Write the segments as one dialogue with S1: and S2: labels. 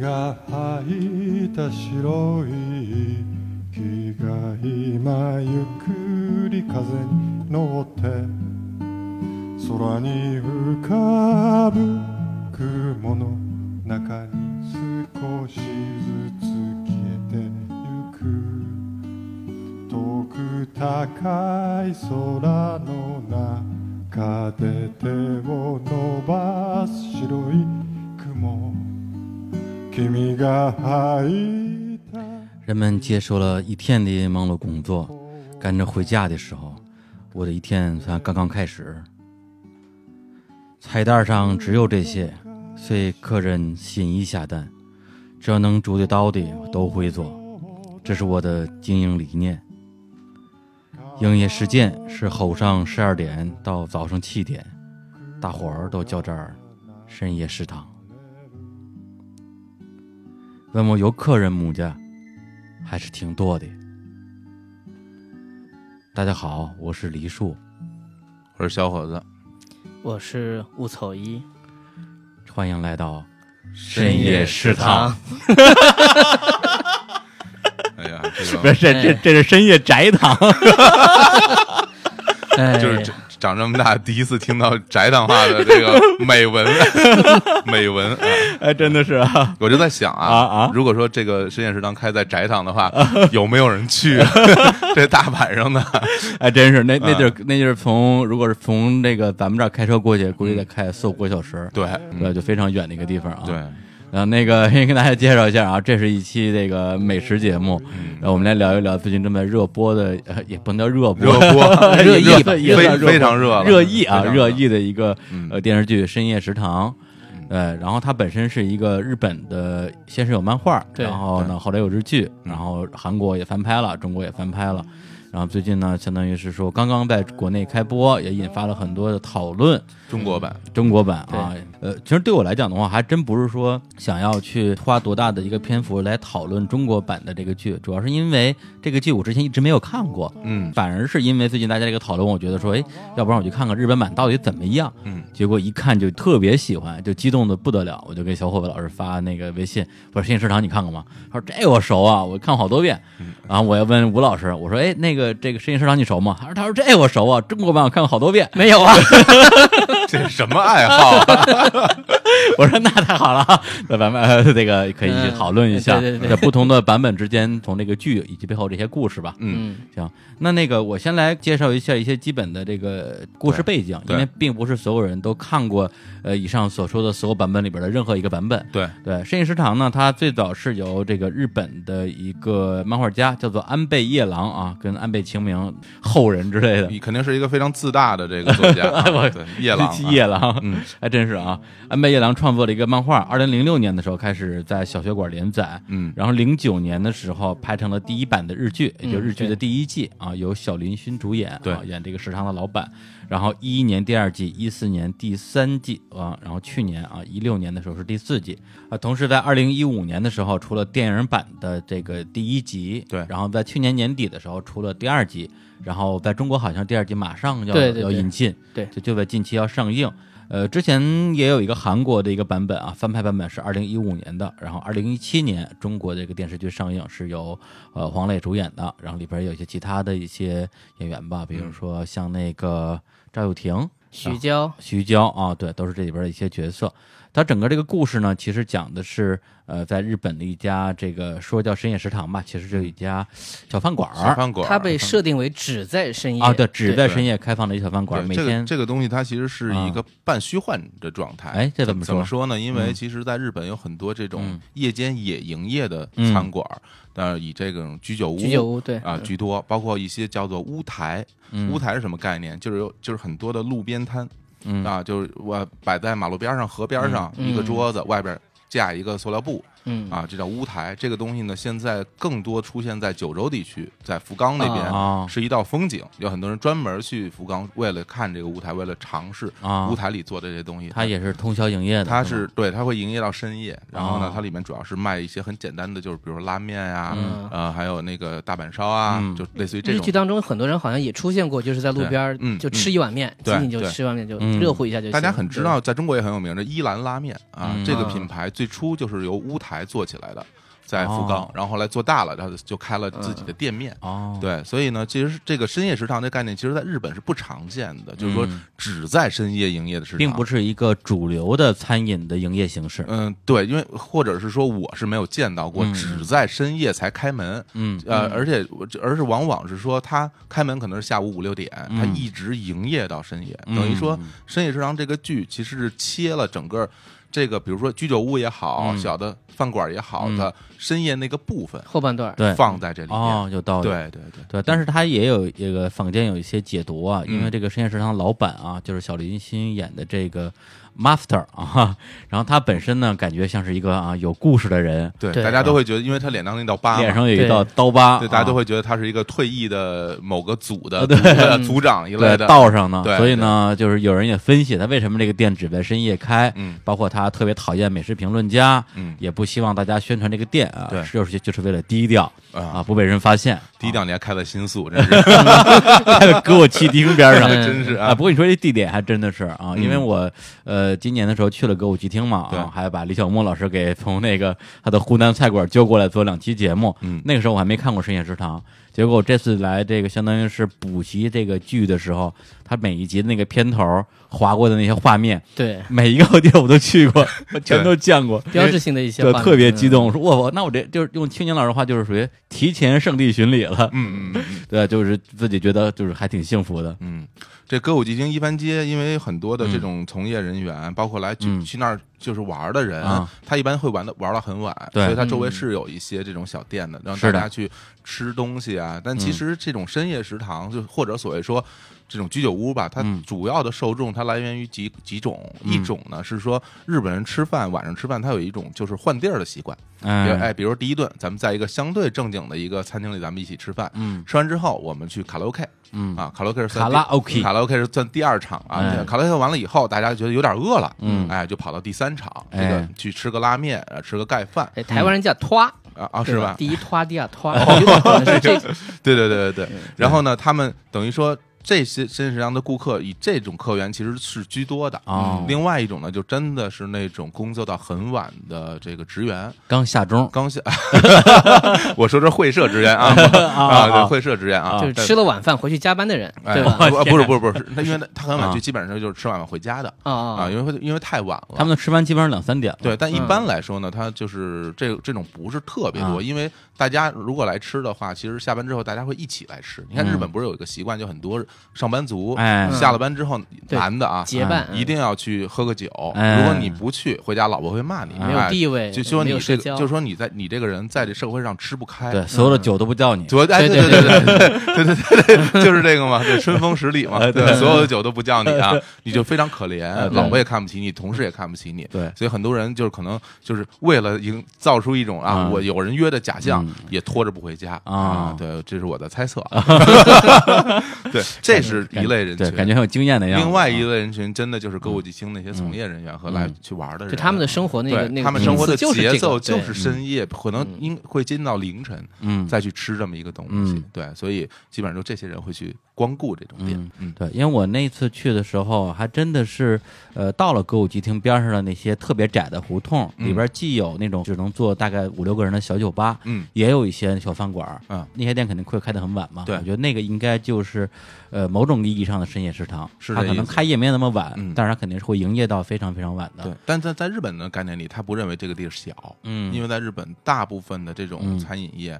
S1: が吐いた白い息が今ゆっくり風に乗って空に浮かぶ雲の中に少しずつ消えてゆく遠く高い空の中で手を伸ばす白い雲君が入った
S2: 人们接受了一天的忙碌工作，赶着回家的时候，我的一天才刚刚开始。菜单上只有这些，随客人心意下单。只要能煮得到的，我都会做。这是我的经营理念。营业时间是后上十二点到早上七点，大伙儿都叫这儿深夜食堂。外面有客人母家，还是挺多的。大家好，我是黎树，
S3: 我是小伙子，
S4: 我是吴丑一，
S2: 欢迎来到。
S3: 食
S4: 堂。
S3: 哎呀，这
S2: 不是
S3: 个
S2: 这这这是深夜宅堂，
S4: 哎，
S3: 就是长长这么大第一次听到宅堂话的 这个美文，美文。哎
S2: 哎，真的是 啊，
S3: 我就在想啊，
S2: 啊啊
S3: 如果说这个深夜食堂开在宅堂的话，有没有人去？啊 这大晚上的，
S2: 哎，真是那那地儿
S3: 嗯
S2: 那地儿从如果是从那个咱们这儿开车过去，估计得开四五个小时，
S3: 对
S2: 对，就非常远的一个地方啊。
S3: 对，
S2: 然后那个 先跟大家介绍一下啊，这是一期这个美食节目，
S3: 嗯
S2: 然后我们来聊一聊最近正在热播的，呃也不能叫热播，
S3: 热播 哎
S2: 热
S3: 热
S2: 议吧，也算
S3: 非
S2: 热播
S3: 非常热了
S2: 热议啊，
S3: 非常
S2: 热议的一个
S3: 嗯
S2: 呃电视剧《深夜食堂》。呃，然后它本身是一个日本的，先是有漫画，
S4: 对
S2: 然后呢，后来有日剧，
S3: 嗯
S2: 然后韩国也翻拍了，中国也翻拍了，然后最近呢，相当于是说刚刚在国内开播，也引发了很多的讨论。
S3: 中国版，
S2: 中国版啊，呃，其实对我来讲的话，还真不是说想要去花多大的一个篇幅来讨论中国版的这个剧，主要是因为这个剧我之前一直没有看过，
S3: 嗯
S2: 反而是因为最近大家这个讨论，我觉得说，哎，要不然我去看看日本版到底怎么样。
S3: 嗯，
S2: 结果一看就特别喜欢，就激动的不得了，我就给小伙伴老师发那个微信，我说《新食堂》你看过吗？他说这我熟啊，我看好多遍。
S4: 嗯
S2: 然后我又问吴老师，我说哎，那个这个《深夜食堂》你熟吗？他说他说这我熟啊，中国版我看过好多遍。
S4: 没有啊，
S3: 这什么爱好啊？
S2: 我说那太好了啊，那咱们呃这个可以一起讨论一下，
S4: 嗯对对对
S2: 在不同的版本之间，从这个剧以及背后这些故事吧。
S3: 嗯，
S4: 嗯，
S2: 行，那那个我先来介绍一下一些基本的这个故事背景，
S3: 对
S2: 因为并不是所有人都看过呃以上所说的所有版本里边的任何一个版本。
S3: 对，
S2: 对，《深夜食堂》呢，它最早是由这个日本的一个漫画家叫做安倍夜郎啊，跟安倍晴明后人之类的，
S3: 你肯定是一个非常自大的这个作家 啊，对，夜郎啊，
S2: 夜郎，
S3: 嗯，
S2: 还真是啊。安倍夜郎创作了一个漫画，二零零六年的时候开始在小学馆连载，
S3: 嗯
S2: 然后零九年的时候拍成了第一版的日剧，也就是
S4: 嗯
S2: 日剧的第一季啊，由小林勋主演，
S3: 对
S2: 啊演这个食堂的老板。然后一一年第二季，一四年第三季啊，然后去年啊一六年的时候是第四季啊。同时在二零一五年的时候出了电影版的这个第一集，
S3: 对
S2: 然后在去年年底的时候出了第二集，然后在中国好像第二集马上要
S4: 对对对
S2: 要引进，
S4: 对
S2: 就就在近期要上映。呃，之前也有一个韩国的一个版本啊，翻拍版本是二零一五年的，然后二零一七年中国这个电视剧上映是由呃黄磊主演的，然后里边有一些其他的一些演员吧，比如说像那个赵又廷、
S4: 徐娇，
S2: 徐娇啊，对，都是这里边的一些角色。它整个这个故事呢，其实讲的是，呃，在日本的一家这个说叫深夜食堂吧，其实就一家小饭馆
S3: 小
S2: 儿
S3: 饭馆儿，
S4: 她被设定为只在深夜
S2: 啊，对，只在
S3: 对
S2: 深夜开放的一小饭馆儿，
S3: 对
S2: 每
S3: 这个
S2: 天啊
S3: 这个东西它其实是一个半虚幻的状态。
S2: 哎这怎么
S3: 怎么
S2: 说
S3: 么说呢？因为
S2: 嗯
S3: 其实在日本有很多这种
S2: 嗯
S3: 夜间也营业的餐馆儿，但是以这种居酒屋。
S4: 居酒屋，对
S3: 啊，居多，包括一些叫做乌台，
S2: 嗯
S3: 乌台是什么概念？就是有，就是很多的路边摊
S2: 嗯
S3: 啊，就是我摆在马路边上、河边上
S4: 嗯
S3: 一个桌子，外边架一个塑料布
S4: 嗯，
S3: 啊，这叫乌台。这个东西呢，现在更多出现在九州地区，在福冈那边
S2: 啊
S3: 是一道风景，有很多人专门去福冈，为了看这个舞台，为了尝试
S2: 啊
S3: 舞台里做的这些东西。
S2: 它也是通宵营业的，嗯
S3: 它
S2: 是
S3: 是
S2: 吗
S3: 对，它会营业到深夜。然后
S2: 啊
S3: 呢，它里面主要是卖一些很简单的，就是比如说拉面呀
S4: 嗯，
S3: 呃，还有那个大阪烧啊
S2: 嗯，
S3: 就类似于这
S4: 日
S3: 种。
S4: 剧当中很多人好像也出现过，就是在路边儿
S3: 对嗯
S4: 就吃一碗面，
S3: 对
S4: 仅仅就
S3: 对
S4: 吃一碗面就
S2: 嗯
S4: 热乎一下就行。
S3: 大家很知道，在中国也很有名的伊兰拉面啊
S2: 嗯，
S3: 这个品牌最初就是由乌台做起来的，在
S2: 哦
S3: 福冈，然后后来做大了，然后就开了自己的店面。
S2: 哦，，
S3: 对，所以呢，其实这个深夜食堂这概念，其实在日本是不常见的，就是说
S2: 嗯
S3: 只在深夜营业的食堂，
S2: 并不是一个主流的餐饮的营业形式。
S3: 嗯，对，因为或者是说我是没有见到过
S2: 嗯
S3: 只在深夜才开门，
S2: 嗯
S3: 呃，
S4: 嗯
S3: 而且我这而是往往是说他开门可能是下午五六点，他
S2: 嗯
S3: 一直营业到深夜，
S2: 嗯
S3: 等于说《深夜食堂》这个剧其实是切了整个这个，比如说居酒屋也好，
S2: 嗯
S3: 小的饭馆也好
S2: 嗯
S3: 的深夜那个部分
S4: 后半段儿
S2: 对，
S3: 呃放在这里面，
S2: 哦，有道理。
S3: 对对对，
S2: 对，但是他也有这个坊间有一些解读啊，因为
S3: 嗯
S2: 这个深夜食堂老板啊，就是小林欣演的这个 Master 啊，然后他本身呢，感觉像是一个啊有故事的人，
S3: 对，
S4: 对
S3: 大家都会觉得，因为他脸上那道疤嘛，
S2: 嗯脸上有一
S4: 对
S2: 道刀疤，
S3: 对，大家
S2: 啊
S3: 都会觉得他是一个退役的某个组的
S2: 啊对
S3: 组的组长一类
S2: 对
S3: 的，
S2: 道上呢
S3: 对。
S2: 所以呢，就是有人也分析他为什么这个店只在深夜开，
S3: 嗯
S2: 包括他特别讨厌美食评论家，
S3: 嗯
S2: 也不希望大家宣传这个店啊，
S3: 对
S2: 是就是就是为了低调
S3: 啊
S2: 啊，不被人发现。
S3: 低
S2: 啊
S3: 调你还开了新宿， 真是。嗯
S2: 给我气钉边上，
S4: 嗯
S3: 真是
S2: 啊，
S3: 啊，
S2: 不过你说这地点还真的是啊，
S3: 嗯
S2: 因为我呃今年的时候去了歌舞伎町嘛，
S3: 对
S2: 啊，还把李小牧老师给从那个他的湖南菜馆揪过来做两期节目，
S3: 嗯
S2: 那个时候我还没看过《深夜食堂》，结果我这次来这个相当于是补习这个剧的时候，他每一集的那个片头划过的那些画面，
S4: 对
S2: 每一个地儿我都去过，我全都见过。
S4: 标志性的一些
S2: 对，
S4: 画面
S2: 特别激，动，我说我我那我这就是用青年老师话就是属于提前圣地巡礼了，
S3: 嗯嗯嗯嗯
S2: 对，就是自己觉得就是还挺幸福的，
S3: 嗯，这歌舞伎町一番街，因为很多的这种从业人员，包括来去、
S2: 嗯
S3: 去那儿就是玩儿的人，
S2: 啊
S3: 他一般会玩的玩到很晚，
S2: 对
S3: 所以他周围
S4: 嗯
S3: 是有一些这种小店的，让
S2: 是
S3: 大
S2: 的
S3: 家去吃东西啊。但其
S2: 嗯
S3: 实这种深夜食堂，就或者所谓说。这种居酒屋吧，它
S2: 嗯
S3: 主要的受众它来源于几几种，一
S2: 嗯
S3: 种呢是说日本人吃饭晚上吃饭，他有一种就是换地儿的习惯，比如
S2: 哎，
S3: 哎，比如第一顿咱们在一个相对正经的一个餐厅里，咱们一起吃饭，
S2: 嗯
S3: 吃完之后我们去卡拉 OK，
S2: 嗯
S3: 啊，卡拉 OK 是
S2: 卡
S3: 算第
S2: 拉 OK
S3: 卡拉 OK 是算第二场啊。
S2: 哎
S3: 卡拉 OK 完了以后，大家觉得有点饿了，
S2: 嗯
S3: 哎，就跑到第三场，这
S2: 哎
S3: 个去吃个拉面，呃吃个盖饭
S4: 哎，台湾人叫拖，
S3: 啊啊，
S4: 对
S3: 是吧？哦
S4: 第一拖，第二拖，有 可能是这
S3: 对对对对对。然后呢，他们等于说这些深食堂的顾客以这种客源其实是居多的。
S2: 哦，
S3: 另外一种呢，就真的是那种工作到很晚的这个职员，
S2: 刚下钟，
S3: 刚下，我说这是会社职员啊啊，对会社职员啊，
S4: 就是
S3: 但
S4: 吃了晚饭回去加班的人，
S3: 哎
S4: 对吧？
S3: 不不是不是不是，那因为他很晚
S2: 啊
S3: 去，基本上就是吃完晚回家的
S4: 啊嗯
S3: 啊，
S4: 啊，
S3: 因为因为太晚了。
S2: 他们吃完基本上两三点了。
S3: 对，但一般来说呢，它就是这这种不是特别
S2: 啊
S4: 嗯
S3: 多，因为大家如果来吃的话，其实下班之后大家会一起来吃。你看日本
S2: 嗯
S3: 不是有一个习惯，就很多上班族
S2: 哎
S3: 下了班之后，
S4: 嗯对
S3: 男的啊
S4: 结伴嗯
S3: 一定要去喝个酒，
S2: 哎
S3: 如果你不去，回家老婆会骂你，
S2: 没
S4: 没有
S3: 哎
S4: 地位，
S3: 就说
S4: 没
S3: 你
S4: 有社
S3: 这个，
S4: 交，
S3: 就说你在你这个人在这社会上吃不开。
S2: 对，所有的酒都不叫你，
S3: 昨哎，
S4: 对
S3: 对
S4: 对
S3: 对对对对对对，就是这个嘛，这春风十里嘛，
S2: 哎
S3: 对，所有的酒都不叫你啊，你就非常可怜，老婆也看不起你，同事也看不起你，
S2: 对
S3: 所以很多人就是可能就是为了营造出一种啊，
S2: 嗯
S3: 我有人约的假象
S2: 嗯，
S3: 也拖着不回家
S2: 啊
S3: 对，这是我的 猜测，对，这是一类人
S2: 对，
S3: 群，
S2: 感觉很有经验的样子。
S3: 另外
S2: 啊
S3: 一
S2: 嗯
S3: 类人群真的就是歌舞伎町那些从业人员和来去玩的人，
S4: 就他们的生活那个
S3: 对
S4: 那个
S3: 他们生活的
S4: 就是这
S3: 节
S4: 个
S3: 奏
S4: 对嗯
S3: 就是深夜，可能应会进到凌晨，
S2: 嗯
S3: 再去吃这么一个东西。
S2: 嗯
S3: 对，所以基本上就这些人会去光顾这种店。
S2: 嗯
S3: 嗯，
S2: 对，因为我那次去的时候，还真的是，呃，到了歌舞伎町边上的那些特别窄的胡同，
S3: 嗯
S2: 里边既有那种只能坐大概五六个人的小酒吧，
S3: 嗯
S2: 也有一些小饭馆儿，
S3: 嗯
S2: 那些店肯定会开得很晚嘛。
S3: 对
S2: 我觉得那个应该就是，呃，某种意义上的深夜食堂，
S3: 是
S2: 它
S3: 这
S2: 可能
S3: 意思
S2: 开业没有那么晚，
S3: 嗯
S2: 但是它肯定是会营业到非常非常晚的。
S3: 对，，但在在日本的概念里，他不认为这个地儿小，
S2: 嗯，
S3: 因为在日本大部分的这种
S2: 嗯
S3: 餐饮业，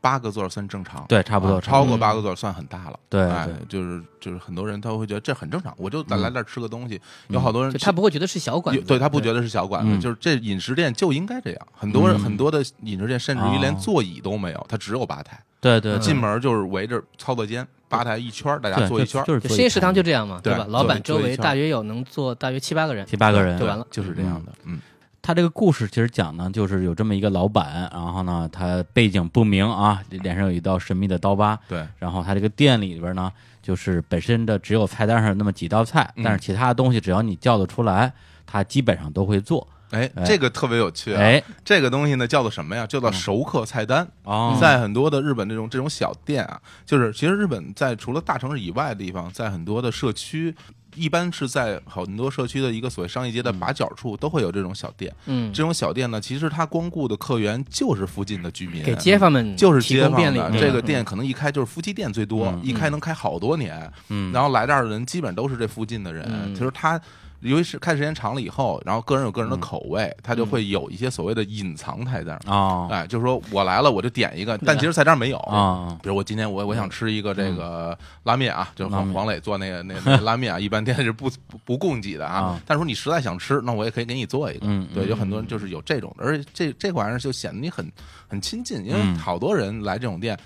S3: 八个座儿算正常。
S2: 对，差不多
S3: 啊，超过
S4: 嗯
S3: 八个座儿算很大了。
S2: 对
S3: 哎
S2: 对，
S3: 就是就是很多人他会觉得这很正常，我就来
S2: 嗯
S3: 来这儿吃个东西。有好多人
S4: 就
S3: 去
S4: 他不会觉得是小馆
S3: 有
S4: 子，
S3: 对他不觉得是小馆子，
S2: 嗯
S3: 就是这饮食店就应该这样。很多人
S2: 嗯哦
S3: 很多的饮食店甚至于连座椅都没有，它只有吧台，
S2: 对对，对
S3: 嗯进门就是围着操作间吧台一圈儿，大家
S2: 嗯对
S3: 坐一圈儿，
S2: 就
S4: 就是深夜食堂就这样嘛，
S3: 对
S4: 吧？
S3: 坐
S4: 老板周
S3: 坐一
S4: 围
S3: 圈
S4: 大约有能坐大约七八个人，
S2: 七八个人
S4: 就。完了。
S3: 就是这样的。嗯，
S2: 他这个故事其实讲呢，就是有这么一个老板，然后呢，他背景不明啊，脸上有一道神秘的刀疤。
S3: 对，
S2: 然后他这个店里边呢，就是本身的只有菜单上那么几道菜，
S3: 嗯
S2: 但是其他的东西只要你叫得出来，他基本上都会做。
S3: 哎嗯
S2: 哎，
S3: 这个特别有趣啊！
S2: 哎，
S3: 这个东西呢叫做什么呀？叫做熟客菜单。
S2: 哦，
S3: 在很多的日本这种这种小店啊，就是其实日本在除了大城市以外的地方，在很多的社区，一般是在很多社区的一个所谓商业街的把角处都会有这种小店。
S4: 嗯，
S3: 这种小店呢，其实它光顾的客源就是附近的居民，啊
S4: 给街坊们
S3: 就是
S4: 嗯提
S3: 街
S4: 供
S3: 坊
S4: 便利
S3: 的，。
S4: 对
S3: 这个
S4: 嗯
S3: 店可能一开就是夫妻店最多
S2: 嗯，
S3: 一开能开好多年。
S2: 嗯，
S3: 然后来这儿的人基本都是这附近的人。
S4: 嗯
S3: 其实他，由于是开时间长了以后，然后个人有个
S4: 嗯
S3: 人的口味，他就会有一些所谓的隐藏菜单。
S2: 哦
S3: 哎，就是说我来了我就点一个，但其实菜单没有
S4: 哦
S2: 啊
S3: 比如我今天我我想吃一个这个拉面啊，就
S2: 嗯
S3: 是
S2: 拉
S3: 黄
S2: 面
S3: 黄磊做那个那那拉面 啊，一般店是不不不供给的啊
S2: 啊。
S3: 但是说你实在想吃，那我也可以给你做一个。
S2: 嗯
S3: 对，
S2: 嗯
S3: 有很多人就是有这种的，而且这这玩意儿就显得你很很亲近，因为
S2: 嗯
S3: 好多人来这种店。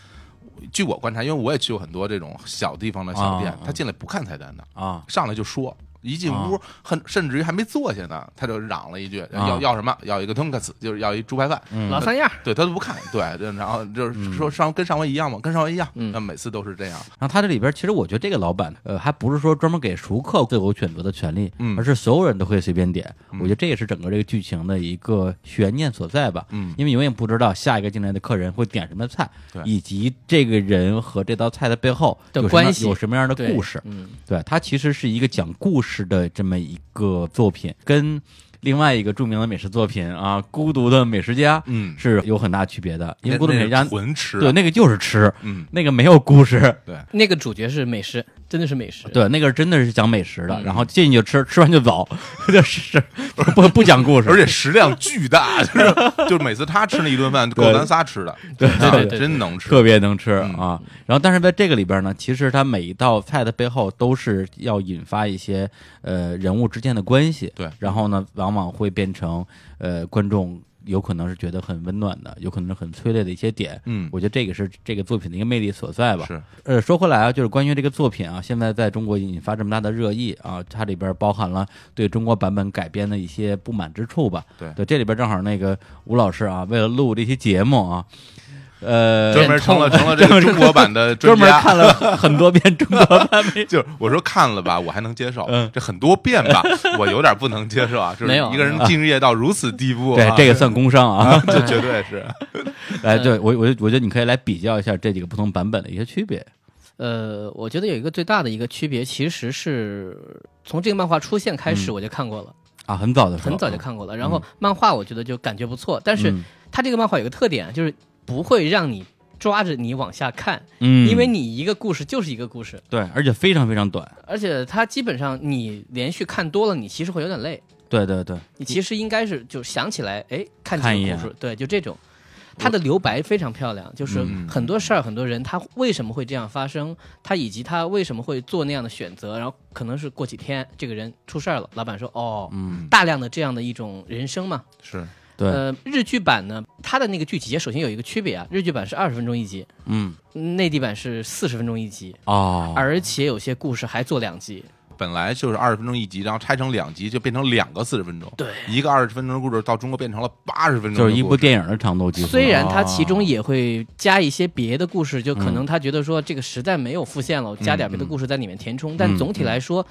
S3: 据我观察，因为我也去过很多这种小地方的小店
S2: 啊，
S3: 他进来不看菜单的，
S2: 啊
S3: 上来就说，一进屋，很甚至于还没坐下呢，他就嚷了一句：“
S2: 啊嗯
S3: 要要什么？要一个 tonkatsu，就是要一猪排饭。”
S4: 老三样儿，
S3: 对他都不看，对，就然后就是说上跟上回一样嘛，跟上回一样，
S4: 嗯
S3: 那每次都是这样，
S2: 然后他这里边，其实我觉得这个老板，呃，还不是说专门给熟客最有选择的权利，
S3: 嗯
S2: 而是所有人都可以随便点。我觉得这也是整个这个剧情的一个悬念所在吧。
S3: 嗯
S2: 因为永远不知道下一个进来的客人会点什么菜
S3: 对，
S2: 以及这个人和这道菜的背后
S4: 的
S2: 有什么
S4: 关系
S2: 有什么样的
S4: 对
S2: 故事。
S4: 嗯，
S2: 对，它其实是一个讲故事的这么一个作品，跟另外一个著名的美食作品啊，《孤独的美食家》
S3: 嗯
S2: 是有很大区别的，因
S3: 那
S2: 为《孤独
S3: 那
S2: 美
S3: 是
S2: 食家》
S3: 纯吃，
S2: 对，那个就是吃，
S3: 嗯，
S2: 那个没有故事。
S3: 对，
S4: 那个主角是美食，真的是美食。，
S2: 对，那个真的是讲美食的，
S4: 嗯
S2: 然后进去就吃，吃完就走， 就是不不讲故事，
S3: 而且食量巨大，就是就是每次他吃那一顿饭就够
S2: 对
S3: 咱仨吃的，
S2: 对
S3: 啊
S4: 对对对
S3: 真能吃，
S2: 特别能吃
S3: 嗯
S2: 啊。然后，但是在这个里边呢，其实它每一道菜的背后都是要引发一些呃人物之间的关系，
S3: 对
S2: 然后呢，往往会变成呃观众。有可能是觉得很温暖的，有可能是很催泪的一些点，
S3: 嗯
S2: 我觉得这个是这个作品的一个魅力所在吧。
S3: 是，
S2: 呃，说回来啊，就是关于这个作品啊，现在在中国引发这么大的热议啊，它里边包含了对中国版本改编的一些不满之处吧。
S3: 对
S2: 这里边正好那个吴老师啊，为了录这期节目啊，呃，
S3: 专门成了 成了这个中国版的
S2: 专
S3: 专
S2: 门
S3: 家。
S2: 看了很多遍中国 版本
S3: 就是我说看了吧，我还能接受
S2: 嗯，
S3: 这很多遍吧，我有点不能接受啊，就是
S4: 没有
S3: 一个人敬业到如此地步
S2: 对
S3: 啊，，
S2: 这个算工伤啊！
S3: 这绝 对是，
S2: 哎，对我，我我觉得你可以来比较一下这几个不同版本的一些区别。
S4: 呃，我觉得有一个最大的一个区别，其实是从这个漫画出现开始
S2: 嗯
S4: 我就看过了，
S2: 啊，很早的时候，
S4: 很早就看过了。然后
S3: 嗯
S4: 漫画我觉得就感觉不错，但
S2: 嗯，
S4: 是它这个漫画有个特点，就是不会让你抓着你往下看，
S2: 嗯，
S4: 因为你一个故事就是一个故事，
S2: 对，而且非常非常短，
S4: 而且它基本上你连续看多了，你其实会有点累。
S2: 对对对，
S4: 你其实应该是就想起来，哎，看
S2: 看
S4: 几
S2: 一
S4: 个
S2: 眼
S4: 故事，对，就这种。他的留白非常漂亮，就是
S3: 嗯
S4: 很多事儿、很多人他为什么会这样发生，他以及他为什么会做那样的选择，然后可能是过几天这个人出事儿了，老板说哦，
S2: 嗯，
S4: 大量的这样的一种人生嘛。
S3: 是，
S2: 对，
S4: 呃，日剧版呢，它的那个剧集首先有一个区别啊，日剧版是二十分钟一集，
S2: 嗯，
S4: 内地版是四十分钟一集，
S2: 哦，
S4: 而且有些故事还做两集，
S3: 本来就是二十分钟一集，然后拆成两集，就变成两个四十分钟。
S4: 对，
S3: 一个二十分钟的故事到中国变成了八十分钟的故
S2: 就
S3: 事，
S2: 是一部电影的长度，几乎
S4: 虽然它
S3: 啊
S4: 其中也会加一些别的故事，就可能他觉得说这个实在没有复现了，我加点别的故事在里面填
S2: 嗯
S4: 充。但总体来说，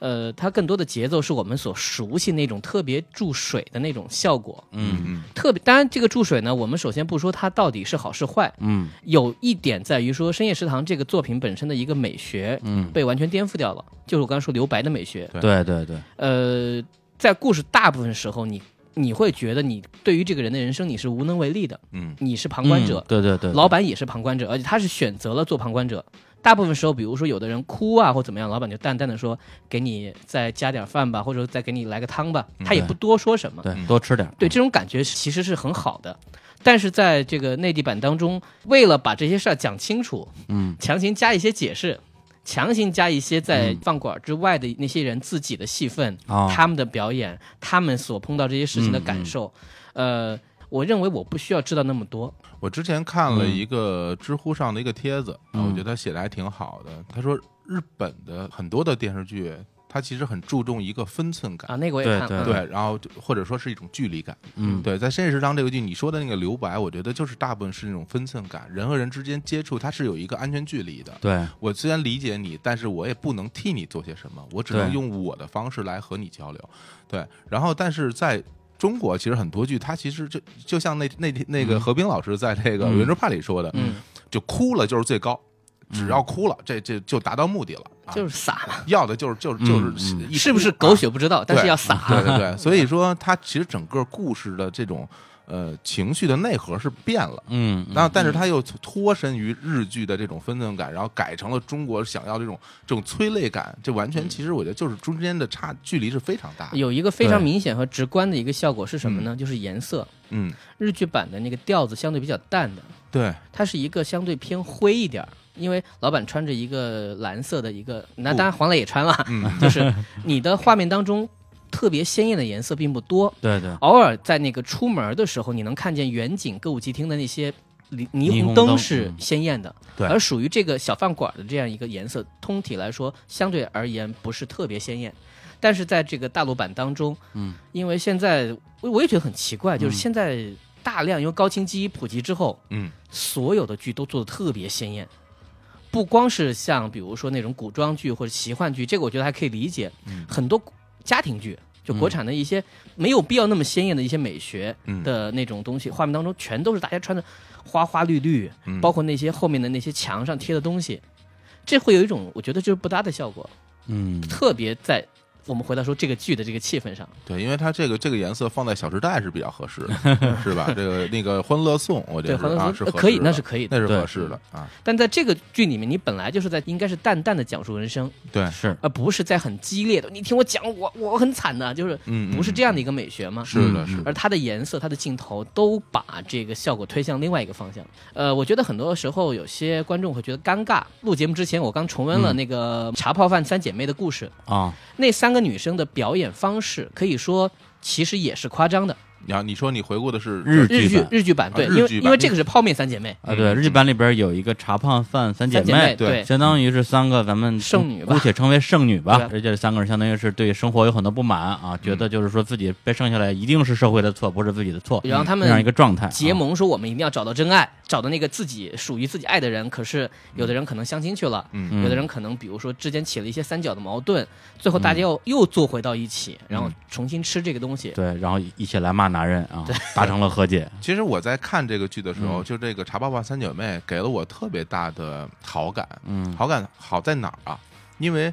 S4: 呃，它更多的节奏是我们所熟悉那种特别注水的那种效果。
S2: 嗯
S3: 嗯
S4: 特别，当然这个注水呢，我们首先不说它到底是好是坏，
S2: 嗯
S4: 有一点在于说《深夜食堂》这个作品本身的一个美学
S2: 嗯，
S4: 被完全颠覆掉了，就是我刚才说留白的美学。
S2: 对对对，
S4: 呃，在故事大部分时候你。你会觉得你对于这个人的人生你是无能为力的，
S3: 嗯
S4: 你是旁观者
S2: 嗯，对对对，
S4: 老板也是旁观者，而且他是选择了做旁观者。大部分时候，比如说有的人哭啊或怎么样，老板就淡淡的说：“给你再加点饭吧，或者再给你来个汤吧。”他也不多说什么。
S2: 嗯对多吃点儿，
S4: 对这种感觉其实是很好的，但是在这个内地版当中，为了把这些事儿讲清楚，
S2: 嗯，
S4: 强行加一些解释，强行加一些在
S2: 嗯
S4: 饭馆之外的那些人自己的戏份，
S2: 啊，
S4: 他们的表演，他们所碰到这些事情的感受，
S2: 嗯
S4: 呃，我认为我不需要知道那么多。
S3: 嗯，我之前看了一个知乎上的一个帖子，啊
S2: 嗯
S3: 我觉得他写的还挺好的。他说日本的很多的电视剧，它其实很注重一个分寸感。
S4: 啊，那个我也
S2: 对
S4: 看
S2: 对
S4: 了，
S3: 对，然后就或者说是一种距离感，
S2: 嗯
S3: 对，在《深夜食堂》这个剧，你说的那个留白，我觉得就是大部分是那种分寸感，人和人之间接触，它是有一个安全距离的。
S2: 对
S3: 我虽然理解你，但是我也不能替你做些什么，我只能
S2: 对
S3: 用我的方式来和你交流。对，然后但是在中国其实很多剧，它其实就就像那那那个
S2: 嗯
S3: 何冰老师在这个《
S2: 嗯嗯
S3: 圆桌派》里说的，
S4: 嗯，
S3: 就哭了就是最高，只要哭了，这这就达到目的了，啊
S4: 就是撒嘛，
S3: 要的就是就是就是
S2: 嗯嗯
S3: 一哭
S4: 是不是
S3: 啊
S4: 狗血不知道，但是要撒。
S3: 对对 对，所以说它其实整个故事的这种呃情绪的内核是变了。
S2: 嗯，
S3: 然后，但是它又脱身于日剧的这种分寸感，然后改成了中国想要这种这种催泪感，这完全其实我觉得就是中间的差距离是非常大的。
S4: 有一个非常
S2: 对
S4: 明显和直观的一个效果是什么呢？就是颜色。
S3: 嗯，
S4: 日剧版的那个调子相对比较淡的，
S3: 对，
S4: 它是一个相对偏灰一点儿，因为老板穿着一个蓝色的一个，那
S3: 布
S4: 当然黄磊也穿了，
S3: 嗯，
S4: 就是你的画面当中特别鲜艳的颜色并不多，
S2: 对对，
S4: 偶尔在那个出门的时候，你能看见远景歌舞伎町的那些霓
S2: 霓
S4: 霓
S2: 虹
S4: 虹
S2: 灯
S4: 灯是
S2: 嗯
S4: 鲜艳的，
S3: 对
S4: 而属于这个小饭馆的这样一个颜色，通体来说相对而言不是特别鲜艳。但是在这个大陆版当中，
S2: 嗯，
S4: 因为现在我我也觉得很奇怪，就是
S2: 嗯
S4: 现在大量因为高清机普及之后，
S3: 嗯，
S4: 所有的剧都做的特别鲜艳，不光是像比如说那种古装剧或者奇幻剧，这个我觉得还可以理解，
S3: 嗯
S4: 很多家庭剧。就国产的一些没有必要那么鲜艳的一些美学
S3: 嗯
S4: 的那种东西，画面当中全都是大家穿的花花绿绿，
S3: 嗯
S4: 包括那些后面的那些墙上贴的东西，这会有一种我觉得就是不搭的效果，
S2: 嗯，
S4: 特别在我们回到说这个剧的这个气氛上，
S3: 对，因为它这个这个颜色放在《小时代》是比较合适的，是吧？这个那个《欢乐颂》，我觉
S4: 对，
S3: 得
S4: 黄
S3: 是啊
S4: 德
S3: 是
S4: 福
S3: 合
S4: 呃可以
S3: 适，
S4: 那
S3: 的
S4: 是可以的。
S3: 那是
S2: 对
S3: 合适的啊，
S4: 但在这个剧里面，你本来就是在应该是淡淡的讲述人生，
S3: 对，
S2: 是，
S4: 而不是在很激烈的你听我讲，我我很惨的，就是
S3: 嗯，
S4: 不是这样的一个美学吗？
S3: 嗯，是的，
S2: 嗯
S3: 是的，
S4: 而它的颜色、它的镜头都把这个效果推向另外一个方向。呃，我觉得很多时候有些观众会觉得尴尬。录节目之前，我刚重温了
S2: 嗯
S4: 那个茶泡饭三姐妹的故事，
S2: 啊，
S4: 那三个女生的表演方式可以说其实也是夸张的。
S3: 然后你说你回顾的是
S2: 日剧
S4: 日剧
S2: 版
S4: 日剧版
S3: 啊
S4: 对，
S3: 日
S4: 因为
S3: 剧版
S4: 因为这个是泡面三姐妹，
S2: 啊，对，
S3: 嗯
S2: 日剧版里边有一个茶胖饭三姐
S4: 三姐
S2: 妹，
S4: 对
S3: 对，
S2: 相当于是三个咱们
S4: 剩女吧
S2: 姑且称为剩女吧。
S4: 对嗯
S2: 而且三个人相当于是对生活有很多不满啊，觉得就是说自己被剩下来一定是社会的错，不是自己的错，
S4: 然后他
S2: 这样一
S4: 们
S2: 个状态啊。
S4: 结盟说我们一定要找到真爱，找到那个自己属于自己爱的人。可是有的人可能相亲去了，
S3: 嗯
S2: 嗯，
S4: 有的人可能比如说之间起了一些三角的矛盾，最后大家
S3: 嗯
S4: 又又坐回到一起，然后重新吃这个东西。
S2: 对，然后一起来骂男人啊，达成了和 解。
S3: 其实我在看这个剧的时候，
S2: 嗯
S3: 就这个《茶泡泡三姐妹》给了我特别大的好感。
S2: 嗯
S3: 好感好在哪儿啊？因为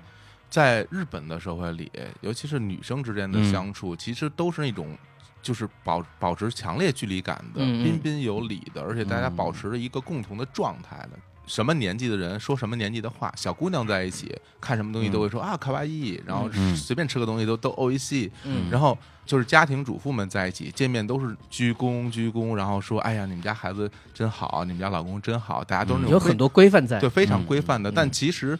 S3: 在日本的社会里，尤其是女生之间的
S2: 嗯
S3: 相处，其实都是那种就是保保持强烈距离感的、
S4: 嗯嗯嗯
S3: 彬彬有礼的，而且大家保持着一个共同的状态的。什么年纪的人说什么年纪的话，小姑娘在一起看什么东
S4: 嗯
S3: 西都会说、啊卡哇伊，然后
S2: 嗯
S3: 随便吃个东西都都 O E C，
S4: 嗯
S3: 然后就是家庭主妇们在一起见面都是鞠躬鞠躬，然后说哎呀你们家孩子真好，你们家老公真好，大家都是那种
S4: 嗯有
S3: 非
S4: 很多规范在
S3: 对，。非常
S2: 嗯
S3: 规范的。
S4: 嗯
S3: 但其实，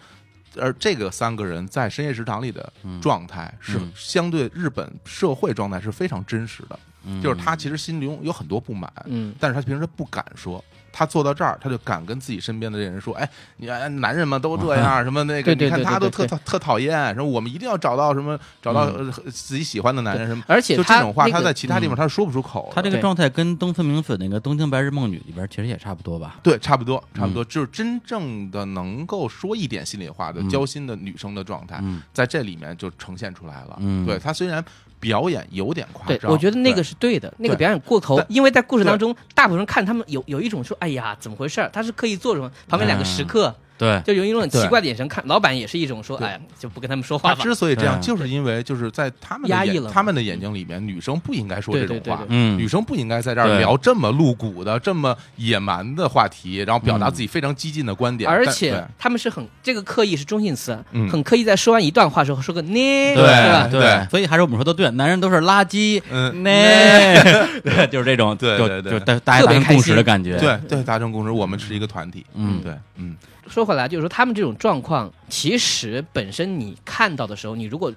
S3: 而这个三个人在深夜食堂里的
S2: 嗯
S3: 状态是
S2: 嗯
S3: 相对日本社会状态是非常真实的，
S2: 嗯
S3: 就是他其实心中有很多不满，
S4: 嗯，
S3: 但是他平时不敢说。他坐到这儿，他就敢跟自己身边的这人说：“哎，你哎男人嘛都这 样，什么那个，
S4: 对对
S3: 你看
S4: 对对
S3: 他都
S4: 对
S3: 特
S4: 对
S3: 特特讨厌，什么我们一定要找到什么找到呃自己喜欢的男人什么。”
S4: 而且
S3: 就这
S4: 他
S3: 种话，
S4: 那
S3: 他
S4: 个
S3: 在其他地方
S2: 嗯
S3: 他是说不出口的。
S2: 他这个
S4: 对
S2: 状态跟东村明子那个《东京白日梦女》里边其实也差不多吧。
S3: 对，差不多，
S2: 嗯
S3: 差不多，就是真正的能够说一点心里话的、
S2: 嗯
S3: 交心的女生的状态，
S2: 嗯
S3: 在这里面就呈现出来了。
S2: 嗯
S3: 对她虽然表演有点夸
S4: 对，
S3: 张，
S4: 我觉得那个
S3: 对
S4: 是对的，那个
S3: 对
S4: 表演过头
S3: 但，
S4: 因为在故事当中，大部分人看他们有有一种说，哎呀，怎么回事儿？他是刻意做什么？旁边两个食客
S2: 对，
S4: 就用一种很
S3: 嗯对
S4: 奇怪的眼神看，老板也是一种说，
S3: 对
S4: 哎呀，就不跟他们说话
S3: 她
S4: 吧。
S3: 之所以这样，
S2: 对
S3: 就是因为就是在他们的
S4: 压抑
S3: 眼
S4: 了嘛
S3: 他们的眼睛里面，女生不应该说这
S4: 对
S3: 种
S4: 对对
S3: 话。
S4: 对，
S2: 嗯
S3: 女，生不应该在这儿
S2: 对
S3: 聊这么露骨的、这么野蛮的话题，然后表达自己非常激进的观点。
S4: 而
S3: 但
S4: 且他们是很这个刻意是中性词
S3: 嗯，
S4: 很刻意在说完一段话之后说个呢，
S2: 对
S4: 是吧？
S3: 对
S2: 所以还是我们说的对，男人都是垃圾。
S3: 嗯，
S2: 那对， 就是这种，
S3: 对
S2: 就
S3: 对对
S2: 就大大家达成共识的感觉。
S3: 对，对对，达成共识，我们是一个团体。
S2: 嗯
S3: 对，嗯
S4: 说回来，就是说他们这种状况，其实本身你看到的时候，你如果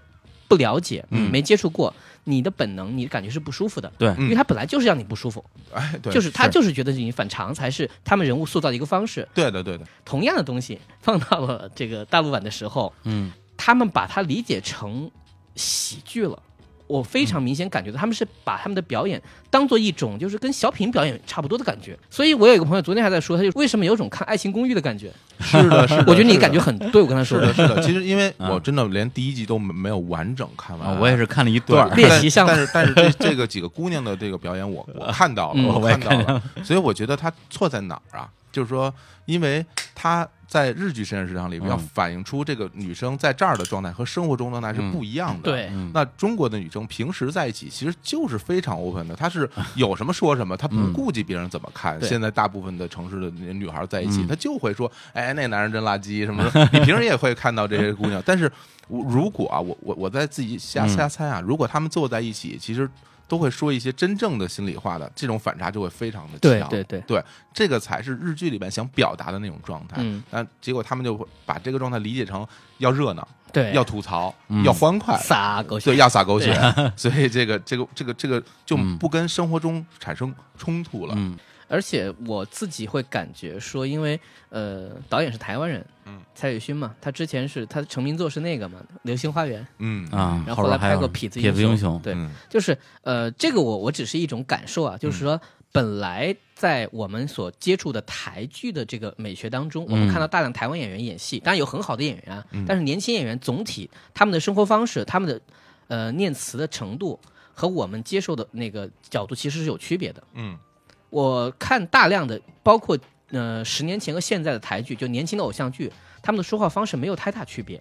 S4: 不了解，
S2: 嗯
S4: 没接触过，你的本能，你感觉是不舒服的，
S2: 对，
S4: 因为他本来就是让你不舒服，
S3: 哎，对，
S4: 就是他
S2: 是
S4: 就是觉得你反常才是他们人物塑造的一个方式。
S3: 对的，对 的，
S4: 同样的东西放到了这个大陆版的时候，
S2: 嗯
S4: 他们把它理解成喜剧了，我非
S2: 嗯
S4: 常明显感觉到他们是把他们的表演当做一种就是跟小品表演差不多的感觉。所以我有一个朋友昨天还在说，他就为什么有种看《爱情公寓》的感觉？
S3: 是的，是的，
S4: 我觉得
S3: 是
S4: 你
S3: 的
S4: 感觉很对，我跟他说
S3: 是的，是的。其实因为
S2: 嗯
S3: 我真的连第一季都没没有完整看
S2: 啊
S3: 完，
S2: 我也是看了一
S3: 对
S2: 段儿，
S4: 练习项目
S3: 但是但是这这个几个姑娘的这个表演我，我看到了，
S4: 嗯
S3: 我
S2: 我也
S3: 看到了，所以我觉得她错在哪儿啊？就是说，因为她在日剧《深夜食堂》里
S2: 嗯
S3: 要反映出这个女生在这儿的状态和生活中的状态是不一样的。。
S4: 对，
S2: 嗯
S3: 那中国的女生平时在一起其实就是非常 open 的，她是有什么说什么，她不
S2: 嗯
S3: 顾及别人怎么看。
S4: 对
S3: 现在大部分的城市的女孩在一起，
S2: 嗯
S3: 她就会说：“哎，那男人真垃圾什么的。”你平时也会看到这些姑娘，但是我如果啊，我我我在自己瞎
S2: 嗯
S3: 瞎猜啊，如果她们坐在一起，其实都会说一些真正的心里话的，这种反差就会非常的
S4: 对
S3: 强。
S4: 对对
S3: 这个才是日剧里面想表达的那种状态。
S4: 嗯，
S3: 但结果他们就会把这个状态理解成要热闹、
S4: 对，
S3: 要吐槽、
S2: 嗯
S3: 要欢快、
S4: 撒狗血
S3: 对，，要撒狗血，所以这个这个这个这个就
S2: 嗯
S3: 不跟生活中产生冲突了。
S2: 嗯
S4: 而且我自己会感觉说，因为呃，导演是台湾人，
S3: 嗯，
S4: 蔡宇勋嘛，他之前是他的成名作是那个嘛，《流星花园》，
S3: 嗯
S2: 啊，
S4: 然
S2: 后
S4: 后后来
S2: 边还
S4: 拍
S2: 有
S4: 过《痞子
S2: 痞子英
S4: 雄
S2: 雄》，，
S4: 对，
S3: 嗯
S4: 就是呃，这个我我只是一种感受啊，就是说，本来在我们所接触的台剧的这个美学当中，我
S2: 嗯
S4: 们看到大量台湾演员演戏，当然有很好的演员啊，
S3: 嗯
S4: 但是年轻演员总体他们的生活方式、他们的呃念词的程度和我们接受的那个角度其实是有区别的。
S3: 嗯
S4: 我看大量的，包括呃十年前和现在的台剧，就年轻的偶像剧，他们的说话方式没有太大区别，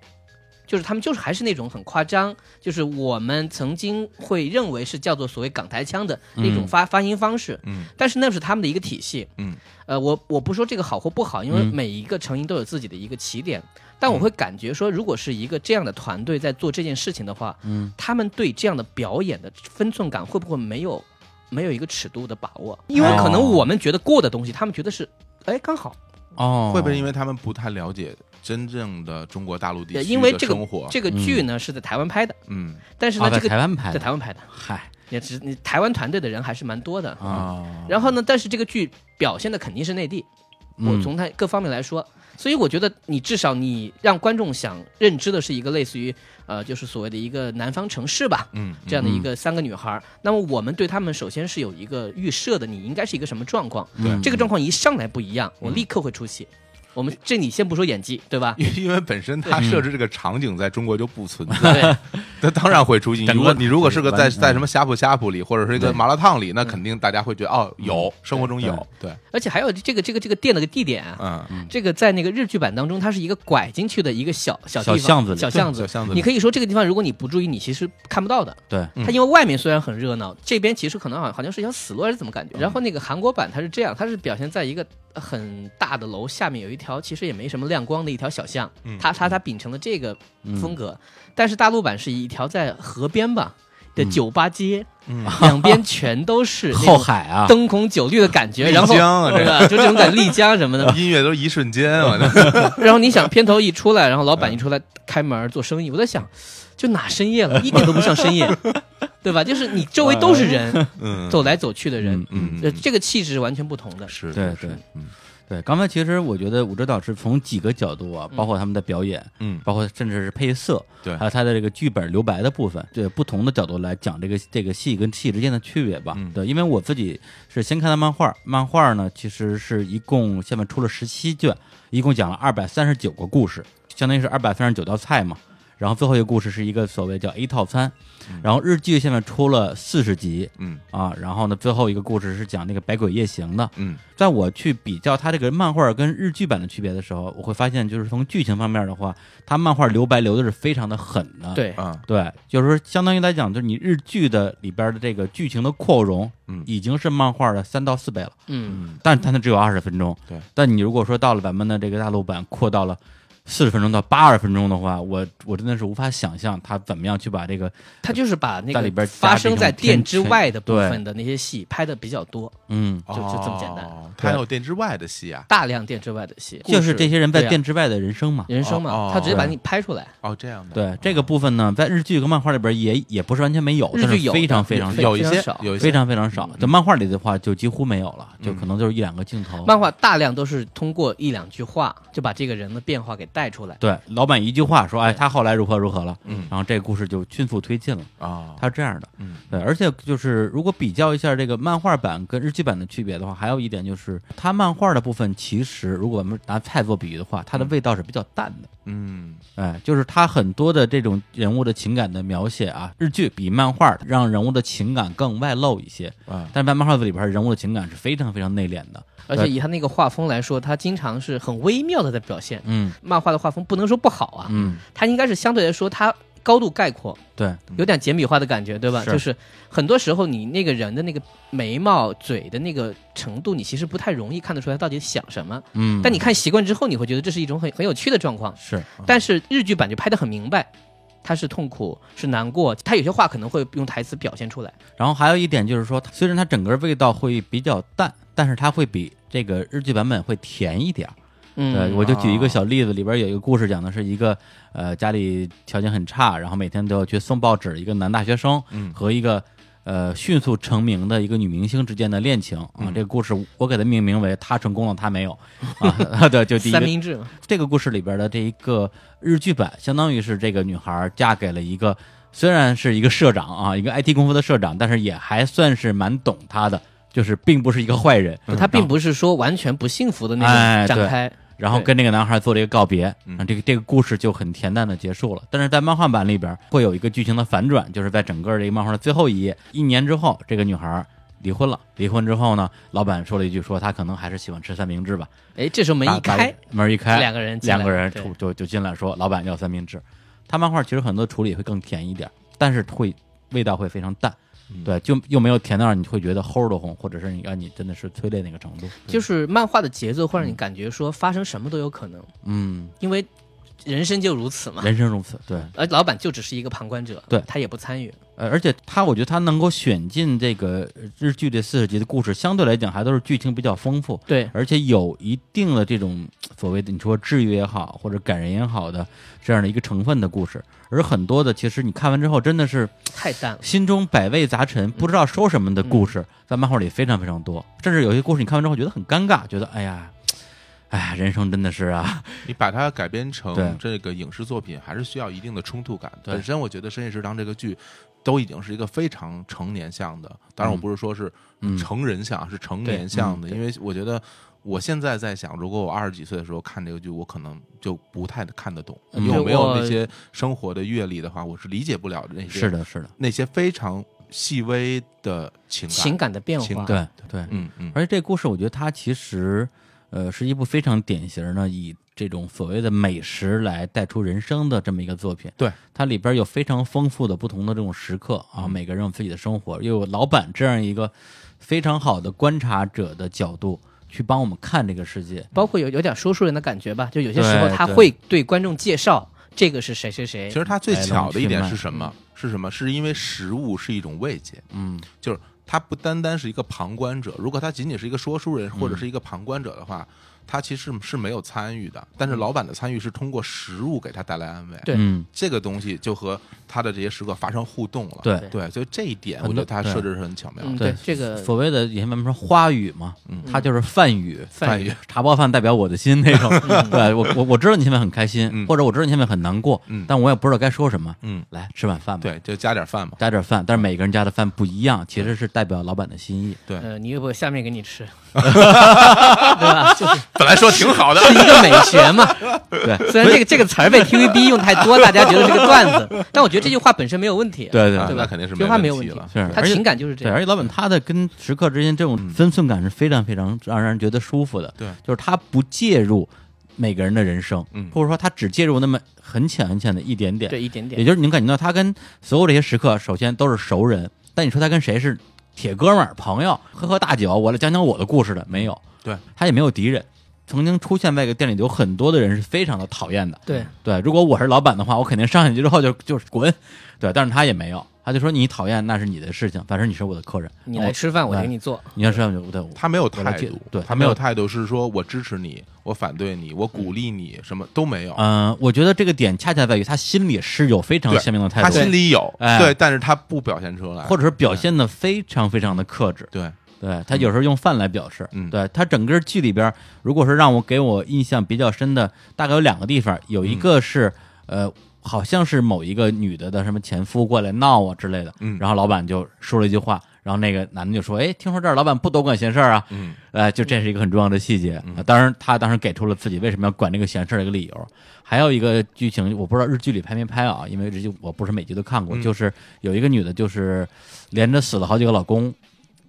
S4: 就是他们就是还是那种很夸张，就是我们曾经会认为是叫做所谓港台腔的那种发、发音方式，
S3: 嗯
S4: 但是那是他们的一个体系。
S3: 嗯，
S4: 呃，我我不说这个好或不好，因为
S2: 嗯
S4: 每一个成因都有自己的一个起点，但我会感觉说，如果是一个这样的团队在做这件事情的话，
S2: 嗯，
S4: 他们对这样的表演的分寸感会不会没有没有一个尺度的把握？因为可能我们觉得过的东西，他们觉得是。哎，刚好，
S2: 哦，
S3: 会不会因为他们不太了解真正的中国大陆地
S4: 对
S3: 区
S4: 因为
S3: 的
S4: 这个
S3: 生活？
S4: 这个剧呢是在台湾拍的，
S3: 嗯
S4: 但是
S2: 啊
S4: 呢，这
S2: 嗯在
S4: 个
S2: 台湾拍
S4: 在
S2: 的？
S4: 台湾拍的，
S2: 嗨
S4: 也只你台湾团队的人还是蛮多的。
S2: 啊，
S4: 然后呢，但是这个剧表现的肯定是内地，我
S2: 嗯
S4: 从它各方面来说，所以我觉得你至少你让观众想认知的是一个类似于呃，就是所谓的一个南方城市吧，
S3: 嗯，
S4: 这样的一个三个女孩儿。那么我们对她们首先是有一个预设的，你应该是一个什么状况？
S2: 嗯
S4: 这个状况一上来不一样，我立刻会出戏。我们这你先不说演技，对吧？
S3: 因因为本身它设置这个场景在中国就不存在，它
S4: 对，
S3: 当然会出现。
S2: 整个
S3: 如果你如果是个在
S2: 完
S3: 在什么呷哺呷哺里，或者是一个
S2: 对
S3: 麻辣烫里，那肯定大家会觉得哦，有生活中有，对，
S4: 而且还有这个这个这个店的个地点啊，
S3: 嗯，
S4: 这个在那个日剧版当中，它是一个拐进去的一个小小
S2: 小
S4: 地方
S2: 巷子里
S4: 小巷
S3: 小
S4: 子。
S3: 巷子里，
S4: 你可以说这个地方，如果你不注意，你其实看不到的。
S2: 对，
S3: 嗯
S4: 它因为外面虽然很热闹，这边其实可能好像好像是一条死路还是怎么
S3: 嗯
S4: 感觉？然后那个韩国版它是这样，它是表现在一个很大的楼下面有一条其实也没什么亮光的一条小巷，
S3: 嗯
S4: 它它它秉承了这个
S2: 嗯
S4: 风格，但是大陆版是一条在河边吧的
S2: 嗯
S4: 酒吧街，
S3: 嗯
S4: 两边全都是 那
S2: 后
S4: 种
S2: 海啊，
S4: 灯红酒绿的感觉，
S3: 丽
S4: 然后
S3: 江啊这。
S4: 对吧就这种感觉丽江什么的
S3: 音乐都一瞬间，我那
S4: 然后你想片头一出来，然后老板一出来开门做生意，我在想，就哪深夜了，一点都不像深夜，对吧？就是你周围都是人，
S3: 嗯
S4: 走来走去的人，
S3: 嗯
S4: 呃，这个气质是完全不同的。
S3: 是，
S2: 对
S3: 是
S2: 对，
S3: 嗯
S2: 对，刚才其实我觉得武指导是从几个角度啊，包括他们的表演，
S3: 嗯
S2: 包括甚至是配色，
S3: 对
S2: 还有他的这个剧本留白的部分，对不同的角度来讲这个这个戏跟戏之间的区别吧。
S3: 嗯
S2: 对，因为我自己是先看的漫画，漫画呢其实是一共下面出了十七卷，一共讲了二百三十九个故事，相当于是二百三十九道菜嘛。然后最后一个故事是一个所谓叫 A 套餐，然后日剧现在出了四十集
S3: 嗯
S2: 啊，然后呢最后一个故事是讲那个百鬼夜行的，
S3: 嗯
S2: 在我去比较它这个漫画跟日剧版的区别的时候，我会发现，就是从剧情方面的话，它漫画留白留的是非常的狠的。
S4: 对，
S3: 啊
S2: 对，就是说，相当于来讲，就是你日剧的里边的这个剧情的扩容，
S3: 嗯
S2: 已经是漫画的三到四倍了，
S4: 嗯，
S2: 但是它呢只有二十分钟。
S3: 对，
S2: 但你如果说到了咱们的这个大陆版扩到了。四十分钟到八十分钟的话，我我真的是无法想象他怎么样去把这个
S4: 他就是把那
S2: 在里
S4: 个
S2: 边
S4: 发
S2: 加
S4: 生
S2: 这种
S4: 在店
S2: 天
S4: 之
S2: 气
S4: 外的部
S2: 对
S4: 分的那些戏拍的比较多，
S2: 嗯，
S4: 就就这么简单
S3: 哦它还有电之外的戏啊，
S4: 大量店之外的戏，
S2: 就是这些人在
S4: 对啊
S2: 店之外的人生嘛，
S4: 人生
S3: 哦
S4: 嘛
S3: 哦，
S4: 他直接把你拍出来。
S3: 哦这样的，
S2: 对这个部分呢，在日剧跟漫画里边也也不是完全没有，
S4: 日
S2: 但是
S4: 剧有
S2: 非常
S4: 的
S2: 非常
S4: 非
S3: 有一
S4: 非
S3: 些
S4: 常少
S3: 有一些嗯
S2: 非常非常少。就漫画里的话，就几乎没有哦了，就可能就是一两个镜头。
S4: 漫画大量都是通过一两句话就把这个人的变化给带出来。
S2: 对，老板一句话说，哎，他后来如何如何了，
S3: 嗯
S2: 然后这个故事就迅速推进了。
S3: 啊，
S2: 它是这样的，
S3: 嗯，
S2: 对，而且就是如果比较一下这个漫画版跟日剧版的区别的话，还有一点就是它漫画的部分，其实如果我们拿菜做比喻的话，它的味道是比较淡的。
S3: 嗯
S2: 哎，就是它很多的这种人物的情感的描写啊，日剧比漫画让人物的情感更外露一些，
S3: 啊，
S2: 但在漫画里边人物的情感是非常非常内敛的。
S4: 而且以他那个画风来说，他经常是很微妙的在表现。
S2: 嗯
S4: 漫画的画风不能说不好啊，
S2: 嗯，
S4: 它应该是相对来说它高度概括，
S2: 对，
S4: 有点简笔画的感觉，对吧？
S2: 嗯是
S4: 就是很多时候你那个人的那个眉毛、嘴的那个程度，你其实不太容易看得出来他到底想什么。
S2: 嗯，
S4: 但你看习惯之后，你会觉得这是一种很很有趣的状况。
S2: 是
S4: 但是日剧版就拍得很明白，他是痛苦，是难过，他有些话可能会用台词表现出来。
S2: 然后还有一点就是说，虽然它整个味道会比较淡，但是它会比这个日剧版本会甜一点儿。对，
S4: 嗯，
S2: 我就举一个小例子，里边有一个故事讲的是一个呃家里条件很差，然后每天都要去送报纸，一个男大学生
S3: 嗯
S2: 和一个。呃，迅速成名的一个女明星之间的恋情啊，
S3: 嗯
S2: 这个故事我给它命名为“他成功了，他没有” 啊， 对，就第一
S4: 三
S2: 个
S4: 明治嘛，
S2: 这个故事里边的这一个日剧版，相当于是这个女孩嫁给了一个虽然是一个社长啊，一个 IT 公司的社长，但是也还算是蛮懂他的，就是并不是一个坏人。
S3: 嗯
S4: 他并不是说完全不幸福的那
S2: 嗯哎
S4: 种
S2: 对
S4: 展开。
S2: 然后跟这个男孩做了一个告别，
S3: 嗯
S2: 啊，这个这个故事就很恬淡的结束了。但是在漫画版里边会有一个剧情的反转，就是在整个这个漫画的最后一页，一年之后，这个女孩离婚了。离婚之后呢，老板说了一句说她可能还是喜欢吃三明治吧。
S4: 哎，这时候门一
S2: 把
S4: 开，，
S2: 把门一开，
S4: 两个人进来
S2: 两个人
S4: 对
S2: 出就就进来说，老板要三明治。他漫画其实很多处理会更甜一点，但是会味道会非常淡，
S3: 嗯
S2: 对，就又没有甜到让你会觉得齁的慌，或者是你啊让你真的是催泪那个程度。
S4: 就是漫画的节奏会让你感觉说发生什么都有可能，
S2: 嗯，
S4: 因为人生就如此嘛。
S2: 人生如此，对。
S4: 而老板就只是一个旁观者，
S2: 对
S4: 他也不参与。
S2: 呃，而且他，我觉得他能够选进这个日剧这四十集的故事，相对来讲还都是剧情比较丰富，
S4: 对，
S2: 而且有一定的这种所谓的你说治愈也好，或者感人也好的这样的一个成分的故事。而很多的，其实你看完之后，真的是
S4: 太淡了。
S2: 心中百味杂陈，不知道说什么的故事，在漫画里非常非常多，甚至有些故事你看完之后觉得很尴尬，觉得哎呀，哎呀，人生真的是啊，
S3: 你把它改编
S2: 对
S3: 成这个影视作品，还是需要一定的冲突感。
S2: 对
S3: 本身我觉得《深夜食堂》这个剧都已经是一个非常成年向的，当然我
S2: 嗯
S3: 不是说是
S2: 嗯，
S3: 成人向，是成
S4: 对
S3: 年向的，
S2: 嗯
S3: 因为我觉得。我现在在想，如果我二十几岁的时候看这个剧，我可能就不太看得懂，
S2: 嗯
S3: 因为我没
S4: 对
S3: 有
S4: 我
S3: 那些生活的阅历的话，我是理解不了那些
S2: 是的，是的，
S3: 那些非常细微的情感。
S4: 情感的变
S3: 情
S4: 化，
S3: 感
S2: 对对，
S3: 嗯嗯，
S2: 而且这故事我觉得它其实，呃，是一部非常典型的以这种所谓的美食来带出人生的这么一个作品。
S3: 对，
S2: 它里边有非常丰富的不同的这种时刻啊，每个人有自己的生活，又有老板这样一个非常好的观察者的角度去帮我们看这个世界。
S4: 包括有有点说书人的感觉吧。就有些时候
S2: 对
S4: 他
S2: 对
S4: 会对观众介绍这个是谁谁谁
S3: 其，实它最
S2: 来龙
S3: 巧的一
S2: 去
S3: 点
S2: 脉
S3: 是什么？是什么？是因为食物是一种慰藉，
S2: 嗯，
S3: 就是它不单单是一个旁观者。如果他仅仅是一个说书
S2: 嗯
S3: 人或者是一个旁观者的话，他其实是没有参与的。但是老板的参与是通过食物给他带来安慰。
S4: 对
S2: 嗯。
S3: 这个东西就和他的这些食客发生互动了。
S2: 对
S3: 对，所以这一点我
S2: 很
S3: 觉
S2: 多
S3: 得他设啊置是很巧妙
S4: 嗯，
S3: 的。
S4: 对
S2: 对
S4: 这个
S2: 所谓的以前咱们说花语嘛，
S3: 嗯
S2: 它就是梵语，
S4: 梵
S3: 语
S2: 茶包饭代表我的心那种。对我我我知道你现在很开心，
S3: 嗯
S2: 或者我知道你现在很难过，
S3: 嗯
S2: 但我也不知道该说什么。
S3: 嗯，
S2: 来吃碗饭吧，
S3: 对，就加点饭嘛。
S2: 加点饭，但是每个人家的饭不一样，其实是代表老板的心意。
S3: 对，
S4: 呃，你要不下面给你吃，对吧？就是
S3: 本来说挺好的，
S4: 是一个美学嘛。
S2: 对
S4: 虽然这个这个词儿被 TVB 用太多，大家觉得是个段子，但我觉得这句话本身没有问题。
S2: 对
S3: 啊
S2: 对
S4: 对吧
S3: 那肯定是
S4: 这句话没有
S3: 问
S4: 问
S3: 题了。
S2: 是，
S4: 他
S2: 而且
S4: 情感就是这
S2: 对，
S4: 样。
S2: 而且老板他的跟食客之间这种分寸感是非常非常让人觉得舒服的。
S3: 对
S2: 就是他不介入每个人的人生，
S3: 嗯
S2: 或者说他只介入那么很浅很浅的一点点。
S4: 对，一点
S2: 也
S4: 点。
S2: 就是你能感觉到他跟所有这些食客，首先都是熟人，但你说他跟谁是铁哥们儿、朋友，喝喝大酒，我来讲讲我的故事的没有，
S3: 对
S2: 他也没有敌人。曾经出现在一个店里，有很多的人是非常的讨厌的。
S4: 对，
S2: 对，如果我是老板的话，我肯定上去之后就 就是滚，对，但是他也没有，他就说你讨厌那是你的事情，反正你是我的客人，
S4: 你来吃饭，我
S2: 对
S4: 给你做。
S2: 你要是让我对我
S3: 他没有
S2: 我来
S3: 态
S2: 解
S3: 度，
S2: 对
S3: 他
S2: 他
S3: 没
S2: 没有
S3: 有态度，是说我支持你，我反对你，我鼓励你，什么都没有。
S2: 嗯、我觉得这个点恰恰在于他心里是有非常
S3: 对
S2: 鲜明的态
S3: 他
S2: 度
S3: 心，里有，
S2: 哎
S3: 对，但是他不表现出来，
S2: 或者是表现的非常非常的克制。
S3: 对，
S2: 对他有时候用饭来表示，
S3: 嗯
S2: 对他整个剧里边，如果是让我给我印象比较深的，大概有两个地方，有一
S3: 嗯
S2: 个是、呃，好像是某一个女的的什么前夫过来闹啊之类的，
S3: 嗯
S2: 然后老板就说了一句话，然后那个男的就说，哎，听说这儿老板不多管闲事儿啊，
S3: 嗯，
S2: 呃，就这是一个很重要的细节。啊当然，他当时给出了自己为什么要管这个闲事儿的一个理由。还有一个剧情，我不知道日剧里拍没拍啊，因为日剧我不是每集都看过，
S3: 嗯
S2: 就是有一个女的，就是连着死了好几个老公，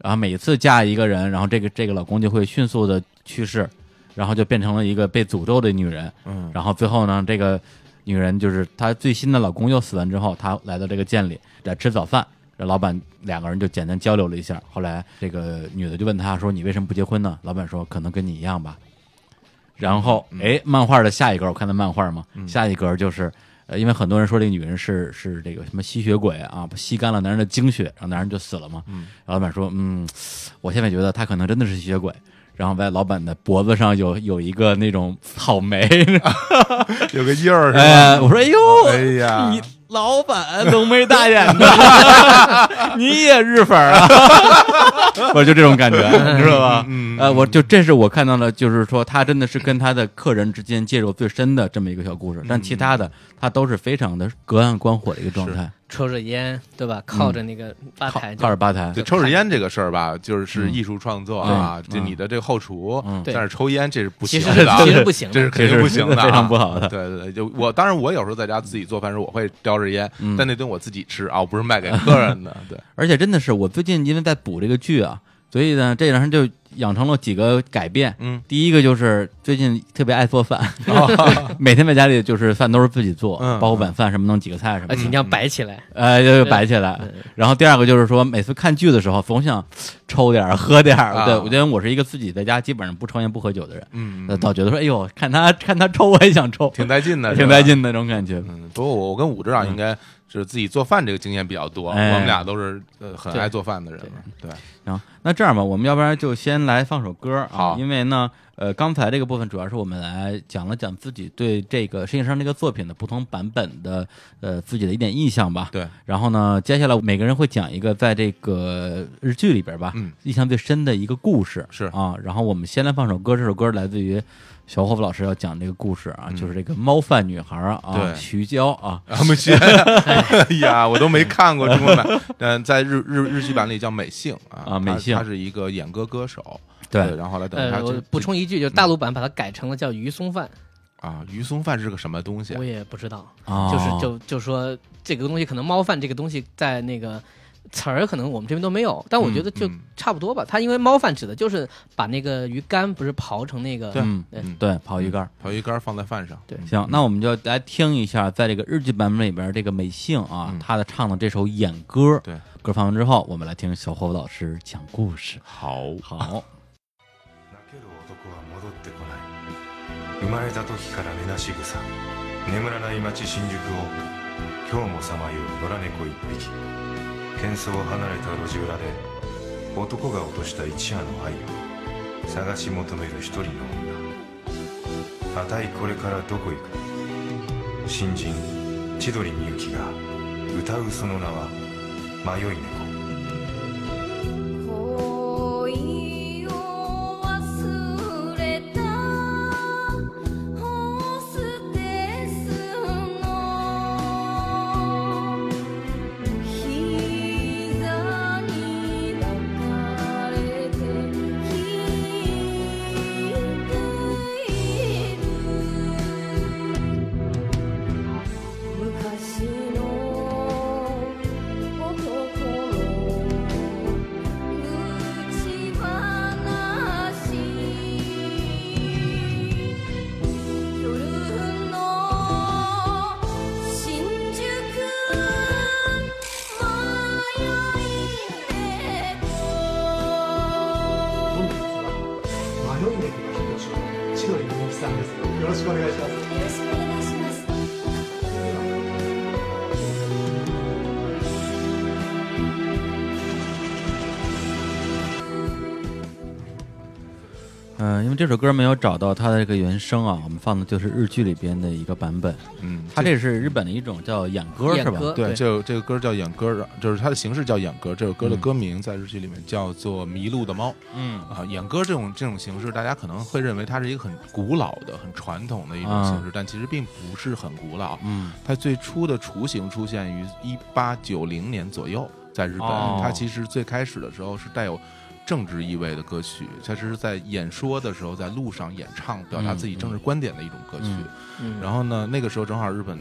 S2: 然后每次嫁一个人，然后这个这个老公就会迅速的去世，然后就变成了一个被诅咒的女人。
S3: 嗯，
S2: 然后最后呢，这个女人就是她最新的老公又死完之后，她来到这个店里来吃早饭，这老板两个人就简单交流了一下。后来这个女的就问他说：“你为什么不结婚呢？”老板说：“可能跟你一样吧。”然后，哎，漫画的下一格，我看的漫画嘛，下一格就是，呃，因为很多人说这个女人是是这个什么吸血鬼啊，吸干了男人的精血，然后男人就死了嘛。嗯、老板说，嗯，我现在觉得她可能真的是吸血鬼。然后在老板的脖子上有有一个那种草莓，
S3: 有个印儿是吧？
S2: 哎，我说，哎呦，
S3: 哎呀
S2: 你老板浓眉大眼的， 你也日粉儿啊？ 我就这种感觉，你知道吧？
S3: 嗯嗯
S2: 呃，我就这是我看到的，就是说他真的是跟他的客人之间介入最深的这么一个小故事，但其他
S3: 嗯
S2: 的他都是非常的隔岸观火的一个状态，
S4: 抽着烟，对吧？靠着那个吧
S2: 靠
S4: 台就，
S2: 靠着吧台
S3: 对，嗯抽着烟这个事儿吧，就是是
S2: 嗯
S3: 艺术创作
S2: 嗯
S3: 啊，就你的这个后厨
S2: 嗯，
S3: 但是抽烟这是不
S4: 其
S3: 行
S4: 实是
S3: 的，
S4: 其实不行
S3: 这是
S4: 的，
S3: 肯定不行的啊，
S2: 这是非常不好的
S3: 对对对，就我当然我有时候在家自己做饭时候，我会叼着烟，
S2: 嗯
S3: 但那顿我自己吃啊，我不是卖给客人的。对，
S2: 而且真的是我最近因为在补这个剧啊，所以呢，这两人就养成了几个改变。
S3: 嗯，
S2: 第一个就是最近特别爱做饭， 每天在家里就是饭都是自己做，
S3: 哦嗯哎
S2: 包括晚饭什么弄几个菜什么
S4: 而
S2: 的
S4: 且，你要摆起来，
S2: 呃，就摆起来。然后第二个就是说，每次看剧的时候总想抽点儿喝点儿。
S3: 啊
S2: 对，我觉得我是一个自己在家基本上不抽烟不喝酒的人，
S3: 嗯，
S2: 呃倒觉得说，哎呦，看他看他抽，我也想抽，
S3: 挺带劲 的，
S2: 挺带。劲的那种感觉。
S3: 嗯，不过我我跟武指导应该是自己做饭这个经验比较多，我
S2: 哎
S3: 们俩都是呃很
S4: 对
S3: 爱做饭的人嘛。对，
S2: 行，那这样吧，我们要不然就先来放首歌啊，
S3: 好
S2: 因为呢，呃，刚才这个部分主要是我们来讲了讲自己对这个实习生这个作品的不同版本的呃自己的一点印象吧。
S3: 对，
S2: 然后呢，接下来每个人会讲一个在这个日剧里边吧，
S3: 嗯
S2: 印象最深的一个故事
S3: 是
S2: 啊。然后我们先来放首歌，这首歌来自于小伙夫老师要讲这个故事啊，就是这个猫饭女孩啊
S3: 嗯对，
S2: 徐娇啊，
S3: 啊，没 学， 哎呀，我都没看过中文版，但在日日日剧版里叫美幸啊，
S2: 啊美
S3: 她
S2: 幸
S3: 她是一个演歌歌手，
S2: 对，
S3: 然后后来等她
S4: 呃，我
S3: 就嗯
S4: 补充一句，就是大陆版把它改成了叫鱼松饭，
S3: 啊，鱼松饭是个什么东西
S4: 我？也不知道，
S2: 啊
S3: 哦
S4: 就是就就说这个东西可能猫饭这个东西在那个词儿可能我们这边都没有，但我觉得就
S3: 嗯嗯
S4: 差不多吧。它因为猫饭指的就是把那个鱼干不是刨成那个
S3: 对
S2: 嗯，
S4: 对
S3: 嗯
S2: 对，跑鱼竿。
S3: 烤鱼干放在饭上，
S4: 哎对
S2: 行，那我们就来听一下，在这个日剧版本里边，这个美幸啊，
S3: 嗯
S2: 她的唱的这首《演歌》。
S3: 对，
S2: 歌放完之后，我们来听小伙老师讲故事。
S3: 好，
S2: 好，
S5: 泣ける男は戻ってこない生まれた時から寝なし草眠らない街新宿を今日もさまよう野良猫一匹喧騒を離れた路地裏で男が落とした一夜の愛を探し求める一人の女あたいこれからどこ行く新人千鳥みゆきが歌うその名は迷い猫
S6: 恋を忘れたホステスの膝に抱かれてひいている昔の男の「愚痴話」「夜の新宿迷い猫」
S7: 迷い猫が表彰の千鳥みゆきさんですよろしくお願いします
S6: よろしくお願いします。
S2: 嗯、因为这首歌没有找到它的这个原声啊，我们放的就是日剧里边的一个版本。
S3: 嗯，
S2: 它这是日本的一种叫演歌
S4: 演
S2: 是吧？
S4: 歌
S3: 对
S4: 对
S3: 这首这个歌叫演歌，就是它的形式叫演歌。这首歌的歌名在日剧里面叫做《迷路的猫》。
S2: 嗯
S3: 啊，演歌这种这种形式，大家可能会认为它是一个很古老的、很传统的一种
S2: 啊
S3: 形式，但其实并不是很古老。
S2: 嗯
S3: 它最初的雏形出现于一八九零年左右，在日本，
S2: 哦
S3: 它其实最开始的时候是带有政治意味的歌曲，它是在演说的时候在路上演唱，表达自己政治观点的一种歌曲。
S2: 嗯
S4: 嗯，
S3: 然后呢，那个时候正好日本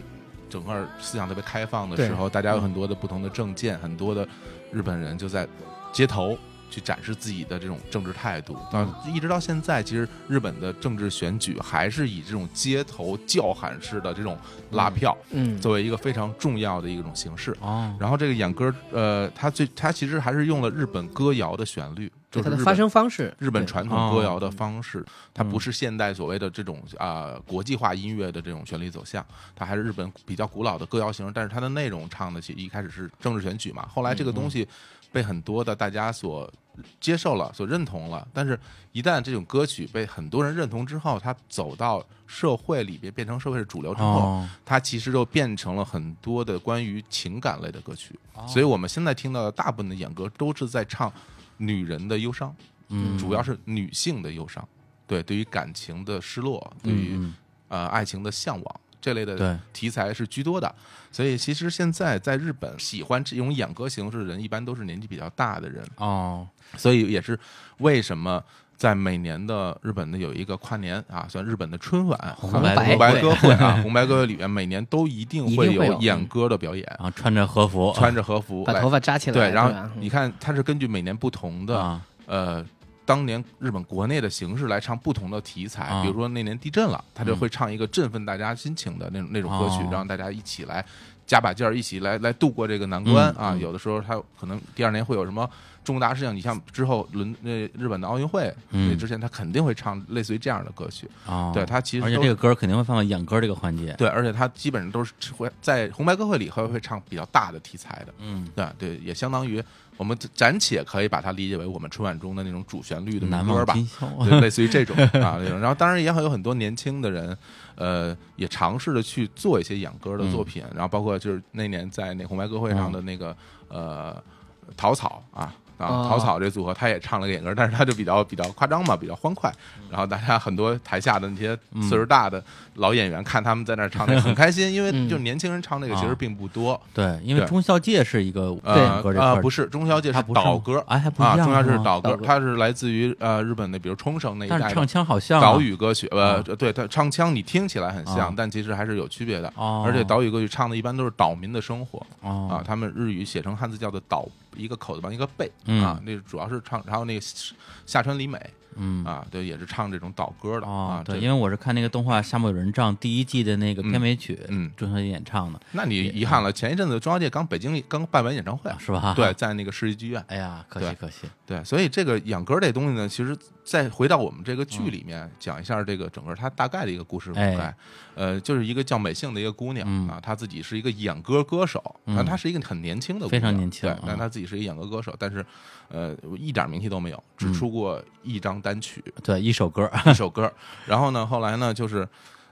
S3: 整个思想特别开放的时候，大家有很多的不同的政见，很多的日本人就在街头去展示自己的这种政治态度。
S4: 嗯
S3: 到、一直到现在，其实日本的政治选举还是以这种街头叫喊式的这种拉票、
S4: 嗯，
S3: 作为一个非常重要的一种形式。
S2: 哦，
S3: 然后这个演歌，呃，它最它其实还是用了日本歌谣的旋律，就是
S4: 对它
S3: 日
S4: 的
S3: 本
S4: 发声方式，
S3: 日本
S4: 对
S3: 传统歌谣的方式，它不是现代所谓的这种啊、呃国际化音乐的这种旋律走向，它还是日本比较古老的歌谣形式，但是它的内容唱的其实一开始是政治选举嘛，后来这个东西被很多的大家所接受了，所认同了，但是一旦这种歌曲被很多人认同之后，它走到社会里边变成社会的主流之后，
S2: 哦
S3: 它其实就变成了很多的关于情感类的歌曲，所以我们现在听到的大部分的演歌都是在唱女人的忧伤，
S2: 嗯
S3: 主要是女性的忧伤，对，对于感情的失落，对于、
S2: 嗯
S3: 呃爱情的向往这类
S2: 对
S3: 的题材是居多的。所以其实现在在日本喜欢这种演歌形式的人，一般都是年纪比较大的人，
S2: 哦，
S3: 所以也是为什么。在每年的日本的有一个跨年啊，算日本的春晚
S2: 红白
S3: 红
S4: 歌
S3: 白
S4: 会
S3: 歌会啊，红白歌会里面每年都一定
S4: 一定
S3: 会
S4: 会
S3: 有
S4: 有
S3: 演
S4: 嗯
S3: 歌的表演，
S2: 然后穿着和服，啊
S3: 穿着和服，
S4: 把
S3: 来
S4: 头发扎起来，
S3: 对，然
S4: 吧嗯
S3: 后你看它是根据每年不同的
S2: 啊，
S3: 呃，当年日本国内的形式来唱不同的题材，
S2: 啊
S3: 比如说那年地震了，他就
S2: 嗯
S3: 会唱一个振奋大家心情的那种那种歌曲，
S2: 哦
S3: 让大家一起来加把劲儿，一起来来度过这个难关、
S2: 嗯
S3: 啊。
S2: 嗯
S3: 有的时候他可能第二年会有什么重大事情，你像之后伦那日本的奥运会
S2: 嗯
S3: 那之前，他肯定会唱类似于这样的歌曲。
S2: 哦，
S3: 对，他其实
S2: 而且
S3: 都
S2: 这个歌肯定会放到演歌这个环节。
S3: 对，而且他基本上都是只会在红白歌会里还会唱比较大的题材的。
S2: 嗯，
S3: 对对，也相当于我们暂且可以把它理解为我们春晚中的那种主旋律的
S2: 难
S3: 民
S2: 忘
S3: 歌吧，
S2: 今宵。
S3: 对，类似于这种啊那种。然后当然也很有很多年轻的人，呃，也尝试着去做一些演歌
S2: 嗯
S3: 的作品，然后包括就是那年在那红白歌会上的那个、呃桃草啊。啊，
S4: 哦
S3: 桃草这组合，他也唱了个演歌，但是他就比较比较夸张嘛，比较欢快。然后大家很多台下的那些
S2: 嗯
S3: 岁数大的老演员看他们在那儿唱，那很开心，因为
S4: 嗯
S3: 就年轻人唱这个其实
S2: 哦
S3: 并不多。
S2: 对，因为
S3: 对
S2: 中孝介是一个
S3: 呃
S2: 演歌这块
S3: 呃
S2: 儿，
S3: 不是中小姐
S2: 他
S3: 是
S2: 不是
S3: 岛
S2: 吗
S3: 歌，
S2: 哎还不一
S3: 啊，
S2: 样
S3: 中小姐
S2: 吗
S3: 是岛歌
S4: 岛，歌
S3: 它是来自于呃日本的，比如冲绳那一带
S2: 但是
S3: 的
S2: 唱腔好像啊
S3: 岛屿歌曲，呃
S2: 啊，
S3: 对，它唱腔你听起来很
S2: 啊
S3: 像，但其实还是有区别的。
S2: 哦
S3: 而且岛屿歌曲唱的一般都是岛民的生活
S2: 哦
S3: 啊，他们日语写成汉字叫做岛，一个口字旁一个贝
S2: 嗯
S3: 啊，那主要是唱，然后那个下川里美
S2: 嗯
S3: 啊，对，也是唱这种岛歌的
S2: 哦
S3: 啊，，
S2: 对，
S3: 这
S2: 因为我是看那个动画《夏目友人帐》第一季的那个片尾曲，
S3: 嗯嗯
S2: 中孝介演唱的，
S3: 那你遗憾了，前一阵子中小姐刚北京刚办完演唱会
S2: 啊，是吧？
S3: 对，，在那个世纪剧院。
S2: 哎呀，可
S3: 对
S2: 惜可惜，
S3: 对，所以这个演歌这东西呢，其实再回到我们这个剧里面、讲一下这个整个它大概的一个故事梗概，
S2: 嗯哎
S3: 呃，就是一个叫美幸的一个姑娘、
S2: 嗯
S3: 啊，她自己是一个演歌歌手，
S2: 嗯
S3: 但她是一个很年轻的姑娘，
S2: 非常年轻
S3: 对
S2: 嗯，
S3: 但她自己是一个演歌歌手，但是呃一点名气都没有，
S2: 嗯
S3: 只出过一张单 曲、
S2: 对，一首歌，
S3: 一首歌，然后呢，后来呢就是。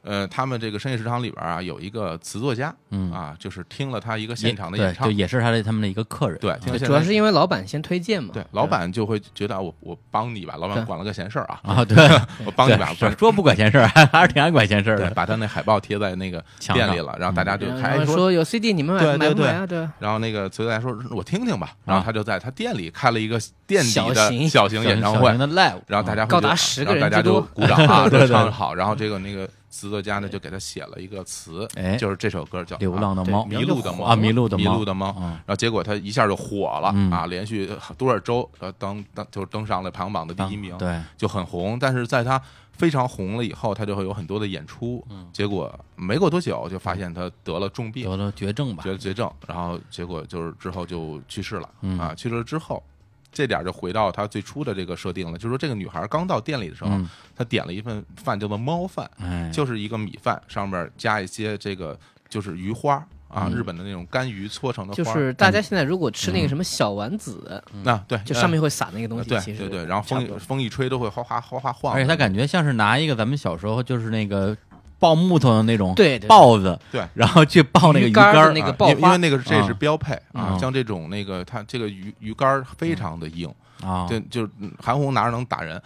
S3: 呃，他们这个深夜食堂里边啊，有一个词作家，
S2: 嗯
S3: 啊，就是听了他一个 现场的
S2: 也
S3: 演唱
S2: 对，，就也是他的他们的一个客人，
S3: 对
S2: 啊
S3: 听
S4: 对
S3: 现
S4: 主要
S3: 在
S4: 是因为老板先推荐嘛，
S3: 对，老板就会觉得啊我我帮你吧，老板
S4: 对
S3: 管了个闲事儿啊，
S2: 啊，对，
S3: 我 帮你
S2: 对
S3: 把
S2: 是说不管闲事儿， 还是挺爱管闲事儿
S3: 对，
S2: 的，
S3: 把他那海报贴在那个
S2: 墙
S3: 店
S2: 上嗯
S3: 里了，然后大家就
S4: 然后
S3: 还
S4: 然后
S3: 说。
S4: 说有 CD 你们买
S3: 对
S4: 买
S3: 对
S4: 不
S3: 对
S4: 买啊？对，
S3: 然后那个崔大说：“我听听
S2: 啊
S3: 吧。”然后他就在他店里开了一个店底
S4: 小
S3: 的
S4: 型
S3: 小型演唱会
S2: 小型，的 live，
S3: 然后大家会
S4: 高
S3: 觉得
S4: 达
S3: 啊
S4: 10
S3: 然后
S4: 个
S3: 大
S4: 人
S3: 家
S4: 之
S3: 就
S4: 多
S3: 鼓掌啊，
S2: 对
S3: 说
S2: 对
S3: 唱得好。然后这个那个词作家呢，就给他写了一个词
S2: 哎，
S3: 就是这首歌叫《
S2: 流浪的
S3: 啊
S2: 猫
S3: 迷路的猫
S2: 啊迷路的猫
S3: 迷路的猫。
S2: 嗯
S3: 然后结果他一下就火了
S2: 嗯
S3: 啊，连续多少周呃登登就登上了排行榜的第一名。
S2: 对，
S3: 就很红，但是在他非常红了以后，他就会有很多的演出。
S4: 嗯
S3: 结果没过多久就发现他得了重病，
S2: 得了绝症吧
S3: 得，了绝症，然后结果就是之后就去世了、
S2: 嗯
S3: 啊。去世了之后，这点儿就回到他最初的这个设定了，就是说这个女孩刚到店里的时候，
S2: 嗯
S3: 她点了一份饭叫做猫饭，
S2: 哎，
S3: 就是一个米饭，上面加一些这个就是鱼花。啊，
S2: 嗯
S3: 日本的那种干鱼搓成的花
S4: 就
S3: 儿，嗯
S4: 是大家现在如果吃那个什么小丸子，
S3: 那对，
S4: 就
S3: 呃
S4: 上面会撒那个东西，
S3: 对
S4: 其实
S3: 对对，然后
S4: 差
S3: 风
S4: 不
S3: 一
S4: 多
S3: 风一吹都会哗哗哗哗晃的，
S2: 而且他感觉像是拿一个咱们小时候就是那个抱木头的那种
S4: 对对
S2: 豹子，
S3: 对
S2: 然后去抱那个
S4: 鱼竿
S2: 竿
S4: 儿的
S2: 儿
S4: 那个
S3: 啊
S4: 爆
S3: 因为因
S4: 花
S3: 为那个这是标配
S2: 嗯
S3: 啊，像这种那个它这个鱼鱼竿儿非常的硬，
S2: 啊，
S3: 对，就是嗯韩红拿着能 打人，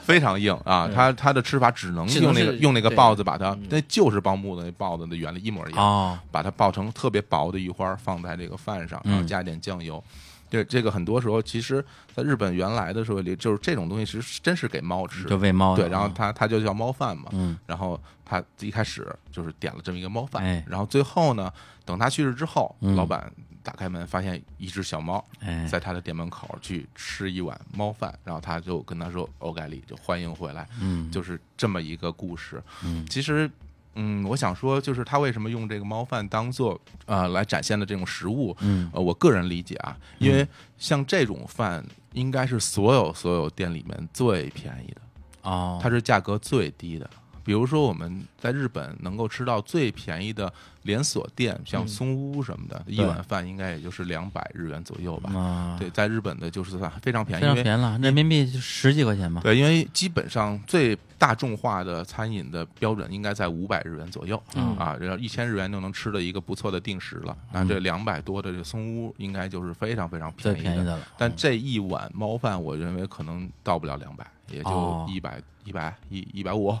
S3: 非常硬
S2: 嗯
S3: 啊！它它的吃法只能
S4: 只能
S3: 用那
S4: 是
S3: 个用那个
S4: 对嗯
S3: 豹子把它，那就是抱木的那豹子的原理一模一样，
S2: 哦，
S3: 把它爆成特别薄的鱼花儿放在这个饭上，然后
S2: 嗯
S3: 加一点酱油。这这个很多时候，其实在日本原来的时候里，就是这种东西，其实真是给猫吃的
S2: 就。喂猫的
S3: 对，然后它它就叫猫饭嘛，
S2: 哦嗯，
S3: 然后他一开始就是点了这么一个猫饭，
S2: 哎
S3: 然后最后呢，等他去世之后，
S2: 嗯
S3: 老板打开门发现一只小猫
S2: 哎
S3: 在他的店门口去吃一碗猫饭，然后他就跟他说“欧盖里”，就欢迎回来，
S2: 嗯
S3: 就是这么一个故事。
S2: 嗯
S3: 其实，嗯，我想说，就是他为什么用这个猫饭当做呃来展现的这种食物，
S2: 嗯
S3: 呃，我个人理解啊，因为像这种饭应该是所有所有店里面最便宜的。
S2: 哦，
S3: 它是价格最低的。比如说我们在日本能够吃到最便宜的连锁店，
S2: 嗯
S3: 像松屋什么的，一碗饭应该也就是两百日元左右吧。
S2: 啊，
S3: 对，在日本的就是算非常便宜，
S2: 非常
S3: 因为
S2: 便宜了，人民币就十几块钱吧，
S3: 对，因为基本上最大众化的餐饮的标准应该在五百日元左右、
S4: 嗯
S3: 啊，然后一千日元就能吃的一个不错的定时了。那这两百多的这松屋应该就是非常非常
S2: 嗯最
S3: 便宜
S2: 便宜的了，
S3: 但这一碗猫饭，我认为可能到不了两百，也
S2: 哦
S3: 就一百、一百、一一百五，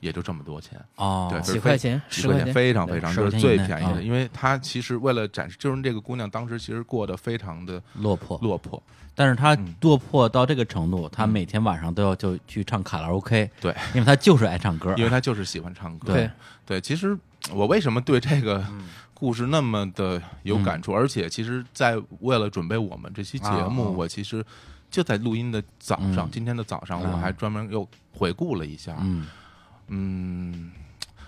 S3: 也就这么多钱。
S2: 哦，
S3: 对，
S4: 几
S3: 就是
S4: 块
S3: 非
S4: 钱
S3: 几
S4: 十
S3: 块
S4: 块钱
S3: 非常非常
S2: 对
S3: 就是
S2: 10
S3: 最
S2: 块钱以内
S3: 便宜
S2: 啊
S3: 的，因为她其实为了展示，就是这个姑娘当时其实过得非常的
S2: 落魄，
S3: 落魄，
S2: 但是他
S3: 嗯
S2: 落魄到这个程度，他每天晚上都要就去唱卡拉 OK，
S3: 对，
S2: 因为他就是爱唱歌，
S3: 因为她就是喜欢唱歌。
S2: 对嗯
S3: 对，其实我为什么对这个故事那么的有感触，而且其实，在为了准备我们这期节目，
S2: 啊啊
S3: 我其实就在录音的早上，
S2: 嗯
S3: 今天的早上，
S2: 啊
S3: 我还专门又回顾了一下，
S2: 嗯
S3: 嗯，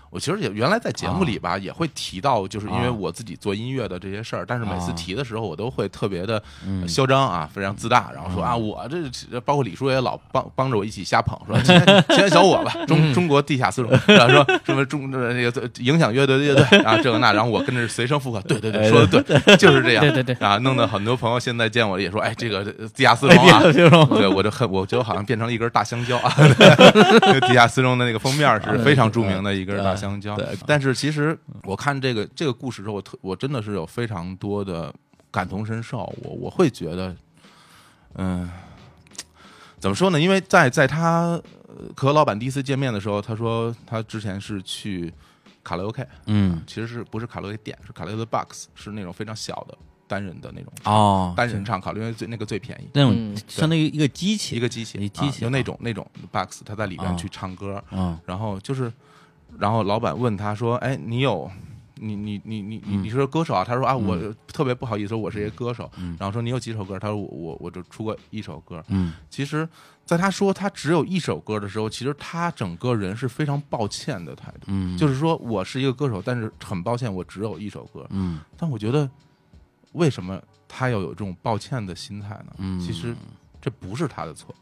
S3: 我其实也原来在节目里吧、也会提到，就是因为
S2: 啊
S3: 我自己做音乐的这些事儿，但是每次
S2: 啊
S3: 提的时候，我都会特别的
S2: 嗯
S3: 嚣张啊，非常自大，然后说啊，我这这包括李叔也老帮帮着我一起瞎捧，说今天今天小我吧，中中国地下 丝绒，然后说什么中呃那个影响乐队的乐 队啊，这个那，然后我跟着随声附和，对对对，说的对，就是这样，
S4: 对对对
S3: 啊，弄得很多朋友现在见我也说，哎，这个呃地下丝绒啊，对我这恨，我觉得好像变成了一根大香蕉 啊。对地下丝绒的那个封面是非常著名的一根大香蕉。但是其实我看这个这个故事之后，我特我真的是有非常多的感同身受。我我会觉得，嗯，怎么说呢？因为在在他呃和老板第一次见面的时候，他说他之前是去卡拉 OK，
S2: 嗯
S3: 其实是不是卡拉 OK 店，是卡拉 OK box，是那种非常小的单人的那种
S2: 哦，
S3: 单人唱卡拉 OK 最那个最便宜。
S2: 那种
S4: 嗯
S2: 相当于一个机器，
S3: 一个机器，
S2: 一机
S3: 啊
S2: 器
S3: 就那种那种 box，他在里
S2: 啊
S3: 边去唱歌，
S2: 嗯
S3: 然后就是，然后老板问他说：“哎，你有？”你你你你你
S2: 嗯
S3: 你是歌手啊？他说啊，我特别不好意思，我是一个歌手。然后说你有几首歌？他说我我我就出过一首歌。
S2: 嗯
S3: 其实，在他说他只有一首歌的时候，其实他整个人是非常抱歉的态度，
S2: 嗯，
S3: 就是是说我是一个歌手，但是很抱歉，我只有一首歌。
S2: 嗯
S3: 但我觉得，为什么他要有这种抱歉的心态呢？
S2: 嗯，
S3: 其实这不是他的错，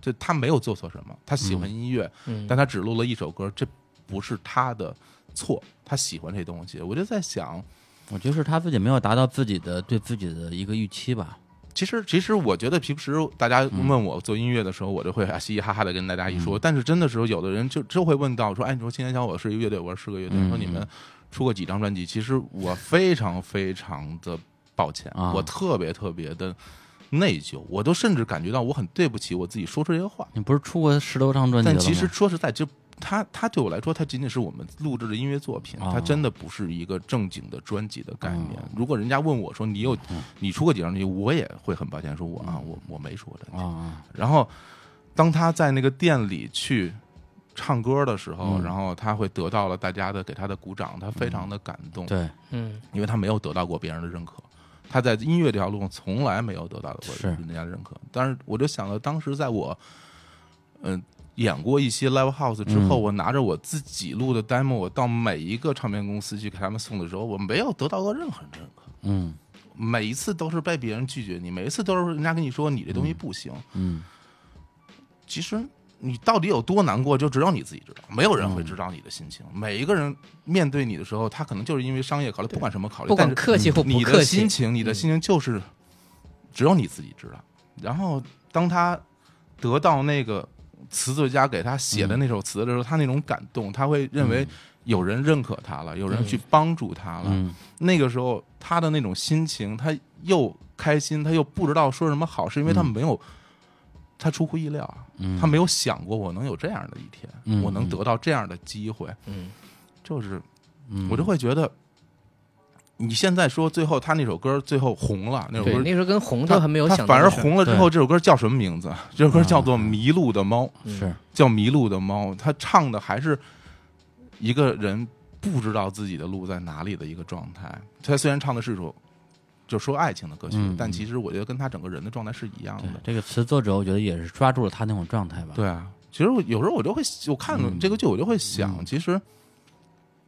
S3: 这他没有做错什么，他喜欢音乐，
S4: 嗯
S3: 但他只录了一首歌，这不是他的错，他喜欢这东西。我就在想，
S2: 我觉得是他自己没有达到自己的对自己的一个预期吧，
S3: 其实其实我觉得平时大家问我做音乐的时候，我就会啊嘻嘻哈哈的跟大家一
S2: 嗯
S3: 说，但是真的时候，有的人就就会问到说，哎，你说青年小伙是一个乐队，我说是个乐队，
S2: 嗯
S3: 说你们出过几张专辑？其实我非常非常的抱歉，
S2: 啊
S3: 我特别特别的。内疚，我都甚至感觉到我很对不起我自己说出这些话，
S2: 你不是出过十多张专辑了
S3: 但
S2: 吗？
S3: 其实说实在，就它它对我来说，它仅仅是我们录制的音乐作品，
S2: 哦
S3: 它真的不是一个正经的专辑的概念。如果人家问我说你有
S2: 嗯
S3: 你出过几张专辑，我也会很抱歉说我啊，我我没出过专
S2: 啊
S3: 辑。
S2: 啊，
S3: 然后当他在那个店里去。唱歌的时候，
S2: 嗯
S3: 然后他会得到了大家的给他的鼓掌，他非常的感动，
S2: 对，
S4: 嗯
S3: 因为他没有得到过别人的认可，他在音乐这条路上从来没有得到过
S2: 是
S3: 人家的认可。但是我就想到，当时在我，嗯、演过一些 live house 之后，
S2: 嗯
S3: 我拿着我自己录的 demo，我到每一个唱片公司去给他们送的时候，我没有得到过任何人的认可，
S2: 嗯
S3: 每一次都是被
S4: 嗯
S3: 别人拒绝你，每一次都是人家跟你说你这东西不行。
S2: 嗯
S3: 其实你到底有多难过，就只有你自己知道，没有人会知道你的心情。每一个人面对你的时候，他可能就是因为商业考虑，不管什么考虑，
S4: 不
S3: 但
S4: 管
S3: 是
S4: 客气或嗯不
S3: 你的
S4: 客气，
S3: 心情，你的心情就是只有你自己知道。然后当他得到那个词作家给他写的那首词的时
S4: 嗯
S3: 候，他那种感动，他会认为有人认可他了，有人
S4: 嗯
S3: 去帮助他了。
S2: 嗯
S3: 那个时候他的那种心情，他又开心，他又不知道说什么好，是因为
S4: 嗯
S3: 他没有、他出乎意料啊，
S2: 嗯
S3: 他没有想过我能有这样的一天，
S2: 嗯
S3: 我能得到这样的机会，
S4: 嗯，
S3: 就是
S2: 嗯
S3: 我就会觉得，你现在说最后他那首歌最后红了，那首
S4: 对，
S3: 歌
S4: 那时候跟红
S3: 他
S4: 都还没有
S3: 他
S4: 想到
S3: 反而
S4: 的事儿，啊
S3: 红了之后，这首歌叫什么名字？这首歌叫做《迷路的猫》，
S2: 是
S3: 叫《迷路的猫》，他唱的还是一个人不知道自己的路在哪里的一个状态。他虽然唱的是一首就说爱情的歌曲，
S2: 嗯
S3: 但其实我觉得跟他整个人的状态是一样
S2: 对
S3: 的。
S2: 这个词作者，我觉得也是抓住了他那种状态吧。，
S3: 嗯对啊，其实我有时候我就会，我看了
S2: 嗯
S3: 这个剧，我就会想，其实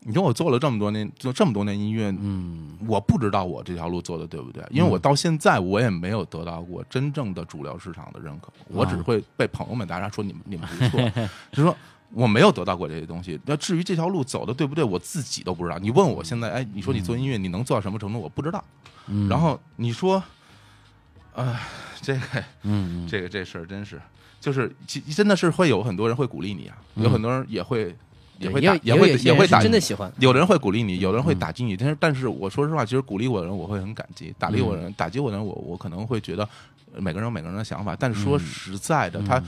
S3: 你说我做了这么多年，做这么多年音乐，
S2: 嗯
S3: 我不知道我这条路做的对不对，因为我到现在我也没有得到过真正的主流市场的认可，
S2: 啊
S3: 我只会被朋友们大家说你们你们不 错，就说。我没有得到过这些东西。那至于这条路走的对不对，我自己都不知道。你问我现在，哎，你说你做音乐，你能做到什么程度？我不知道。
S2: 嗯，
S3: 然后你说，啊，这个
S2: 嗯嗯
S3: 这个这事儿真是，就是其真的是会有很多人会鼓励你啊，有很多人也会也
S4: 嗯对
S3: 会
S4: 也
S3: 打
S4: 有
S3: 也
S4: 有
S3: 会
S4: 有些
S3: 也
S4: 人
S3: 会
S4: 是
S3: 打
S4: 真的嗯
S3: 你
S4: 喜欢，
S3: 有的人会鼓励你，有的人会打击你，但是但是我说实话，其实鼓励我的人我会很感激，打击我
S4: 嗯
S3: 的人打击我的人我我可能会觉得呃每个人有每个人的想法，但是
S4: 嗯
S3: 说实在的，他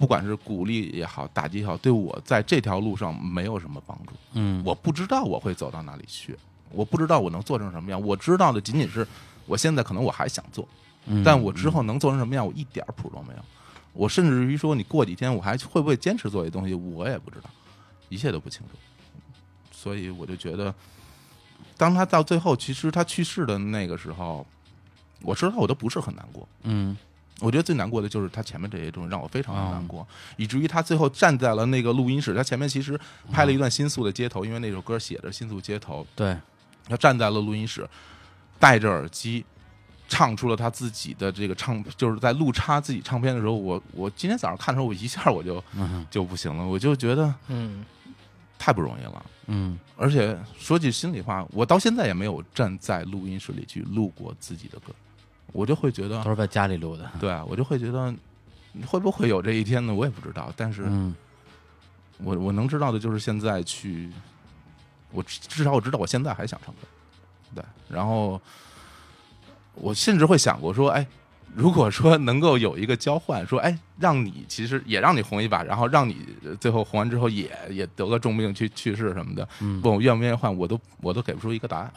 S3: 不管是鼓励也好，打击也好，对我在这条路上没有什么帮助。
S2: 嗯，
S3: 我不知道我会走到哪里去，我不知道我能做成什么样。我知道的仅仅是我现在可能我还想做，
S2: 嗯
S3: 但我之后能做成什么样，我一点儿谱都没有。我甚至于说，你过几天我还会不会坚持做这东西，我也不知道，一切都不清楚。所以我就觉得，当他到最后，其实他去世的那个时候，我知道我都不是很难过。
S2: 嗯
S3: 我觉得最难过的就是他前面这些东西让我非常的难
S2: 哦
S3: 过，以至于他最后站在了那个录音室，他前面其实拍
S2: 哦
S3: 了一段新宿的街头，因为那首歌写着新宿街头，
S2: 对，
S3: 他站在了录音室，戴着耳机，唱出了他自己的这个唱，就是在录插自己唱片的时候，我我今天早上看的时候，我一下我就
S2: 嗯
S3: 就不行了，我就觉得
S4: 嗯，
S3: 太不容易了。
S2: 嗯
S3: 而且说句心里话，我到现在也没有站在录音室里去录过自己的歌，我就会觉得
S2: 都是在家里录的。
S3: 对啊，我就会觉得会不会有这一天呢？我也不知道，但是
S2: 嗯
S3: 我我能知道的就是现在去，我至至少我知道我现在还想唱歌，对，然后我甚至会想过说，哎。如果说能够有一个交换，说哎，让你其实也让你红一把，然后让你呃最后红完之后也也得个重病去去世什么的，
S2: 嗯
S3: 问我愿不愿意换，我都我都给不出一 个答案，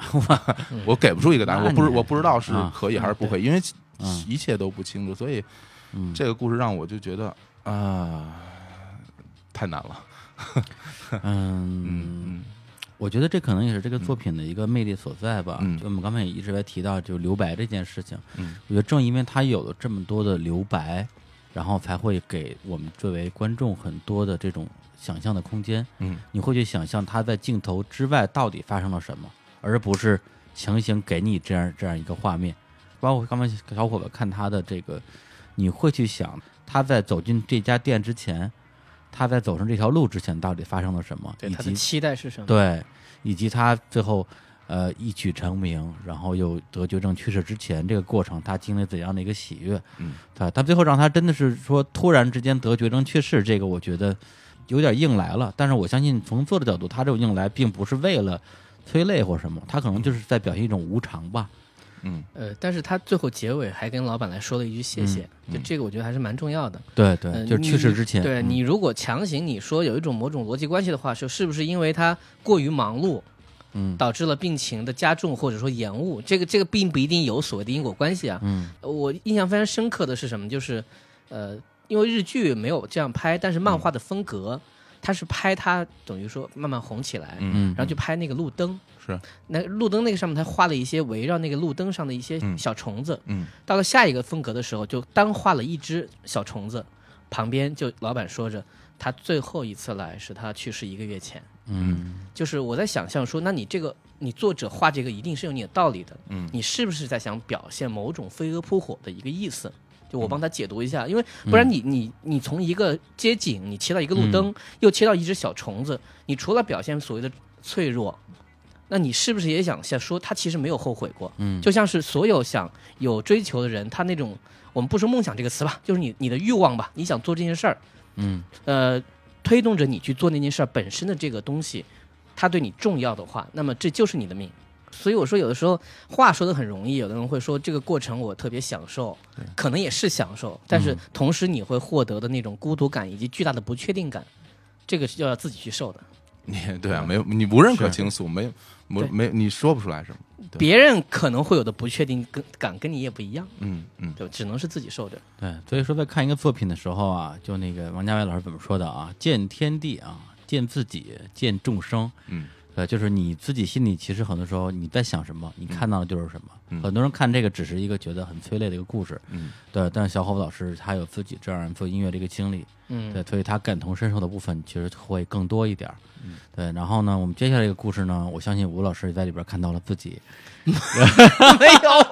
S3: 我给不出一个答案，我
S2: 那
S3: 不是
S2: 你
S3: 我不知道是
S2: 啊
S3: 可以还是不可以，因为
S2: 嗯
S3: 一切都不清楚，所以
S2: 嗯，
S3: 这个故事让我就觉得啊、太难了。
S2: 嗯，
S3: 嗯
S2: 我觉得这可能也是这个作品的一个魅力所在吧。
S3: 嗯
S2: 就我们刚才也一直在提到，就留白这件事情，
S3: 嗯
S2: 我觉得正因为它有了这么多的留白，然后才会给我们作为观众很多的这种想象的空间。
S3: 嗯
S2: 你会去想象它在镜头之外到底发生了什么，而不是强行给你这样这样一个画面。包括刚才小伙伴看他的这个，你会去想他在走进这家店之前，他在走上这条路之前到底发生了什么，
S4: 对
S2: 以
S4: 他的
S2: 及
S4: 期待是什么？
S2: 对，以及他最后呃一举成名，然后又得绝症去世之前这个过程，他经历怎样的一个喜悦？
S3: 嗯，
S2: 对，他最后让他真的是说突然之间得绝症去世，这个我觉得有点硬来了。但是我相信从作者角度，他这种硬来并不是为了催泪或什么，他可能就是在表现一种无常吧。
S3: 嗯
S4: 呃，但是他最后结尾还跟老板来说了一句谢谢，
S3: 嗯
S4: 就这个我觉得还是蛮重要的。
S2: 对
S4: 呃
S2: 对，就是去世之前，
S4: 你对
S2: 嗯
S4: 你如果强行你说有一种某种逻辑关系的话，说是不是因为他过于忙碌，
S2: 嗯
S4: 导致了病情的加重或者说延误？这个这个并不一定有所谓的因果关系啊。
S2: 嗯，
S4: 我印象非常深刻的是什么？就是，呃，因为日剧没有这样拍，但是漫画的风格，它是拍它等于说慢慢红起来，
S3: 嗯
S2: 嗯，
S4: 然后就拍那个路灯，
S3: 是
S4: 那路灯那个上面，它画了一些围绕那个路灯上的一些
S3: 嗯
S4: 小虫子。
S3: 嗯
S4: 到了下一个风格的时候，就单画了一只小虫子，旁边就老板说着，他最后一次来是他去世一个月前。
S2: 嗯
S4: 就是我在想象说，那你这个你作者画这个一定是有你的道理的，
S3: 嗯
S4: 你是不是在想表现某种飞蛾扑火的一个意思？就
S3: 嗯
S4: 我帮他解读一下，因为不然你你你从一个街景，你切到一个路灯，又切到一只小虫子，你除了表现所谓的脆弱，那你是不是也想想说他其实没有后悔过？
S2: 嗯，
S4: 就像是所有想有追求的人，他那种我们不说梦想这个词吧，就是你你的欲望吧，你想做这件事儿，
S2: 嗯
S4: 呃，推动着你去做那件事儿本身的这个东西，它对你重要的话，那么这就是你的命。所以我说，有的时候话说的很容易，有的人会说这个过程我特别享受，可能也是享受，但是同时你会获得的那种孤独感以及巨大的不确定感，这个是要自己去受的。
S3: 你对啊，没有你无任何情愫，没有没
S4: 对
S3: 没你说不出来什么，对
S4: 别人可能会有的不确定跟感跟你也不一样，
S3: 嗯嗯
S4: 对吧，只能是自己受着。
S2: 对，所以说在看一个作品的时候啊，就那个王家卫老师怎么说的啊？见天地啊，见自己，见众生，
S3: 嗯，
S2: 对，呃就是你自己心里其实很多时候你在想什么，你看到的就是什么。
S3: 嗯
S2: 很多人看这个只是一个觉得很催泪的一个故事，
S3: 嗯，
S2: 对。但是小伙子老师他有自己这样做音乐的一个经历，
S4: 嗯，
S2: 对，所以他感同身受的部分其实会更多一点儿。
S3: 嗯
S2: 对，然后呢，我们接下来这个故事呢，我相信吴老师也在里边看到了自己。
S4: 没有，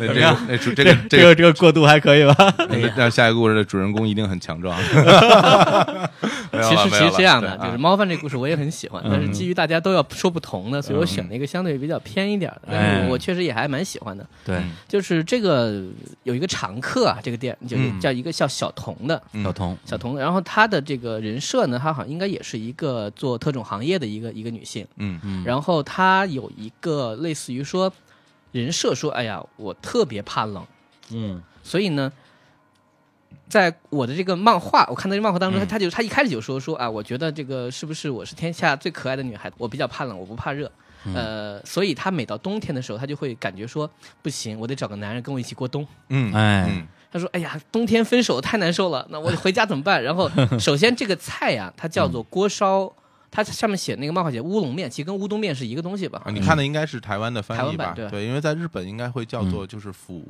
S3: 那这个那主 这个这
S2: 这
S3: 个
S2: 个这个过渡还可以吧？
S3: 那那下一个故事的主人公一定很 强壮。 没有
S4: 其
S3: 了没
S4: 实
S3: 有
S4: 其实
S3: 了
S4: 这样的，
S3: 对
S4: 就
S3: 啊嗯
S4: 是猫饭这故事我也很喜欢，但是基于大家都要说不同的，所以我选了一个相对比较偏一点的，但
S2: 哎
S4: 是我确实也还蛮喜欢的。
S2: 对，
S3: 嗯
S4: 就是这个有一个常客啊，这个店就是
S3: 嗯
S4: 叫一个叫小童的，
S3: 嗯
S2: 小童，
S4: 小童的，然后她的这个人设呢，她好像应该也是一个做特种行业的一个一个女性，
S3: 嗯嗯
S4: 然后她有一个类似于说人设说，哎呀，我特别怕冷，
S2: 嗯
S4: 所以呢，在我的这个漫画，我看到这个漫画
S3: 嗯
S4: 当中，他就他一开始就说说啊，我觉得这个是不是我是天下最可爱的女孩子？我比较怕冷，我不怕热。
S3: 嗯
S4: 呃，所以他每到冬天的时候，他就会感觉说不行，我得找个男人跟我一起过冬。
S3: 嗯
S2: 哎
S3: 嗯
S4: 他说：“哎呀，冬天分手太难受了，那我得回家怎么办？”然后，首先这个菜呀、它叫做锅
S3: 嗯
S4: 烧，它上面写那个漫画写乌龙面，其实跟乌冬面是一个东西吧
S3: 啊，？你看的应该是台湾的
S4: 台
S3: 翻译
S4: 湾版
S3: 吧？
S4: 对嗯
S3: 对，因为在日本应该会叫做就是腐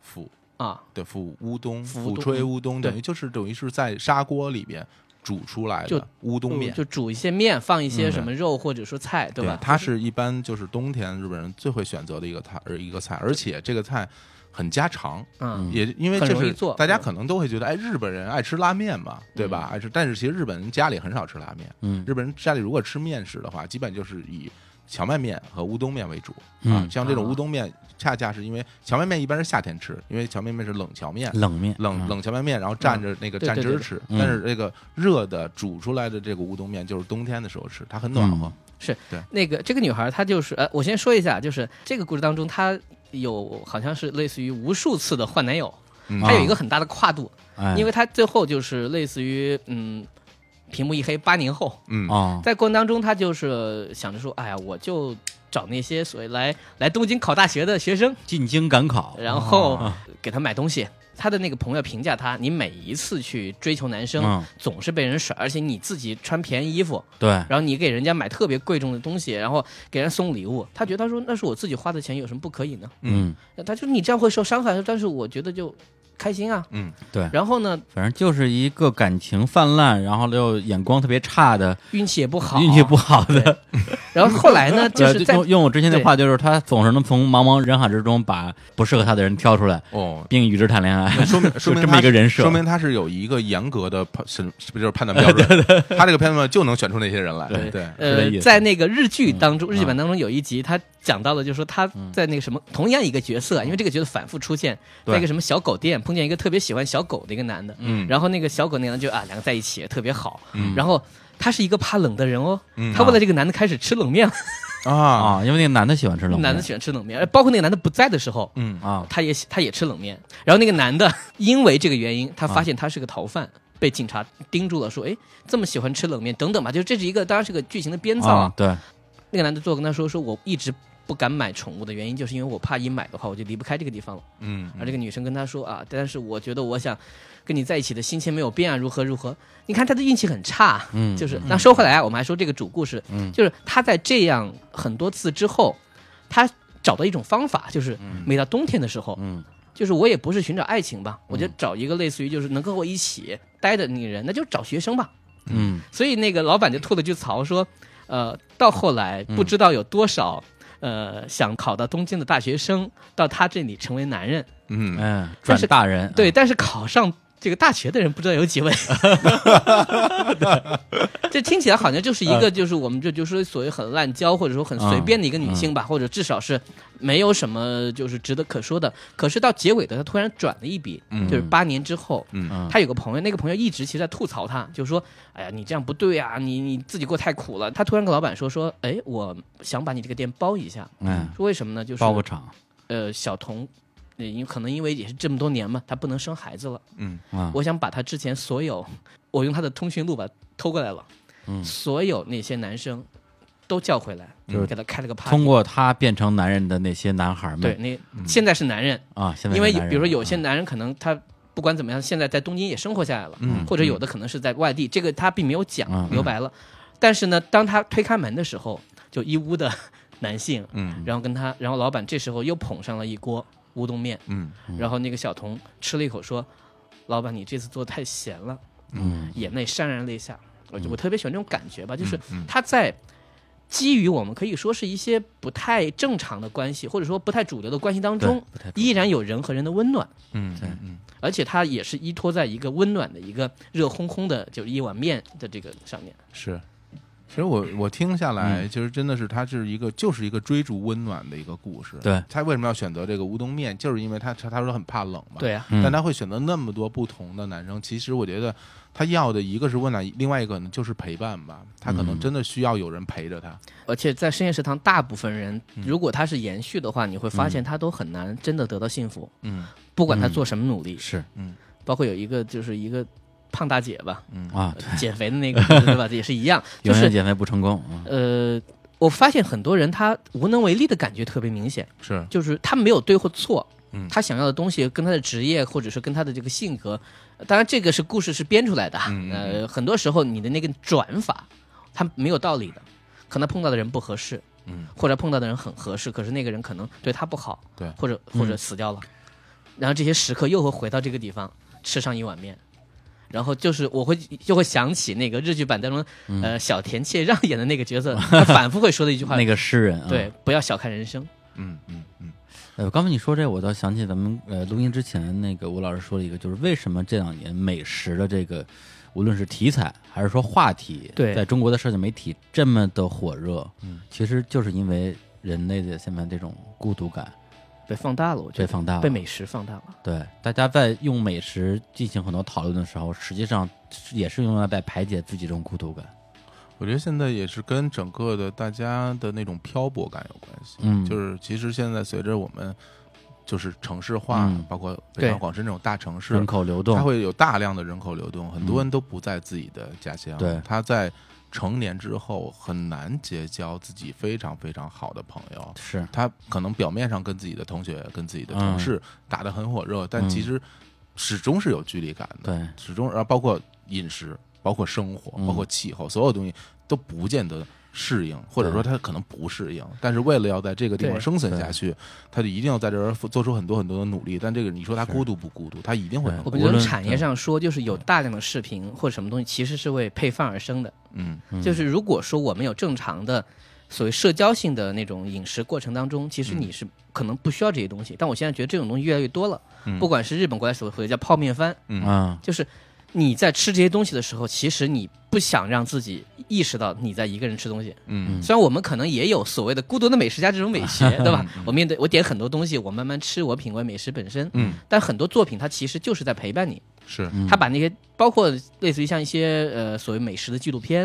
S3: 腐
S4: 啊，
S3: 对腐乌冬、
S4: 腐
S3: 腐
S4: 冬嗯
S3: 吹乌冬，
S4: 对
S3: 等于就是等于是在砂锅里边煮出来
S4: 就
S3: 的乌冬面。嗯
S4: 就煮一些面，放一些什么肉或者说菜，对吧？
S3: 它是一般就是冬天日本人最会选择的一个菜，而一个菜，而且这个菜很家常，
S4: 嗯，
S3: 也因为
S4: 很
S3: 这
S4: 容易
S3: 是
S4: 做
S3: 大家
S4: 嗯
S3: 可能都会觉得，哎，日本人爱吃拉面嘛，对吧？爱吃，但是其实日本人家里很少吃拉面，
S2: 嗯
S3: 日本人家里如果吃面食的话，基本就是以荞麦面和乌冬面为主啊
S2: 嗯。
S3: 像这种
S4: 啊
S3: 乌冬面，恰恰是因为荞麦面一般是夏天吃，因为荞麦面是冷荞面，
S2: 冷面，
S3: 冷
S2: 嗯
S3: 冷荞麦面，然后蘸着那个
S4: 对
S3: 蘸汁
S4: 对对
S3: 儿
S4: 对
S3: 吃。
S2: 嗯
S3: 但是这个热的煮出来的这个乌冬面，就是冬天的时候吃，它很暖
S4: 嗯
S3: 和。
S4: 那个这个女孩，她就是呃，我先说一下，就是这个故事当中，她有好像是类似于无数次的换男友，
S3: 嗯
S4: 她有一个很大的跨度，
S2: 哎
S4: 因为她最后就是类似于嗯，屏幕一黑八年后，
S3: 嗯
S2: 哦，
S4: 在过程当中，她就是想着说，哎呀，我就找那些所谓来来东京考大学的学生，
S2: 进京赶考，
S4: 然后给他买东西。她的那个朋友评价她，你每一次去追求男生，
S2: 嗯
S4: 总是被人甩，而且你自己穿便宜衣服，
S3: 嗯
S2: 对，
S4: 然后你给人家买特别贵重的东西，然后给人家送礼物，他觉得他说那是我自己花的钱，有什么不可以呢？
S2: 嗯，
S4: 他就你这样会受伤害，但是我觉得就开心啊。
S3: 嗯，
S2: 对，
S4: 然后呢，
S2: 反正就是一个感情泛滥，然后又眼光特别差的，
S4: 运气也不好，
S2: 运气不。好的
S4: 对，然后后来呢， 就
S2: 对，
S4: 是在
S2: 用用我之前的话，就是他总是能从茫茫人海之中把不适合他的人挑出来，
S3: 哦，
S2: 并与之谈恋爱，
S3: 说明 说
S2: 就
S3: 明
S2: 这
S3: 他
S2: 么一个人设，
S3: 说明他是有一个严格的判审，是不是就是判断 标准？他这个判断就能选出那些人来。
S2: 对
S3: 对，
S2: 是这
S4: 呃
S2: 意，思
S4: 在那个日剧当中，
S2: 嗯
S4: 日剧版当中有一集，他讲到了，就是说他在那个什么，同样一个角色，因为这个角色
S2: 嗯
S4: 反复出现，
S3: 对
S4: 在一个什么小狗店碰见一个特别喜欢小狗的一个男的，
S3: 嗯
S4: 然后那个小狗那男的就啊，两个在一起特别好，
S3: 嗯
S4: 然后他是一个怕冷的人哦，
S3: 嗯
S2: 啊
S4: 他为了这个男的开始吃冷面，
S3: 啊，
S2: 啊，因为那个男的喜欢吃冷面，
S4: 男的喜欢吃冷面，呃包括那个男的不在的时候，
S3: 嗯
S2: 啊，
S4: 他也喜他也吃冷面。然后那个男的因为这个原因，他
S2: 啊
S4: 发现他是个逃犯，被警察盯住了，说：“哎，这么喜欢吃冷面，等等吧。”就这是一个，当然是个剧情的编造
S2: 啊，。对，
S4: 那个男的最后跟他说：“说我一直不敢买宠物的原因，就是因为我怕一买的话，我就离不开这个地方了。”
S3: 嗯
S4: 而这个女生跟他说：“啊，但是我觉得我想跟你在一起的心情没有变啊，如何如何？”你看他的运气很差，
S2: 嗯
S4: 就是那说回来啊，我们还说这个主故事，就是他在这样很多次之后，他找到一种方法，就是每到冬天的时候，
S2: 嗯
S4: 就是我也不是寻找爱情吧，我就找一个类似于就是能跟我一起待的那个人，那就找学生吧。
S2: 嗯
S4: 所以那个老板就吐了句槽说，呃，到后来
S2: 嗯
S4: 不知道有多少。呃，想考到东京的大学生到他这里成为男人，
S3: 嗯，
S2: 嗯，
S4: 但
S2: 转
S4: 是
S2: 大人，
S4: 对，但是考上这个大学的人不知道有几 位。这听起来好像就是
S2: 啊
S4: 一个，就是我们这就是所谓很滥交，或者说很随便的一个女性
S2: 啊
S4: 吧，或者至少是没有什么就是值得可说的。可是到结尾的，她突然转了一笔，就是八年之后，
S2: 嗯，
S4: 她有个朋友，那个朋友一直其实在吐槽她，就说：“哎呀，你这样不对啊，你你自己过太苦了。”她突然跟老板说：“说，哎，我想把你这个店包一下。”
S2: 嗯，
S4: 说为什么呢？就是
S2: 包个场
S4: 呃，小童，呃因可能因为也是这么多年嘛，他不能生孩子了。
S3: 嗯，
S2: 啊，
S4: 我想把他之前所有，我用他的通讯录吧偷过来了，
S2: 嗯
S4: 所有那些男生都叫回来，
S2: 就是
S4: 给他开了个 party。
S2: 通过他变成男人的那些男孩们，
S4: 对，那、现在是男人，
S2: 啊，现在
S4: 因为
S2: 是
S4: 有
S2: 男人
S4: 比如说有些
S2: 啊
S4: 男人可能他不管怎么样，现在在东京也生活下来了，
S3: 嗯
S4: 或者有的可能是在外地，这个他并没有讲、
S2: 嗯
S4: 留白了。但是呢，当他推开门的时候，就一屋的男性，
S3: 嗯
S4: 然后跟他，然后老板这时候又捧上了一锅乌冬面，
S3: 嗯
S4: 然后那个小童吃了一口说：“老板，你这次做太咸了。”
S2: 嗯，
S4: 眼泪潸然泪下。我就我特别喜欢这种感觉吧，就是
S3: 嗯
S4: 他在基于我们可以说是一些不太正常的关系，或者说不太主流的关系当
S2: 对
S4: 中，
S2: 不太
S4: 依然有人和人的温暖，
S3: 嗯嗯
S4: 而且他也是依托在一个温暖的一个热烘烘的，就是一碗面的这个上面。
S3: 是。其实我我听下
S2: 嗯
S3: 来，其实真的是它是一个就是一个追逐温暖的一个故事。
S2: 对
S3: 他为什么要选择这个乌冬面？就是因为他他他说很怕冷嘛。
S4: 对啊，
S2: 嗯
S3: 但他会选择那么多不同的男生，其实我觉得他要的一个是温暖，另外一个呢就是陪伴吧。他
S2: 嗯
S3: 可能真的需要有人陪着他。
S4: 而且在深夜食堂，大部分人
S2: 嗯
S4: 如果他是延续的话，你会发现他都很难真的得到幸福，
S3: 嗯
S4: 不管他做什么努力，
S2: 是
S4: 包括有一个就是一个胖大姐吧，呃
S2: 啊，
S4: 减肥的那个对吧，也是一样，嗯 就
S2: 永
S4: 是
S2: 远减肥不成功啊，
S4: 呃，我发现很多人他无能为力的感觉特别明显，
S3: 是
S4: 就是他没有对或错，
S3: 嗯
S4: 他想要的东西跟他的职业或者是跟他的这个性格，呃当然这个是故事是编出来的啊，
S3: 嗯嗯嗯
S4: 呃，很多时候你的那个转法，他没有道理的，可能碰到的人不合适，
S3: 嗯，
S4: 或者碰到的人很合适，可是那个人可能对他不好，
S3: 对嗯
S4: 或者或者死掉了，然后这些食客又会回到这个地方吃上一碗面。然后就是我会就会想起那个日剧版当中，
S3: 嗯
S4: 呃，小田切让 演的那个 角色，他反复会说的一句话，
S2: 那个诗人啊，
S4: 对，不要小看人生。
S3: 嗯嗯嗯
S2: 呃，刚才你说这，我倒想起咱们呃录音之前那个吴老师说了一个，就是为什么这两年美食的这个，无论是题材还是说话题，
S4: 对
S2: 在中国的社交媒体这么的火热，嗯，其实就是因为人类的现在这种孤独感
S4: 被放大了，我觉
S2: 被
S4: 得
S2: 放大了，
S4: 被美食放大了。
S2: 对大家在用美食进行很多讨论的时候，实际上是也是用来在排解自己这种孤独感，
S3: 我觉得现在也是跟整个的大家的那种漂泊感有关系。
S2: 嗯
S3: 就是其实现在随着我们就是城市化，
S2: 嗯
S3: 包括北上
S4: 对
S3: 广深这种大城市
S2: 人，口流动，嗯
S3: 它会有大量的人口流动，很多人都不在自己的家乡。
S2: 对
S3: 他在成年之后很难结交自己非常非常好的朋友。
S2: 是
S3: 他可能表面上跟自己的同学、跟自己的
S2: 嗯
S3: 同事打得很火热，但其实始终是有距离感的，
S2: 对
S3: 始终然后包括饮食、包括生活、
S2: 嗯
S3: 包括气候，所有东西都不见得适应，或者说他可能不适应。但是为了要在这个地方
S4: 对
S3: 生存
S2: 对
S3: 下去，他就一定要在这儿付做出很多很多的努力。但这个你说他孤独不孤独？他一定会
S2: 对
S3: 很
S4: 我
S3: 孤
S4: 们
S3: 独
S2: 无
S4: 从
S2: 论
S4: 产业上说，就是有大量的视频或者什么东西，其实是为配饭而生的。
S3: 嗯
S4: 就是如果说我们有正常的所谓社交性的那种饮食过程当中，其实你是可能不需要这些东西。但我现在觉得这种东西越来越多了，
S3: 嗯
S4: 不管是日本国家所谓叫泡面番，
S3: 嗯
S2: 啊，
S4: 就是。你在吃这些东西的时候，其实你不想让自己意识到你在一个人吃东西，
S3: 嗯
S4: 虽然我们可能也有所谓的孤独的美食家这种美 学，对吧？我面对我点很多东西，我慢慢吃，我品味美食本身。
S3: 嗯，
S4: 但很多作品它其实就是在陪伴你，
S3: 是
S4: 它把那些包括类似于像一些呃所谓美食的纪录片、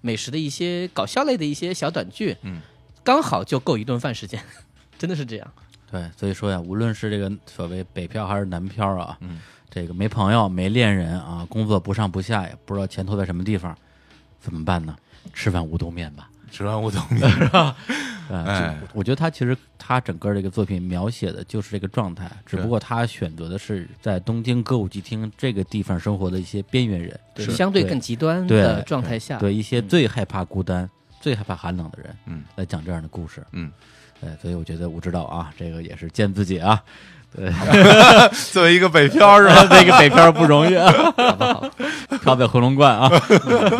S4: 美食的一些搞笑类的一些小短剧，
S3: 嗯，
S4: 刚好就够一顿饭时间， 真的是这样。
S2: 对，所以说呀，无论是这个所谓北漂还是南漂啊，
S3: 嗯，
S2: 这个没朋友、没恋人啊，工作不上不下，也不知道前途在什么地方，怎么办呢？吃碗乌冬面吧。
S3: 十万五冬面
S2: 呃
S3: 哎
S2: 这我觉得他其实他整个这个作品描写的就是这个状态，只不过他选择的是在东京歌舞伎町这个地方生活的一些边缘人，
S4: 对，相对
S2: 对
S4: 更极端
S2: 对
S4: 的状态下，
S2: 对一些最害怕孤单、最害怕寒冷的人，
S3: 嗯，
S2: 来讲这样的故事，
S3: 嗯，
S2: 对，所以我觉得我知道啊，这个也是见自己啊，
S3: 作为一个北漂是吧？
S2: 那个北漂不容易啊，
S4: 好不好？
S2: 漂在回龙观啊，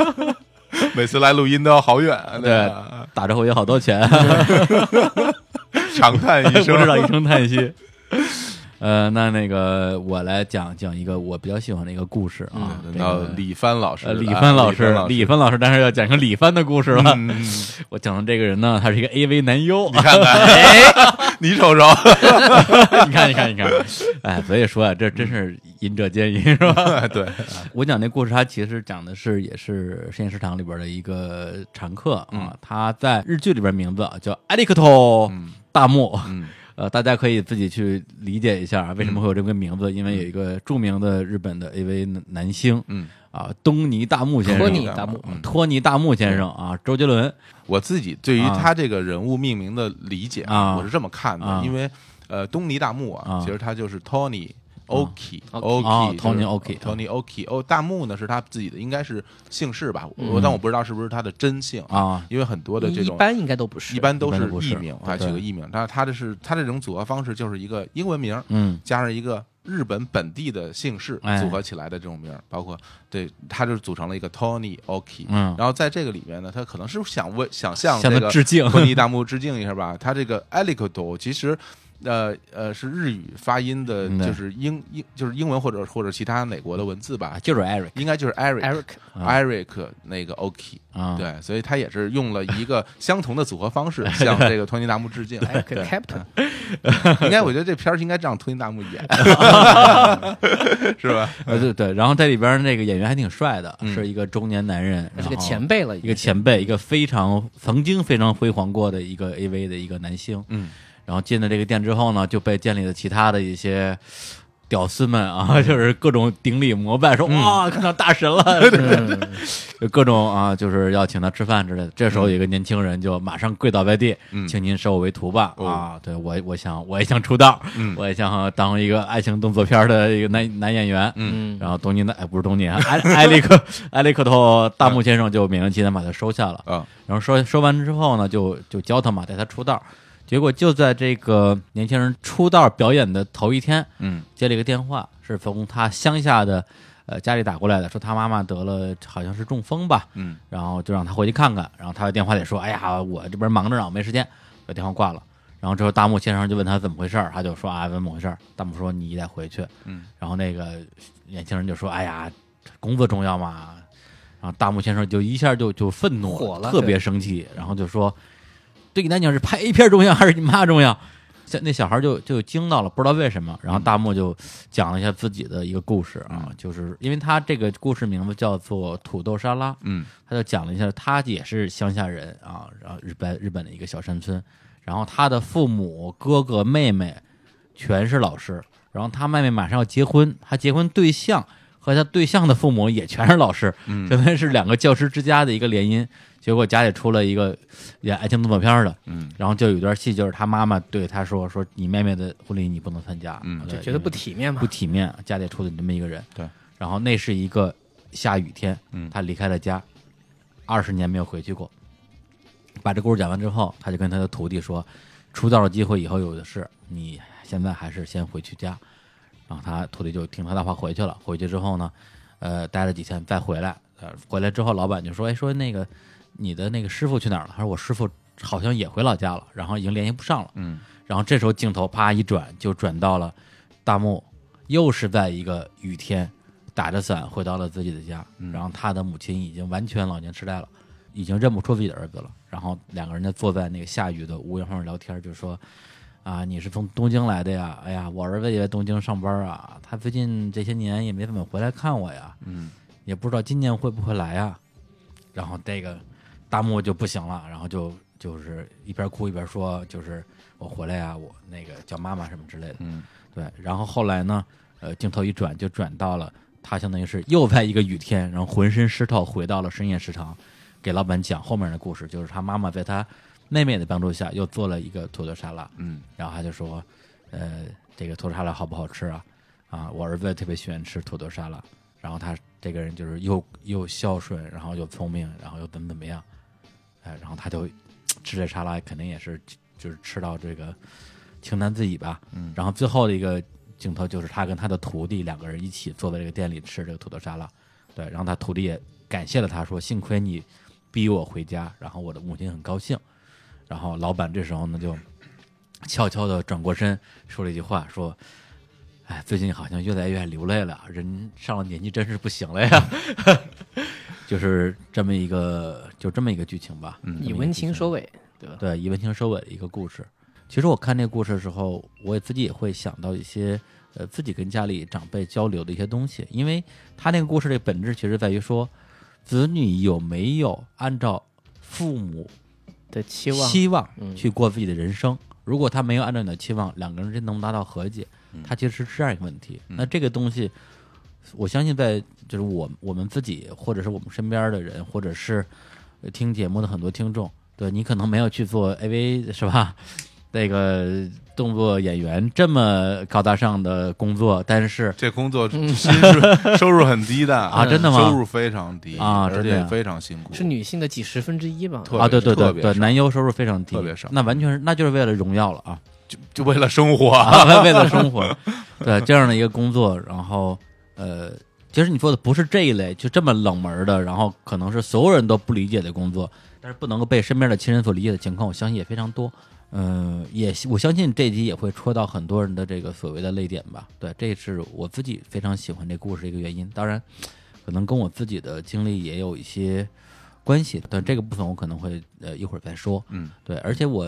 S3: 每次来录音都要好远，啊
S2: 对
S3: 吧，
S2: 打折后有好 多钱。
S3: 长叹 一
S2: 不知道一声叹息。 呃，那那个我来讲讲一个我比较喜欢的一个故事啊，
S3: 嗯
S2: 这
S3: 到
S2: 个
S3: 李帆老师
S2: 呃
S3: 了，
S2: 李帆老师，
S3: 李
S2: 李帆老师，但是要讲一个李帆的故事了。
S3: 嗯嗯
S2: 我讲的这个人呢，他是一个 AV 男优，
S3: 你 看看，你瞅瞅，
S2: 你看，你看，你看，哎，所以说啊，这真是仁者见仁，是 吧？对， 我讲那故事，它啊其实讲的是也是实验市场里边的一个常客啊
S3: 嗯，
S2: 他在日剧里边名字啊叫艾利克托大漠，
S3: 嗯
S2: 呃，大家可以自己去理解一下啊为什么会有这么个名字，因为有一个著名的日本的 AV 男男星
S3: 嗯，
S2: 啊，东尼大木先生，
S4: 托尼大木
S2: 啊托尼大木先生啊，周杰伦，
S3: 我自己对于
S2: 啊
S3: 他这个人物命名的理解
S2: 啊
S3: 我是这么看的，
S2: 啊
S3: 因为呃，东尼大木啊
S2: 啊，
S3: 其实他就是 Tony。Oki
S2: 哦
S3: Oki
S2: Tony Oki 啊
S3: Tony Oki 哦，大木呢是他自己的，应该是姓氏吧，
S4: 嗯
S3: 我但我不知道是不是他的真姓
S2: 啊，
S3: 因为很多的这
S4: 一
S3: 种
S4: 般应该都不是，
S3: 一般都
S2: 一般
S3: 是
S2: 都不是
S3: 艺名，啊，取
S2: 对
S3: 个艺名，但是他这是他这种组合方式就是一个英文名，
S2: 嗯
S3: 加上一个日本本地的姓氏
S2: 哎
S3: 组合起来的这种名儿，包括对，它就组成了一个 Tony Oki。
S2: 嗯，
S3: 然后在这个里面呢，他可能是想为想向
S2: 向
S3: 这
S2: 他
S3: 个
S2: 致敬
S3: 托尼大木致敬一下吧。他这个 Alicoto 其实。呃呃，是日语发音的
S2: 嗯，对
S3: 就是英英就是英文或者或者其他哪国的文字吧
S2: 啊，，就是 Eric
S3: 应该就是 Eric
S4: Eric
S3: Eric 那个 Oki，
S2: 啊，
S3: 对，所以他也是用了一个相同的组合 方式向这个托尼大木致敬。
S4: Eric
S3: 对
S4: 哎 Captain，
S3: 应该我觉得这片儿应该让托尼大木 演， 是吧？
S2: 呃，对对，然后在里边儿那个演员还挺帅的，
S3: 嗯
S2: 是一个中年男人，
S4: 他是个
S2: 然后
S4: 前辈了，
S2: 一个前辈，一个非常曾经非常辉煌过的一个 AV 的一个男星。
S3: 嗯，
S2: 然后进了这个店之后呢，就被店里的其他的一些屌丝们啊，
S3: 嗯
S2: 就是各种顶礼膜拜，说哇，看到大神 了， 就各种啊，就是要请他吃饭之类的。这时候有一个年轻人就马上跪倒在地，
S3: 嗯
S2: 请您收我为徒吧。
S3: 哦
S2: 啊，对我，我想我也想出道，
S3: 嗯
S2: 我也想当一个爱情动作片儿的一个男男演员。嗯
S4: 嗯，
S2: 然后东尼的哎不是东 尼啊，埃埃里克埃里克托大木先生就勉为其难把他收下了。
S3: 啊，
S2: 然后收收完之后呢，就就教他嘛，带他出道。结果就在这个年轻人出道表演的头一天，
S3: 嗯
S2: 接了一个电话，是从他乡下的呃家里打过来的，说他妈妈得了好像是中风吧，
S3: 嗯
S2: 然后就让他回去看看。然后他在电话里说：“哎呀，我这边忙着呢，我没时间。”把电话挂了。然后之后大木先生就问他怎么回事儿，他就说：“啊，怎么回事儿？”大木说：“你得回去。”
S3: 嗯，
S2: 然后那个年轻人就说：“哎呀，工作重要嘛。”然后大木先生就一下就就愤怒
S4: 火了
S2: 特别生气，然后就说：“对你来讲是拍 A 片重要还是你妈重要？”像那小孩就就惊到了，不知道为什么。然后大木就讲了一下自己的一个故事啊，就是因为他这个故事名字叫做《土豆沙拉》，
S3: 嗯
S2: 他就讲了一下，他也是乡下人啊，然后日本日本的一个小山村，然后他的父母、哥哥、妹妹全是老师，然后他妹妹马上要结婚，他结婚对象和他对象的父母也全是老师，
S3: 嗯
S2: 相当于是两个教师之家的一个联姻。结果家里出了一个演爱情动作片儿的，
S3: 嗯
S2: 然后就有一段戏，就是他妈妈对他说：“说你妹妹的婚礼你不能参加，
S3: 嗯
S2: 对
S4: 就觉得不体面嘛
S2: 不，体面，家里出了你这么一个人。
S3: 对，
S2: 然后那是一个下雨天，
S3: 嗯
S2: 他离开了家，二十年没有回去过。把这故事讲完之后，他就跟他的徒弟说，出道的机会以后有的是，你现在还是先回去家。然后他徒弟就听他的话回去了。回去之后呢，呃，待了几天再回来，呃，回来之后老板就说，哎，说那个你的那个师傅去哪儿了？他说我师傅好像也回老家了，然后已经联系不上了。
S3: 嗯
S2: 然后这时候镜头啪一转，就转到了大木，又是在一个雨天，打着伞回到了自己的家。然后他的母亲已经完全老年痴呆了，已经认不出自己的儿子了。然后两个人就坐在那个下雨的屋檐上聊天，就说：“啊，你是从东京来的呀？哎呀，我儿子也在东京上班啊，他最近这些年也没怎么回来看我呀，
S3: 嗯，
S2: 也不知道今年会不会来呀。”然后这个大木就不行了，然后就就是一边哭一边说，就是我回来呀、我那个叫妈妈什么之类的。
S3: 嗯，
S2: 对。然后后来呢，呃，镜头一转就转到了他相当于是又在一个雨天，然后浑身湿透回到了深夜食堂，给老板讲后面的故事，就是他妈妈在他妹妹的帮助下又做了一个土豆沙拉。
S3: 嗯
S2: 然后他就说，呃，这个土豆沙拉好不好吃啊？啊，我儿子特别喜欢吃土豆沙拉。然后他这个人就是又又孝顺，然后又聪明，然后又怎么怎么样，哎，然后他就吃这沙拉，肯定也是就是吃到这个情难自已吧。
S3: 嗯
S2: 然后最后的一个镜头就是他跟他的徒弟两个人一起坐在这个店里吃这个土豆沙拉，对，然后他徒弟也感谢了他说，幸亏你逼我回家，然后我的母亲很高兴。然后老板这时候呢就悄悄的转过身说了一句话，说：“哎，最近好像越来越流泪了，人上了年纪真是不行了呀。 就是这么一个，就这么一个剧情吧。嗯
S4: 以温情收尾，对吧？
S2: 对，以温情收尾的一个故事。其实我看这个故事的时候，我也自己也会想到一些呃自己跟家里长辈交流的一些东西，因为他那个故事的本质其实在于说，子女有没有按照父母
S4: 的期望，
S2: 期望去过自己的人生。如果他没有按照你的期望，两个人真能达到和解，他其实是这样一个问题。那这个东西，我相信在就是我我们自己，或者是我们身边的人，或者是呃听节目的很多听众，对你可能没有去做 AV 是吧？ 那个动作演员这么高大上的工作，但是
S3: 这工作薪水收入很低的
S2: 啊真的吗
S3: 收入非常低
S2: 啊
S3: 而
S2: 真的
S3: 且
S2: 呀
S3: 非常辛苦。
S4: 是女性的几十分之一吧？
S3: 特别
S2: 啊，对对对
S3: 特别
S2: 对，
S3: 少
S2: 男优收入非常低，
S3: 特别少
S2: 那完全是那就是为了荣耀了啊。
S3: 就就为了生活，
S2: 啊，为为了生活， 对这样的一个工作，然后呃，其实你说的不是这一类，就这么冷门的，然后可能是所有人都不理解的工作，但是不能够被身边的亲人所理解的情况，我相信也非常多。嗯，也我相信这集也会戳到很多人的这个所谓的泪点吧。对，这是我自己非常喜欢这故事的一个原因。当然，可能跟我自己的经历也有一些关系，但这个部分我可能会呃一会儿再说。
S3: 嗯，
S2: 对，而且我、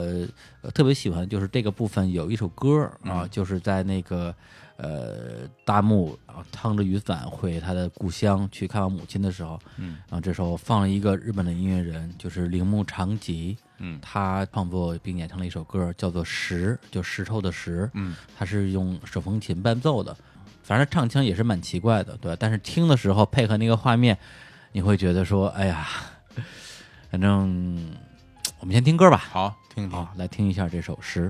S2: 呃特别喜欢就是这个部分有一首歌儿啊，
S3: 嗯
S2: 就是在那个呃大木啊趟着雨伞回他的故乡去看望母亲的时候，
S3: 嗯，
S2: 然后这时候放了一个日本的音乐人，就是铃木长吉，
S3: 嗯
S2: 他创作并演唱了一首歌叫做《石》，就石头的石，
S3: 嗯，
S2: 他是用手风琴伴奏的，反正唱腔也是蛮奇怪的，对吧，但是听的时候配合那个画面，你会觉得说，哎呀，反正我们先听歌吧，
S3: 好听听
S2: 好，来听一下这首《石》。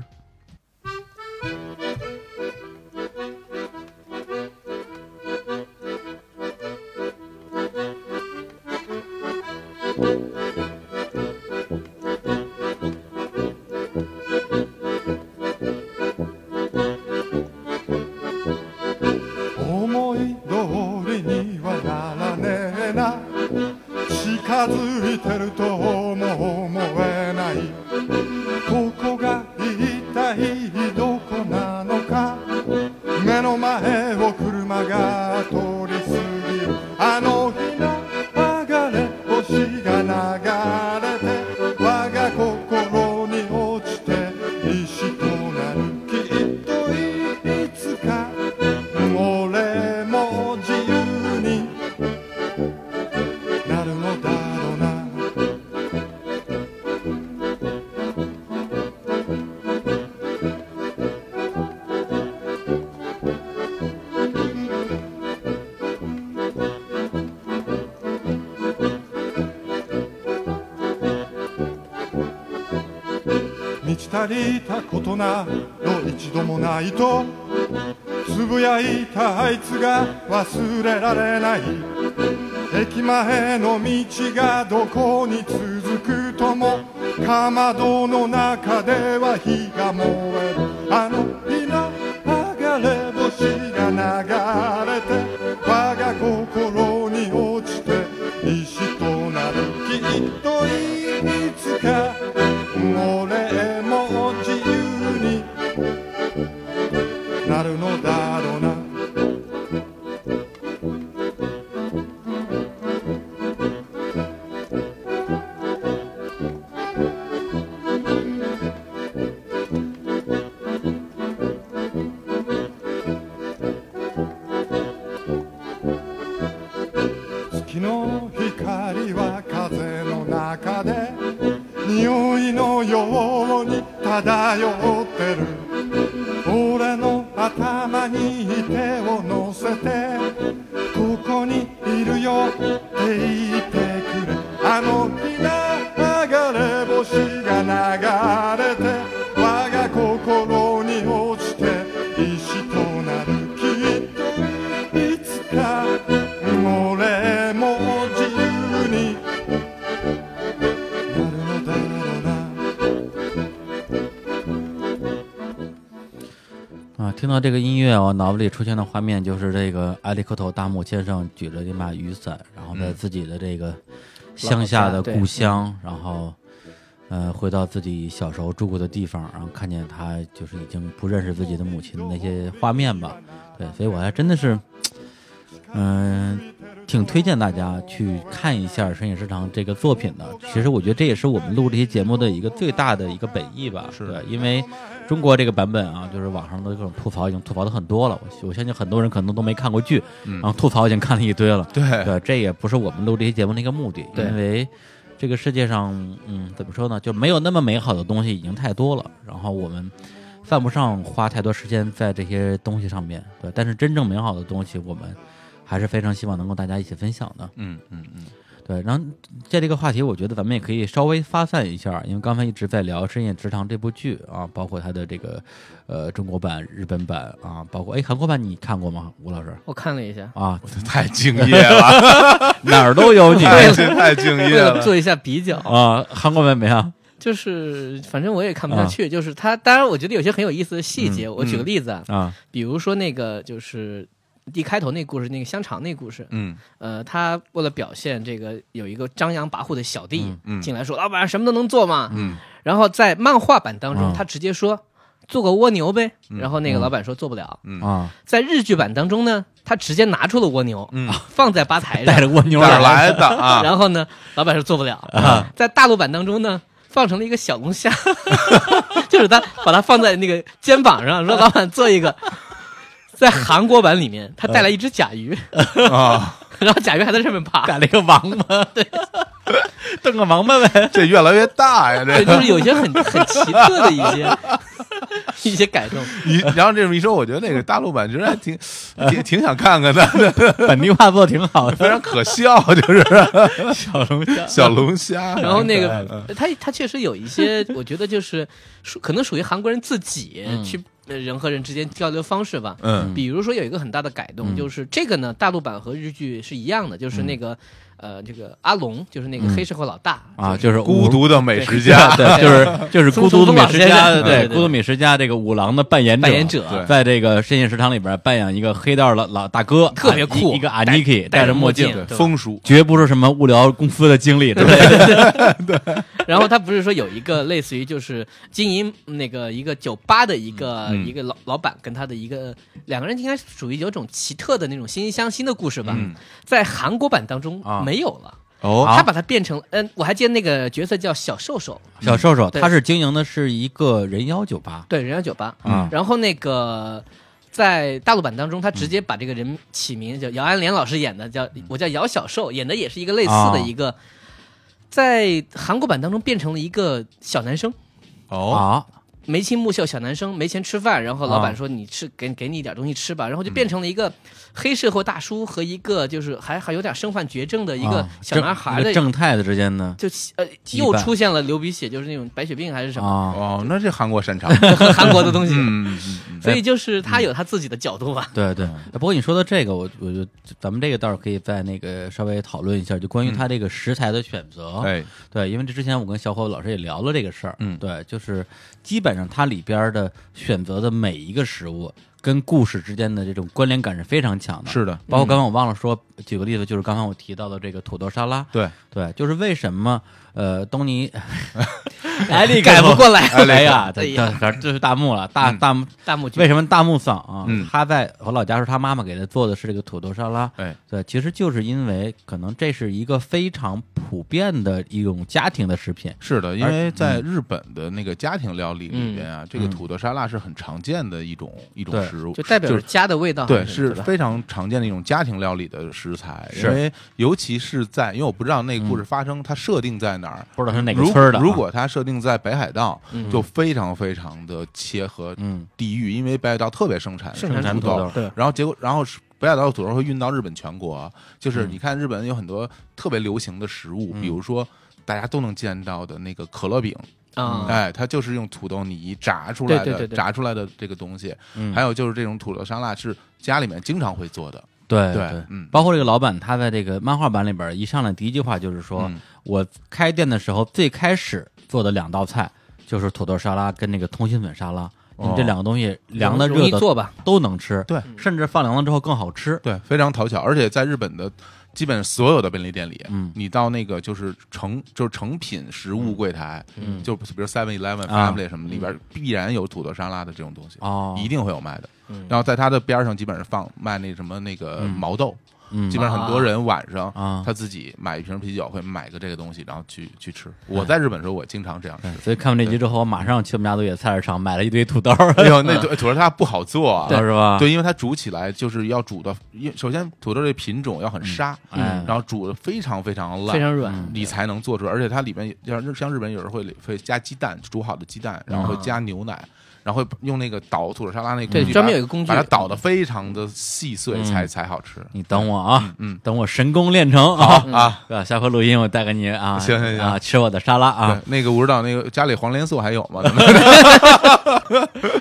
S1: 思い通りにはならねえな近づいてるとも思えないここが一体どこなのか目の前を車が通り過ぎるあの日の流れ星が流れて我が心に落ちて石となるきっといつか俺も自由になるのだろうな満ち足りたことなど一度もないとつぶやいたあいつが忘れられない駅前の道がどこに続くともかまどの中では火が燃えるあの日の流れ星が流れて我が心に落ちて石となるきっといつか俺も自由になるのだろうな月の光は風の中で匂いのように漂ってる俺の頭に手を乗せてここにいるよって言ってくれあの日が流れ星が流れて我が心に落ちて石となるきっといつか俺も自由になるのだろうな
S2: 啊，听到这个音乐，我脑子里出现的画面就是这个埃里克头大木先生举着一把嗯雨伞，然后在自己的这个乡下的故乡，然后呃，回到自己小时候住过的地方，然后看见他就是已经不认识自己的母亲的那些画面吧。对，所以我还真的是，嗯、挺推荐大家去看一下《深夜食堂》这个作品的。其实我觉得这也是我们录这些节目的一个最大的一个本意吧。
S3: 是
S2: 对，因为中国这个版本啊，就是网上的各种吐槽已经吐槽的很多了。我我相信很多人可能都没看过剧，
S3: 嗯
S2: 然后吐槽已经看了一堆了。
S3: 对
S2: 对，这也不是我们录这期节目的一个目的，
S4: 对
S2: 因为这个世界上，嗯，怎么说呢，就没有那么美好的东西已经太多了，然后我们犯不上花太多时间在这些东西上面，对，但是真正美好的东西，我们还是非常希望能够大家一起分享的，
S3: 嗯嗯嗯，
S2: 对。然后借这个话题，我觉得咱们也可以稍微发散一下，因为刚才一直在聊《深夜食堂》这部剧啊，包括它的这个呃中国版、日本版啊，包括哎韩国版你看过吗，吴老师？
S4: 我看了一下，
S2: 啊，
S3: 太敬业了，
S2: 哪儿都有你
S3: 这太敬
S4: 为
S3: 业
S4: 了
S3: 了。
S4: 做一下比较，
S2: 啊，韩国版没啊？
S4: 就是反正我也看不下
S2: 哦
S4: 去。就是他，当然我觉得有些很有意思的细节。
S2: 嗯
S4: 我举个例子啊，
S2: 啊，
S4: 比如说那个就是一开头那故事，那个香肠那故事，
S3: 嗯
S4: 呃，他为了表现这个有一个张扬跋扈的小弟
S3: 嗯
S4: 进来说：“老板什么都能做嘛。
S3: 嗯，”
S4: 然后在漫画版当中，
S2: 嗯
S4: 他直接说。做个蜗牛呗，然后那个老板说做不了。
S3: 嗯
S2: 啊，
S4: 在日剧版当中呢，他直接拿出了蜗牛，
S3: 嗯
S4: 放在吧台上
S2: 带，着蜗牛
S3: 哪儿来的啊？
S4: 然后呢，老板是做不了。啊在大陆版当中呢，放成了一个小龙虾， 就是他把它放在那个肩膀上，说老板做一个。在韩国版里面，他带来一只甲鱼，
S3: 啊，
S4: 然后甲鱼还在上面爬，
S2: 赶了一个王八，对， 瞪个王八呗。
S3: 这越来越大呀，这
S4: 对，就是有一些很很奇特的一些 一些改动。
S3: 你然后这么一说，我觉得那个大陆版其实还挺挺挺想看看的，
S2: 本地话做的挺好
S3: 非
S2: 的，
S3: 常可笑，就是
S2: 小龙虾。
S3: 小龙虾。
S4: 然后那
S3: 很可爱
S4: 个他他确实有一些，我觉得就是属可能属于韩国人自己
S2: 嗯
S4: 去呃人和人之间交流方式吧。
S3: 嗯
S4: 比如说有一个很大的改动，
S2: 嗯
S4: 就是这个呢，大陆版和日剧是一样的，就是那个呃，这个阿龙就是那个
S2: 嗯
S4: 黑社会老大
S2: 啊，就是
S3: 孤独的美食
S2: 家，
S3: 家，
S2: 啊对，就是就是孤独的美食家，
S4: 松松松老先生对对对
S2: 孤独美食家这个五郎的扮演
S4: 扮演者
S3: 对
S2: 在这个深夜食堂里边扮演一个黑道老老大哥，
S4: 特别
S2: 啊
S4: 酷
S2: 一一个阿尼基，戴
S4: 戴着
S2: 着
S4: 墨
S2: 墨
S4: 镜
S2: 镜，
S4: 对
S3: 风叔，
S2: 绝不是什么无聊公司的经理，对不对？
S4: 然后他不是说有一个类似于就是经营那个一个酒吧的一个、
S3: 嗯
S4: 一个老老板跟他的一个两个人应该属于有种奇特的那种惺惺相惜的故事吧，
S3: 嗯
S4: 在韩国版当中
S2: 啊
S4: 没有了。
S3: 哦
S4: 他把它变成，嗯，我还记得那个角色叫小瘦瘦，
S2: 小瘦瘦，
S4: 对
S2: 他是经营的是一个人妖酒吧
S4: 对，人妖酒吧。
S2: 啊，
S4: 然后那个在大陆版当中，他直接
S3: 嗯
S4: 把这个人起名叫姚安莲老师演的，叫我叫姚小瘦，演的也是一个类似
S3: 啊
S4: 的一个，在韩国版当中变成了一个小男生。
S3: 哦，
S2: 啊，
S4: 眉清目秀小男生没钱吃饭，然后老板
S2: 啊嗯
S4: 说你吃给给你一点东西吃吧，然后就变成了一个黑社会大叔和一个就是还还有点身患绝症的一个
S2: 啊
S4: 小男
S2: 正
S4: 孩的，
S2: 那个正太的之间呢
S4: 就呃
S2: 羁绊
S4: 又出现了流鼻血，就是那种白血病还是什么，
S2: 啊，
S3: 哦，那这韩国擅长，
S4: 和韩国的东西，
S3: 嗯嗯
S4: 所以就是他有他自己的角度吧。
S2: 对对，哎不过你说到这个，我我觉得咱们这个倒是可以再那个稍微讨论一下，就关于
S4: 嗯
S2: 它这个食材的选择。
S3: 嗯，哎，
S2: 对，因为这之前我跟小伙老师也聊了这个事儿。
S3: 嗯
S2: 对，就是基本上它里边儿的选择的每一个食物跟故事之间的这种关联感是非常强的。
S3: 是的，
S2: 包括刚刚我忘了说，举个例子，就是刚才我提到的这个土豆沙拉。
S3: 对，
S2: 对，就是为什么呃，东尼
S4: 来改不过来，
S2: 哎呀，
S4: 哎
S2: 这
S4: 呀
S2: 这这是大幕了，大
S3: 嗯
S2: 大幕
S4: 大幕剧
S2: 为什么大木嗓啊？
S3: 嗯
S2: 他在我老家时候，他妈妈给他做的是这个土豆沙拉。
S3: 哎，
S2: 对，其实就是因为可能这是一个非常普遍的一种家庭的食品。
S3: 是的，因
S2: 嗯
S3: 为在日本的那个家庭料理里
S4: 嗯
S3: 边啊，这个土豆沙拉是很常见的一种一种
S2: 对
S3: 食物，
S4: 就代表
S3: 就
S4: 着家的味道，
S3: 对，
S4: 是
S3: 是
S4: 吧
S3: 非常常见的一种家庭料理的食材，
S2: 是嗯
S3: 因为尤其是在，因为我不知道那个故事发生，它设定在哪儿，
S2: 不知道是哪个
S3: 如
S2: 村儿的啊
S3: 如果它设定在北海道，就非常非常的切合
S2: 嗯，
S3: 地域，因为北海道特别盛产
S4: 盛产
S3: 土
S2: 土豆
S4: 对
S3: 然后结果，然后是北海道的土豆会运到日本全国，啊
S2: 嗯
S3: 就是你看日本有很多特别流行的食物，比如说。大家都能见到的那个可乐饼，
S2: 嗯
S4: 啊，
S3: 哎，它就是用土豆泥炸出来的，
S4: 对对对对
S3: 炸出来的这个东西。
S2: 嗯
S3: 还有就是这种土豆沙拉是家里面经常会做的，
S2: 对
S3: 对嗯
S2: 包括这个老板，他在这个漫画版里边一上来第一句话就是说，
S3: 嗯
S2: 我开店的时候最开始做的两道菜就是土豆沙拉跟那个通心粉沙拉，你这两个东西凉的
S4: 容易
S2: 热的
S4: 做吧，
S2: 都能吃，
S3: 对
S2: 甚至放凉了之后更好吃。
S3: 对，非常讨巧，而且在日本的基本所有的便利店里，
S2: 嗯
S3: 你到那个就是成就是成品食物柜台，
S4: 嗯
S3: 就比如 Seven Eleven、
S2: 啊
S3: Family 什么里边必然有土豆沙拉的这种东西，
S2: 哦，
S3: 一定会有卖的。
S4: 嗯
S3: 然后在它的边上基本上放卖那什么那个
S2: 嗯
S3: 毛豆，
S2: 嗯
S3: 基本上很多人晚上
S2: 啊
S3: 他自己买一瓶啤酒会买个这个东西，然后去去吃。我在日本的时候我经常这样吃。
S2: 哎对所以看完这集之后，我马上去我们家对野菜市场买了一堆土豆儿，
S3: 哎 呦，那土土豆沙拉不好做啊，
S2: 是吧？
S3: 对，因为它煮起来就是要煮的，因首先土豆这品种要很沙，
S2: 嗯哎
S3: 然后煮的非常非常烂，
S4: 非常软，
S3: 你才能做出来。而且它里面要是像日本有人会里会加鸡蛋，煮好的鸡蛋，
S2: 啊
S3: 然后会加牛奶，然后会用那个捣土豆沙拉那个
S4: 对
S3: 工具
S4: 专
S3: 把
S4: 门有一个工具
S3: 把它捣的非常的细碎
S2: 嗯
S3: 才才好吃。
S2: 你等我啊，
S3: 嗯嗯
S2: 等我神功练成好
S3: 啊，
S2: 对吧下回录音我带给你啊，
S3: 行行行
S2: 啊，吃我的沙拉啊
S3: 对，，那个我知道，那个家里黄连素还有吗？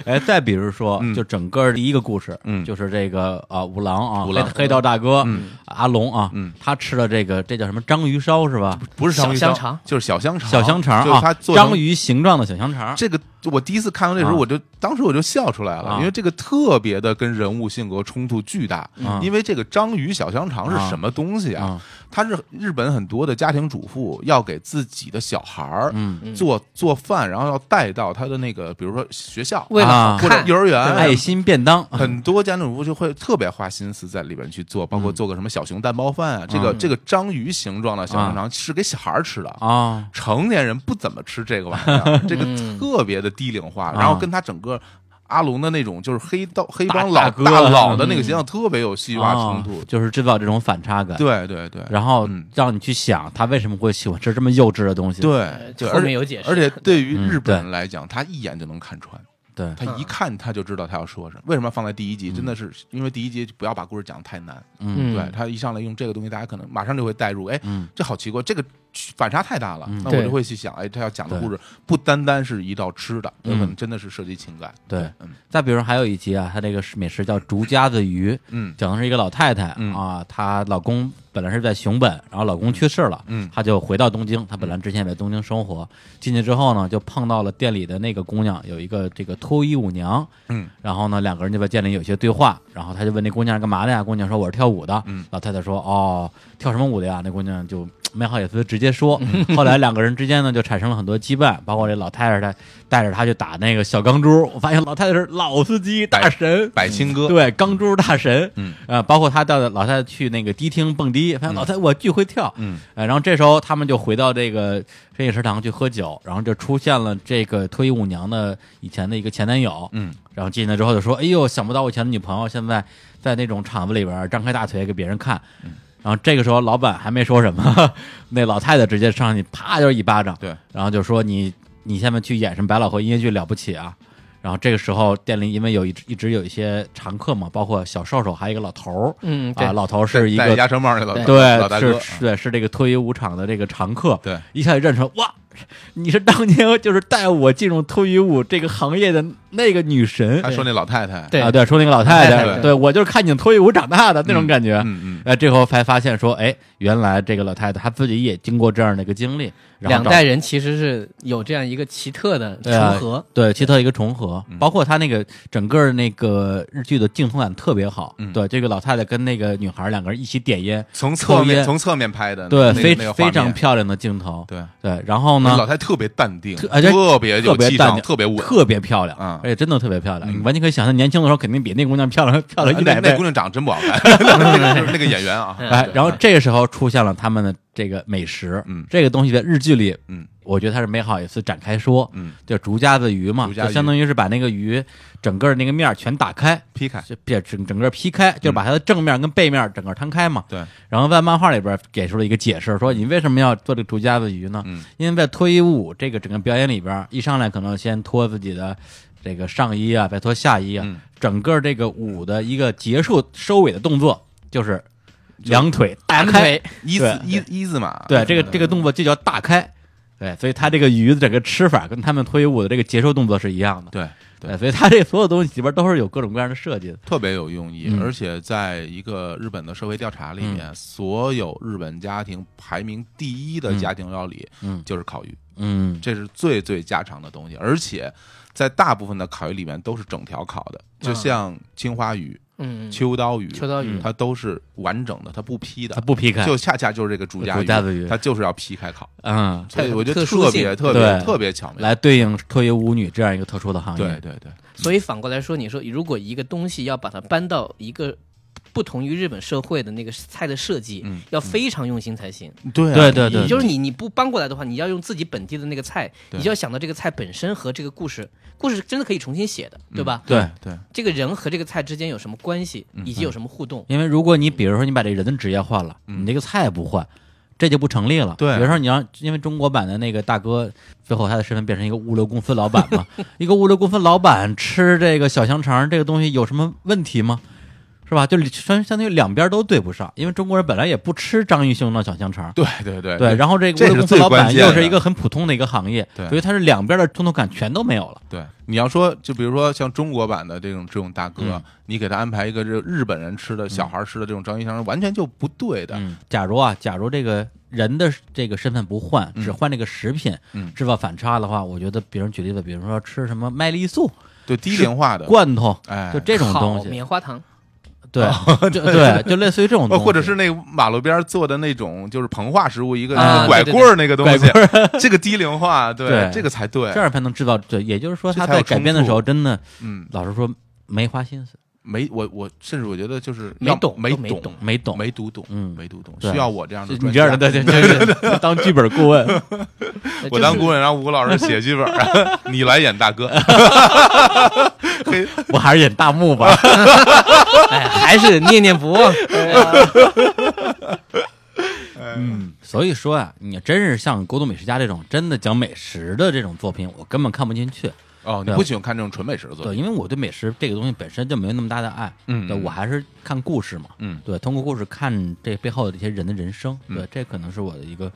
S2: 哎，再比如说，
S3: 嗯
S2: 就整个第一个故事，
S3: 嗯
S2: 就是这个啊，五郎啊，
S3: 五郎
S2: 黑黑道大哥，
S3: 嗯
S2: 阿龙啊，
S3: 嗯
S2: 他吃了这个，这叫什么章鱼烧是吧？
S3: 不是章鱼
S4: 小香
S3: 烧
S4: 肠
S3: 就是小香肠，
S2: 小香肠
S3: 就是它
S2: 啊，
S3: 做成
S2: 章鱼形状的小香肠，
S3: 这个我第一次看到那时候，
S2: 啊
S3: 我就、当时我就笑出来了，
S2: 啊
S3: 因为这个特别的跟人物性格冲突巨大。
S2: 嗯
S3: 因为这个章鱼小香肠是什么东西啊？
S2: 啊
S3: 它是日本很多的家庭主妇要给自己的小孩儿
S2: 嗯
S3: 做、做饭，然后要带到他的那个，比如说学校
S4: 为了好
S2: 啊
S3: 或者
S4: 看
S3: 幼，儿园。
S2: 爱心便当，
S3: 很多家庭主妇就会特别花心思在里边去做，包括
S2: 嗯
S3: 做个什么小熊蛋包饭啊，这个这个章鱼形状的小香肠是给小孩儿吃的
S2: 啊，
S3: 成年人不怎么吃这个玩意儿，啊这个
S4: 嗯
S3: 特别的低龄化，
S2: 啊
S3: 然后跟他整个。阿龙的那种就是黑道黑帮
S2: 大
S3: 老
S2: 大哥
S3: 佬的那个形象特别有戏
S2: 啊
S3: 化冲突，
S2: 就是制造这种反差感，，
S3: 对对对，
S2: 然后
S3: 嗯
S2: 让你去想他为什么会喜欢吃这么幼稚的东西，
S3: 对对，
S4: 后
S3: 而
S4: 面
S3: 且
S4: 有解释，
S3: 而且对于
S2: 嗯
S3: 日本人
S2: 对
S3: 来讲，他一眼就能看穿，
S2: 对
S3: 他一看他就知道他要说什么。为什么要放在第一集？真的是因为第一集不要把故事讲得太难，
S4: 嗯
S3: 对他一上来用这个东西，大家可能马上就会带入，哎
S2: 嗯，
S3: 这好奇怪，这个反差太大了。那我
S4: 对
S3: 就会去想，哎，他要讲的
S2: 对
S3: 故事不单单是一道吃的，有
S2: 嗯
S3: 可能真的是涉及情感。
S2: 对
S3: 嗯
S2: 再比如还有一集啊，他这个是美食叫竹夹子鱼，
S3: 嗯
S2: 讲的是一个老太太、
S3: 嗯
S2: 啊，她老公本来是在熊本，然后老公去世了，
S3: 嗯
S2: 她就回到东京。她本来之前也在东京生活，进去之后呢，就碰到了店里的那个姑娘，有一个这个脱衣舞娘，
S3: 嗯
S2: 然后呢，两个人就在店里有一些对话，然后她就问那姑娘干嘛的呀？姑娘说我是跳舞的，
S3: 嗯
S2: 老太太说哦，跳什么舞的呀？那姑娘就 没好意思直接说。后来两个人之间呢就产生了很多羁绊，包括这老太太带着她去打那个小钢珠，我发现老太太是老司机大神，
S3: 百青哥，
S2: 对，钢珠大神，
S3: 嗯，
S2: 呃，包括他带老太太去那个迪厅蹦迪，发现老太太我巨会跳，
S3: 嗯
S2: 呃，然后这时候他们就回到这个深夜食堂去喝酒，然后就出现了这个脱衣舞娘的以前的一个前男友，
S3: 嗯，
S2: 然后进来之后就说，哎呦，想不到我以前的女朋友现在在那种场子里边张开大腿给别人看，
S3: 嗯
S2: 然后这个时候老板还没说什么， 那老太太直接上去啪就是一巴掌，
S3: 对，
S2: 然后就说你你下面去演什么百老汇音乐剧了不起啊？然后这个时候店里因为有一直一直有一些常客嘛，包括小瘦瘦，还有一个老头
S4: 嗯，
S2: 儿
S4: 对
S2: 啊，，老头儿是一
S3: 戴戴
S2: 个
S3: 鸭舌帽那老老大
S2: 对
S3: 哥啊
S2: 是，是对是这个脱衣舞场的这个常客，
S3: 对，
S2: 一下就认出来哇，你是当年就是带我进入脱衣舞这个行业的那个女神
S3: 他说那老太太，
S4: 对
S2: 啊，对，说那个老太
S4: 太
S2: 太，
S4: 太
S2: 对我就是看你脱衣舞长大的那种感觉，
S3: 嗯嗯，
S2: 呃，这后才发现说，哎，原来这个老太太她自己也经过这样的一个经历，然后
S4: 两
S2: 找
S4: 代人其实是有这样一个奇特的
S2: 对啊
S4: 重合，
S2: 对，奇特一个重合，
S3: 嗯
S2: 包括他那个整个那个日剧的镜头感特别好。
S3: 嗯
S2: 对，这个老太太跟那个女孩两个人一起点烟，
S3: 从侧
S2: 抽
S3: 面
S2: 烟
S3: 从侧面拍的，
S2: 对，
S3: 那个
S2: 非
S3: 那个画
S2: 非
S3: 面
S2: 常漂亮的镜头。
S3: 对。
S2: 对，然后
S3: 那
S2: 呢
S3: 老，太太特别淡定，
S2: 特而且
S3: 特别有
S2: 特别
S3: 气
S2: 淡
S3: 场，
S2: 定，
S3: 特别稳。
S2: 特别漂亮
S3: 嗯，
S2: 而且真的特别漂亮。
S3: 嗯啊
S2: 你完全可以想象，年轻的时候肯定比那姑娘漂亮漂亮一
S3: 那
S2: 百
S3: 那
S2: 倍
S3: 姑。娘长得真不好 看，那个那个演员啊，
S2: 哎，然后这个时候出现了他们的这个美食，
S3: 嗯
S2: 这个东西在日剧里，
S3: 嗯
S2: 我觉得他是没好意思展开说，
S3: 嗯，
S2: 就竹夹子鱼嘛，
S3: 竹夹
S2: 就
S3: 子
S2: 相
S3: 鱼
S2: 当于是把那个鱼整个那个面儿全打开，
S3: 劈开，
S2: 就别整整个劈开，就是
S3: 嗯
S2: 把它的正面跟背面整个摊开嘛。
S3: 对，
S2: 然后在漫画里边给出了一个解释，说你为什么要做这个竹夹子鱼呢？
S3: 嗯
S2: 因为在脱衣舞这个整个表演里边，一上来可能先脱自己的这个上衣啊，再脱下衣啊，
S3: 嗯
S2: 整个这个舞的一个结束收尾的动作就是两腿大
S4: 打
S2: 开
S4: 开，，
S3: 一字一一字马，
S2: 对，这个这个动作就叫大开。对，所以他这个鱼的整个吃法跟他们脱衣舞的这个结束动作是一样的。
S3: 对对
S2: 所以他这所有东西里边都是有各种各样的设计的。
S3: 特别有用意，
S2: 嗯
S3: 而且在一个日本的社会调查里面，所有日本家庭排名第一的家庭料理
S2: 嗯
S3: 就是烤鱼，
S2: 嗯，
S3: 这是最最家常的东西，而且在大部分的烤鱼里面都是整条烤的，就像青花鱼、
S4: 嗯，
S3: 秋刀鱼，
S4: 秋
S2: 嗯
S4: 刀鱼
S3: 它都是完整的，它不劈的
S2: 它，啊不劈开，
S3: 就恰恰就是这个竹夹
S2: 竹夹子鱼
S3: 它就是要劈开烤。
S2: 嗯，
S3: 它我觉得
S4: 特殊
S3: 特别
S4: 性
S3: 特别
S2: 对
S3: 特别巧妙。
S2: 来对应脱衣舞女这样一个特殊的行业。
S3: 对对对，
S4: 所以反过来说，你说如果一个东西要把它搬到一个不同于日本社会的那个菜的设计，
S3: 嗯
S4: 要非常用心才行。
S3: 对啊
S2: 对对对
S4: 也就是你你不搬过来的话，你要用自己本地的那个菜，
S3: 对
S4: 你就要想到这个菜本身和这个故事，故事真的可以重新写的，
S3: 嗯
S4: 对吧？
S2: 对，
S3: 对，
S4: 这个人和这个菜之间有什么关系，
S3: 嗯
S4: 以及有什么互动？
S2: 因为如果你比如说你把这人的职业换了，你这个菜不换，这就不成立了。
S3: 嗯对
S2: 比如说你让，因为中国版的那个大哥，最后他的身份变成一个物流公司老板嘛， 一个物流公司老板吃这个小香肠这个东西有什么问题吗？是吧？就相相当于两边都对不上，因为中国人本来也不吃张艺兴的小香肠。
S3: 对对对
S2: 对，然后这个
S3: 这
S2: 物
S3: 是
S2: 流公司
S3: 最
S2: 老
S3: 关
S2: 板
S3: 键的
S2: 又是一个很普通的一个行业，
S3: 对
S2: 所以它是两边的冲突感全都没有了。
S3: 对，你要说就比如说像中国版的这种这种大哥，
S2: 嗯
S3: 你给他安排一个这日本人吃的小孩吃的这种章鱼香肠，完全就不对的。
S2: 嗯，假如啊，假如这个人的这个身份不换，
S3: 嗯
S2: 只换这个食品，
S3: 嗯
S2: 制造反差的话，我觉得，比如举例子，比如说吃什么麦丽素
S3: 对，低龄化的，
S2: 罐头，
S3: 哎，
S2: 就这种东
S4: 烤
S2: 西，
S4: 棉花糖，
S2: 对、 就对，就类似于这种东
S3: 哦，
S2: 西，
S3: 或者是那马路边做的那种就是膨化食物，一个
S4: 啊
S3: 拐棍儿那个东西
S2: 拐，
S3: 这个低龄化，
S2: 对
S3: 这个才对
S2: 这。样才能制造。对，也就是说，
S3: 这
S2: 他
S3: 才有
S2: 在改编的
S3: 冲突
S2: 时候，真的
S3: 嗯，
S2: 老实说没花心思，
S3: 没，我我甚至我觉得就是
S4: 没
S3: 要
S4: 懂
S3: 没
S4: 都没
S3: 懂
S4: 懂，
S2: 没懂，
S3: 没读懂，
S2: 嗯
S3: 没读懂，
S2: 对
S3: 需要我这样的
S2: 就
S3: 专
S2: 你这样的
S3: 家
S2: 对对对， 对当剧本顾问，
S4: 呃
S3: 我
S4: 就
S3: 当
S4: 是
S3: 顾问，然后吴老师写剧本儿， 你来演 大哥，
S2: 我还是演大木吧。
S4: 哎，还是念念不忘。
S2: 嗯，所以说啊，你真是像《国度美食家》这种真的讲美食的这种作品，我根本看不进去。
S3: 哦，你
S2: 对
S3: 不喜欢看这种纯美食的作
S2: 对，
S3: 品，
S2: 因为我对美食这个东西本身就没有那么大的爱，
S3: 嗯
S2: 对
S3: 嗯
S2: 我还是看故事嘛，
S3: 嗯
S2: 对，通过故事看这背后的这些人的人生，
S3: 嗯
S2: 对，这可能是我的一个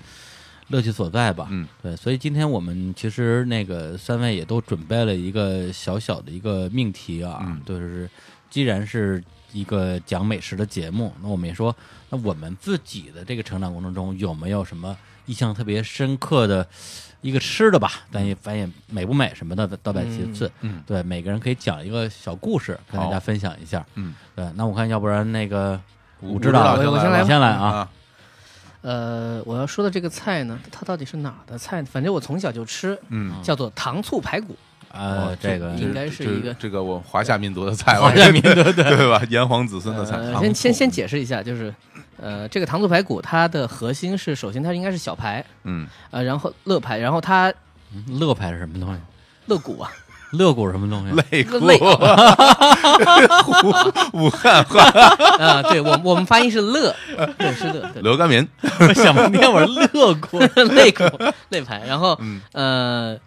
S2: 乐趣所在吧，
S3: 嗯，
S2: 对，所以今天我们其实那个三位也都准备了一个小小的一个命题啊，
S3: 嗯
S2: 就是既然是一个讲美食的节目，那我们也说，那我们自己的这个成长过程中有没有什么印象特别深刻的一个吃的吧？咱也咱也美不美什么的倒在其次，
S3: 嗯嗯
S2: 对，每个人可以讲一个小故事跟大家
S3: 好
S2: 分享一下，
S3: 嗯，
S2: 对，那我看要不然那个
S3: 武
S2: 武
S3: 指
S2: 指导
S3: 导先
S2: 我
S3: 来吧
S2: 先来啊，
S3: 啊，
S4: 呃，我要说的这个菜呢，它到底是哪儿的菜？反正我从小就吃，
S3: 嗯，
S4: 叫做糖醋排骨。
S2: 呃，这个
S4: 应该是
S3: 哦这
S4: 一哦个
S3: 这个我华夏民族的菜吧，
S2: 华夏民族的
S3: 对吧？炎黄子孙的菜，啊
S4: 呃，
S3: 糖
S4: 先先
S3: 醋
S4: 先，解释一下，就是，呃，这个糖醋排骨它的核心是，首先它应该是小排，
S3: 嗯，
S4: 呃，然后乐排，然后它
S2: 乐牌是什么东西？
S4: 肋骨啊，
S2: 乐谷是什么东西？
S4: 嗯
S3: 肋骨，
S4: 肋骨
S3: 武汉话，
S4: 啊，对我我们发音是乐，对是乐，对
S3: 刘干民，
S2: 我想半天，我说乐 谷。
S4: 肋骨肋排，然后
S3: 嗯
S4: 呃，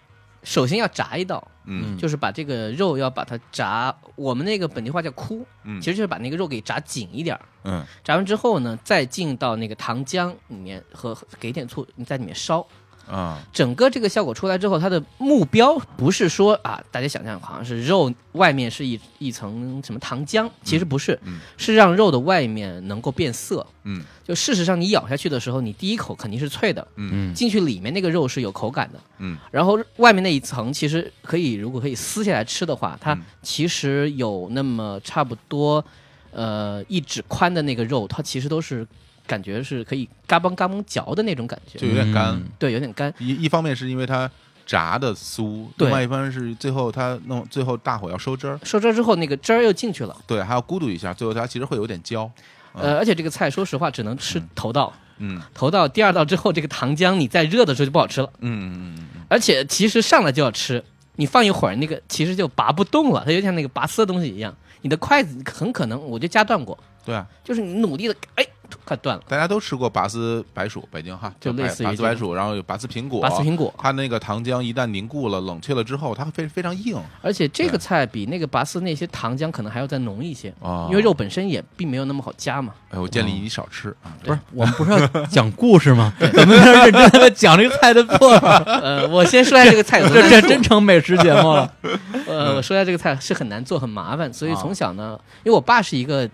S4: 首先要炸一道，
S3: 嗯
S4: 就是把这个肉要把它炸，我们那个本地话叫哭，
S3: 嗯
S4: 其实就是把那个肉给炸紧一点儿。
S3: 嗯
S4: 炸完之后呢，再进到那个糖浆里面和和给点醋，你在里面烧。
S3: 啊，
S4: 整个这个效果出来之后，它的目标不是说啊，大家想象好像是肉外面是一一层什么糖浆，其实不是，
S3: 嗯
S4: 是让肉的外面能够变色。
S3: 嗯
S4: 就事实上，你咬下去的时候，你第一口肯定是脆的，
S3: 嗯
S2: 嗯，
S4: 进去里面那个肉是有口感的，
S3: 嗯，
S4: 然后外面那一层其实可以，如果可以撕下来吃的话，它
S3: 嗯
S4: 其实有那么差不多，呃，一指宽的那个肉，它其实都是感觉是可以嘎嘣嘎嘣嚼的那种感
S3: 就
S4: 觉，
S3: 有点干，
S2: 嗯
S4: 对，有点干，
S3: 一一方面是因为它炸的酥，
S4: 对
S3: 另外一方面是最后它弄最后大火要收汁儿，
S4: 收汁儿之后那个汁儿又进去了，
S3: 对，还要咕嘟一下，最后它其实会有点焦，
S2: 啊
S4: 呃，而且这个菜说实话只能吃头道，
S3: 嗯
S4: 头道第二道之后，这个糖浆你再热的时候就不好吃了，
S3: 嗯嗯嗯
S4: 而且其实上来就要吃。你放一会儿，那个其实就拔不动了，它就像那个拔丝的东西一样。你的筷子很可能，我就夹断过，
S3: 嗯，对啊，
S4: 就是你努力的，哎，快断了，
S3: 大家都吃过拔丝白薯，北京哈，
S4: 就
S3: 白
S4: 类似于
S3: 拔丝
S4: 这
S3: 白薯，然后有拔丝苹果，
S4: 拔丝苹果。
S3: 它那个糖浆一旦凝固了、冷却了之后，它会非非常硬
S4: 而且这
S2: 嗯
S3: 对
S4: 个菜比那个拔丝那些糖浆可能还要再浓一些，
S2: 哦
S3: 啊
S4: 因为肉。本身也并没有那么好夹嘛。
S3: 哎，我建议你少吃 啊，
S2: 不是，我们不是要讲故事吗？怎么在这认真的 讲这个菜的做法？
S4: 呃，我先说一 下这个 菜有多
S2: 这
S4: 难
S2: 这真成美食节目了。嗯
S4: 呃，我说一下这个菜是很难做，很麻烦，所以
S3: 啊
S4: 从小呢，因为我爸是一个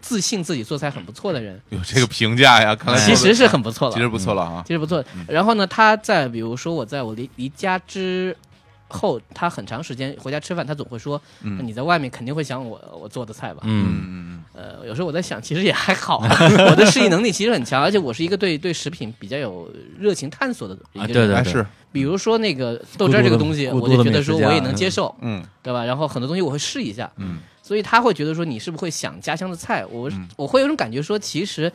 S4: 自信自己做菜很不错的人，
S3: 有这个评价呀，看来
S2: 嗯
S4: 其
S3: 做得
S4: 实是很不错了，嗯
S3: 其实不错了啊，
S4: 其实不错。然后呢，他在比如说我在我离离家之后，他很长时间回家吃饭，他总会说：“
S3: 嗯
S4: 你在外面肯定会想我我做的菜吧？”
S2: 嗯
S3: 嗯
S4: 呃，有时候我在想，其实也还好、 啊，我的适应能力其实很强，而且我是一个对对食品比较有热情探索的一
S2: 啊，
S4: 个
S2: 对
S4: 人。
S2: 对
S3: 哎
S2: 对，
S3: 是，
S4: 比如说那个豆汁儿这个东西，
S2: 孤独的
S4: 我就觉得说
S2: 孤独的美食家
S4: 我也能接受，
S3: 嗯
S4: 对吧？然后很多东西我会试一下，
S3: 嗯
S4: 所以他会觉得说你是不是会想家乡的菜？我、
S3: 嗯
S4: 我会有种感觉说，其实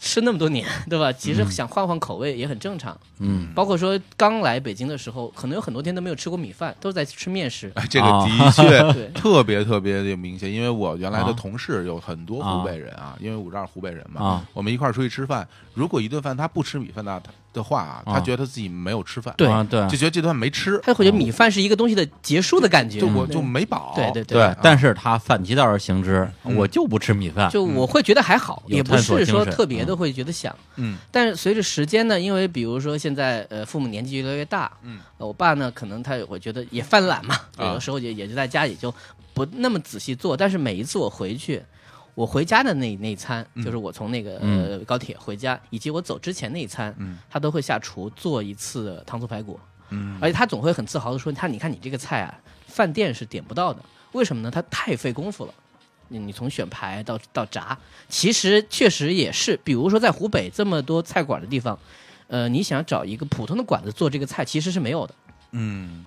S4: 吃那么多年，对吧？其实想换换口味也很正常。
S2: 嗯，
S4: 包括说刚来北京的时候，可能有很多天都没有吃过米饭，都是在吃面食。
S3: 哎，这个
S2: 啊
S3: 的确
S4: 哦 对哦
S3: 特别特别的明显，因为我原来
S2: 啊
S3: 的同事有很多湖北人啊，因为我这儿湖北人嘛
S4: 哦
S2: 啊，
S3: 我们一块儿出去吃饭，如果一顿饭他不吃米饭的的话啊，
S2: 啊
S3: 他觉得自己没有吃饭，
S4: 哦对
S2: 啊对
S3: 就觉得这顿没吃，
S4: 他会觉得米饭是一个东西的结束的感觉。
S3: 就我
S4: 对
S3: 就没饱，
S4: 对对
S3: 啊
S2: 对，但是他反其道而行之，我就不吃米饭，
S4: 就我会觉得还好，
S2: 嗯有
S4: 也不
S2: 探索
S4: 是
S2: 精
S4: 说
S2: 神
S4: 特别的
S2: 嗯
S4: 会觉得想。
S3: 嗯
S4: 但是随着时间呢，因为比如说现在呃父母年纪越来越大，
S3: 嗯
S4: 呃，我爸呢可能他也会觉得也犯懒嘛，
S3: 啊
S4: 有的时候也也就在家里就不那么仔细做。但是每一次我回去，我回家的那那一餐，
S3: 嗯
S4: 就是我从那个、呃
S2: 嗯
S4: 高铁回家，以及我走之前那一餐，
S3: 嗯
S4: 他都会下厨做一次糖醋排骨，
S3: 嗯
S4: 而且他总会很自豪的说：“他你看你这个菜啊，饭店是点不到的，为什么呢？它太费功夫了。”你你从选牌到到炸，其实确实也是，比如说在湖北这么多菜馆的地方，呃，你想找一个普通的馆子做这个菜，其实是没有的。
S3: 嗯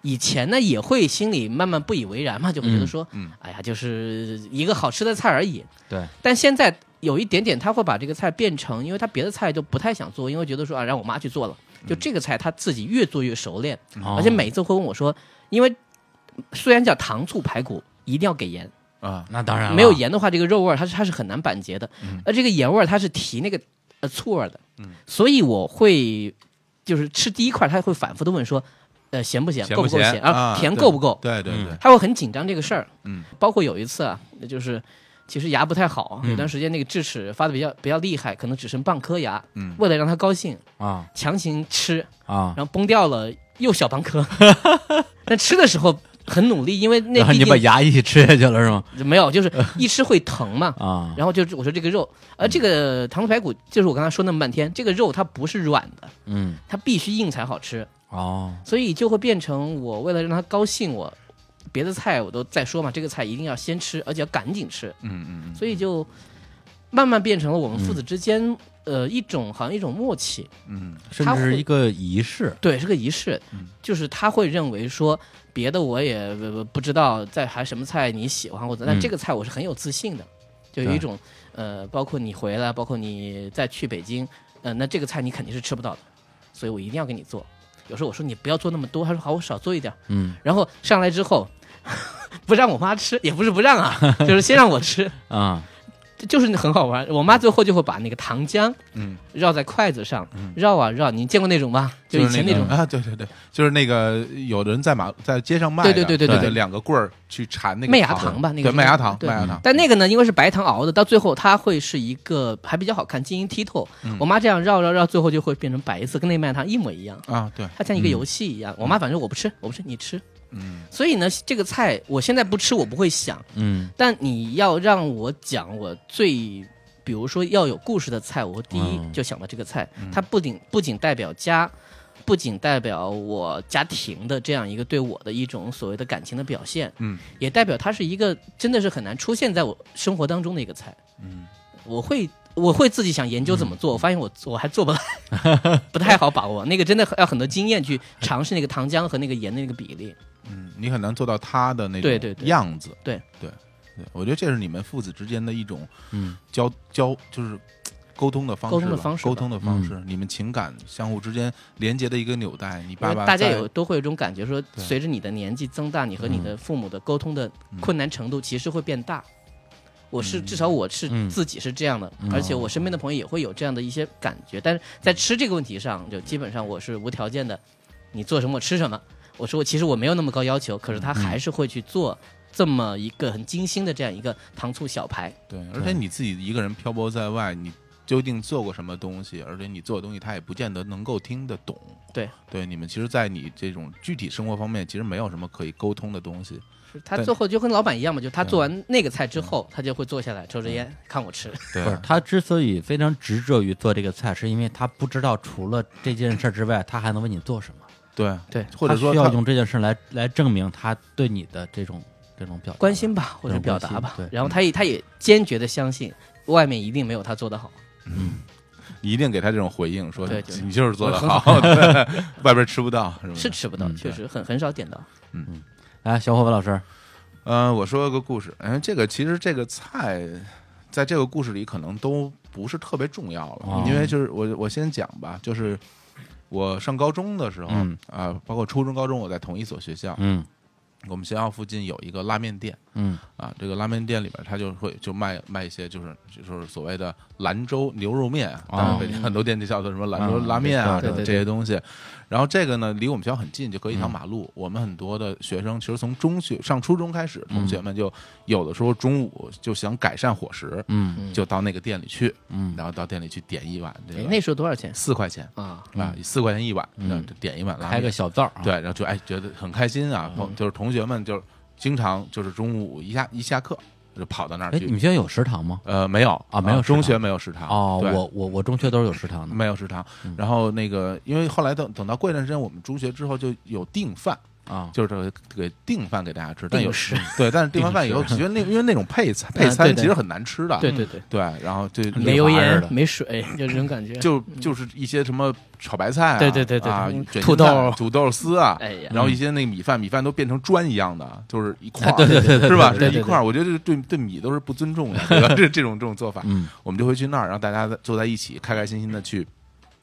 S4: 以前呢也会心里慢慢不以为然嘛，就会觉得说，
S3: 嗯嗯
S4: 哎呀，就是一个好吃的菜而已。
S2: 对，
S4: 但现在有一点点，他会把这个菜变成，因为他别的菜就不太想做，因为觉得说啊，让我妈去做了。就这个菜，他自己越做越熟练，
S3: 嗯
S2: 哦
S4: 而且每次会问我说，因为虽然叫糖醋排骨，一定要给盐，
S3: 啊嗯
S2: 那当然了
S4: 没有盐的话，这个肉味儿它是它是很难板结的，而这个盐味儿它是提那个呃醋味儿的，所以我会就是吃第一块，他会反复的问说，呃咸不咸，
S3: 咸
S4: 够
S3: 不嗯
S4: 不够
S3: 咸
S4: 咸啊，甜够不够，
S3: 对对对
S4: 他会很紧张这个事儿，
S3: 嗯
S4: 包括有一次啊，那就是其实牙不太好，有段时间那个智齿发的比较比较厉害，可能只剩半颗牙，
S3: 嗯
S4: 为了让他高兴，
S2: 啊
S4: 强行吃，
S2: 啊，
S4: 然后崩掉了右小半 颗，但吃的时候很努力，因为那
S2: 然后
S4: 毕
S2: 你
S4: 竟
S2: 把牙一起吃下去了是吗？。
S4: 没有，就是一吃会疼嘛
S2: 啊，
S4: 然后就是我说这个肉，
S3: 嗯
S4: 而这个糖醋排骨就是我刚才说那么半天，这个肉它不是软的，
S2: 嗯，
S4: 它必须硬才好吃，
S2: 哦，
S4: 所以就会变成我为了让他高兴我，别的菜我都再说嘛，这个菜一定要先吃，而且要赶紧吃，
S3: 嗯嗯
S4: 所以就慢慢变成了我们父子之间、呃一种好像一种默契，
S3: 嗯
S2: 甚
S4: 他
S2: 至是
S4: 会
S2: 一个仪式，
S4: 对，是个仪式，就是他会认为说别的我也呃不知道在还什么菜你喜欢或者，但
S2: 嗯
S4: 这个菜我是很有自信的，就有
S2: 对
S4: 一种呃，包括你回来，包括你再去北京，呃，那这个菜你肯定是吃不到的，所以我一定要给你做。有时候我说你不要做那么多，他说好，我少做一点儿。
S2: 嗯
S4: 然后上来之后， 不让我妈吃，也不是不让啊，就是先让我吃，
S2: 啊
S4: 就是很好玩。我妈最后就会把那个糖浆
S3: 嗯，
S4: 绕在筷子上，绕啊绕。你见过那种吗？就以前那种，
S3: 啊，对对对，就是那个有的人在马在街上卖的，
S4: 对对对对
S3: 就
S4: 对
S3: 两个棍儿去缠那个
S4: 麦芽糖吧那个
S3: 对
S4: 是
S3: 麦芽糖，
S4: 对嗯
S3: 麦芽糖，
S4: 但那个呢，因为是白糖熬的，到最后它会是一个还比较好看，晶莹剔透。我妈这样绕绕绕，最后就会变成白色，跟那麦糖一模一样。
S3: 啊，对，
S4: 它像一个游戏一样。我妈反正我不吃，我不吃，你吃。
S3: 嗯
S4: 所以呢，这个菜我现在不吃，我不会想。
S2: 嗯
S4: 但你要让我讲我最，比如说要有故事的菜，我第一
S2: 嗯
S4: 就想到这个菜。它不仅不仅代表家，不仅代表我家庭的这样一个对我的一种所谓的感情的表现，
S3: 嗯
S4: 也代表它是一个真的是很难出现在我生活当中的一个菜。
S3: 嗯，
S4: 我会我会自己想研究怎么做，我发现我我还做不来， 不太好把握。那个真的要很多经验去尝试那个糖浆和那个盐的那个比例。
S3: 嗯，你很难做到他的那
S4: 对对
S3: 种
S4: 对
S3: 样子，
S4: 对
S3: 对对，我觉得这是你们父子之间的一种
S2: 嗯
S3: 交交就是。沟通的方式吧，
S4: 沟通的方式吧嗯
S3: 沟通的方式，你们情感相互之间连接的一个纽带。你
S4: 因
S3: 爸
S4: 为
S3: 爸
S4: 大家
S3: 在
S4: 有都会有一种感觉，说随着你的年纪增大，你和你
S3: 嗯
S4: 的父母的沟通的困难程度其实会变大。我是至少我是
S2: 嗯
S4: 自己是这样的，
S3: 嗯
S4: 而且
S3: 哦
S4: 我身边的朋友也会有这样的一些感觉，但是在吃这个问题上，就基本上我是无条件的，你做什么我吃什么。我说我其实我没有那么高要求，可是
S3: 嗯
S4: 他还是会去做这么一个很精心的这样一个糖醋小排。
S3: 对，而且你自己一个人漂泊在外，你究竟做过什么东西？而且你做的东西，他也不见得能够听得懂。
S4: 对，
S3: 对，你们其实，在你这种具体生活方面，其实没有什么可以沟通的东西。
S4: 他
S3: 对
S4: 最后就跟老板一样嘛，就他做完那个菜之后，他就会坐下来抽着烟看我吃。
S3: 对
S2: 不是，他之所以非常执着于做这个菜，是因为他不知道除了这件事儿之外，他还能为你做什么。
S3: 对
S4: 对
S3: 或者说
S2: 他需要
S3: 他
S2: 用这件事来来证明他对你的这种这种表达
S4: 关心吧，或者
S2: 这种
S4: 表
S2: 关
S4: 达
S2: 心
S4: 吧
S2: 对。
S4: 然后他也他也坚决的相信，外面一定没有他做的好。
S3: 一定给他这种回应，说
S4: 对对
S3: 你就是做的
S4: 很
S3: 好，对 外边吃不到，是吧？
S4: 是吃不到，确实很很少点到。
S2: 来，哎小伙伴老师，
S3: 嗯，我说个故事，嗯，这个其实这个菜在这个故事里可能都不是特别重要了，
S2: 哦
S3: 因为就是我我先讲吧，就是我上高中的时候啊、
S2: 嗯
S3: 包括初中、高中，我在同一所学校，
S2: 嗯
S3: 我们学校附近有一个拉面店
S2: 嗯
S3: 啊，这个拉面店里边它就会就卖卖一些就是就是所谓的兰州牛肉面，啊
S2: 哦
S3: 当然北京很多店就叫做什么兰州
S2: 嗯
S3: 拉面啊、
S2: 对嗯
S3: 这
S4: 对对
S3: 这些东西，然后这个呢离我们学校很近，就隔一条马路，我们很多的学生其实从中学上初中开始，同学
S2: 嗯
S3: 们就有的时候中午就想改善伙食，
S2: 嗯
S3: 就到那个店里去，
S2: 嗯
S3: 然后到店里去点一碗这
S4: 哎
S3: 个，
S4: 那时候多少钱
S3: 四块钱
S4: 啊？
S3: 啊，四块钱一碗，
S2: 嗯
S3: 那就点一碗拉面，
S2: 开个小灶啊，嗯
S3: 对，然后就哎觉得很开心啊，同就是同学们就是经常就是中午一下一下课就跑到那儿
S2: 哎，你
S3: 去
S2: 们，学校有食堂吗？
S3: 呃，没有
S2: 啊没有食
S3: 中学
S2: 堂
S3: 没有食堂
S2: 哦，
S3: 对
S2: 我嗯我我中学都是有食堂的，
S3: 没有食堂，然后那个因为后来等等到过一段时间，我们中学之后就有订饭。
S2: 啊，
S3: 就是这个给订饭给大家吃，但
S4: 定
S3: 有
S4: 时
S3: 对，但是订完饭以后，觉得那因为那种配
S2: 嗯
S3: 菜配餐
S4: 对对
S3: 其实很难吃的，
S4: 啊对对对，
S3: 对，然后就
S4: 没
S2: 有那
S4: 油
S2: 个玩意儿
S4: 盐
S2: 的，
S4: 没水， 就这种感觉。
S3: 就就是一些什么炒白菜啊，
S4: 对对对对
S3: 啊
S4: 嗯，
S3: 卷心
S4: 土
S3: 蛋
S4: 豆
S3: 土豆丝啊，
S4: 哎呀
S3: 然后一些那个米饭，米饭都变成砖一样的，就是一块
S2: 哎
S3: 儿，
S2: 嗯对对对对
S3: 是吧？
S2: 对
S4: 对
S3: 是一块儿，我觉得这对对米都是不尊重的，对吧？这这种这种做法，
S2: 嗯
S3: 我们就会去那儿，然后大家坐在一起，开开心心的去。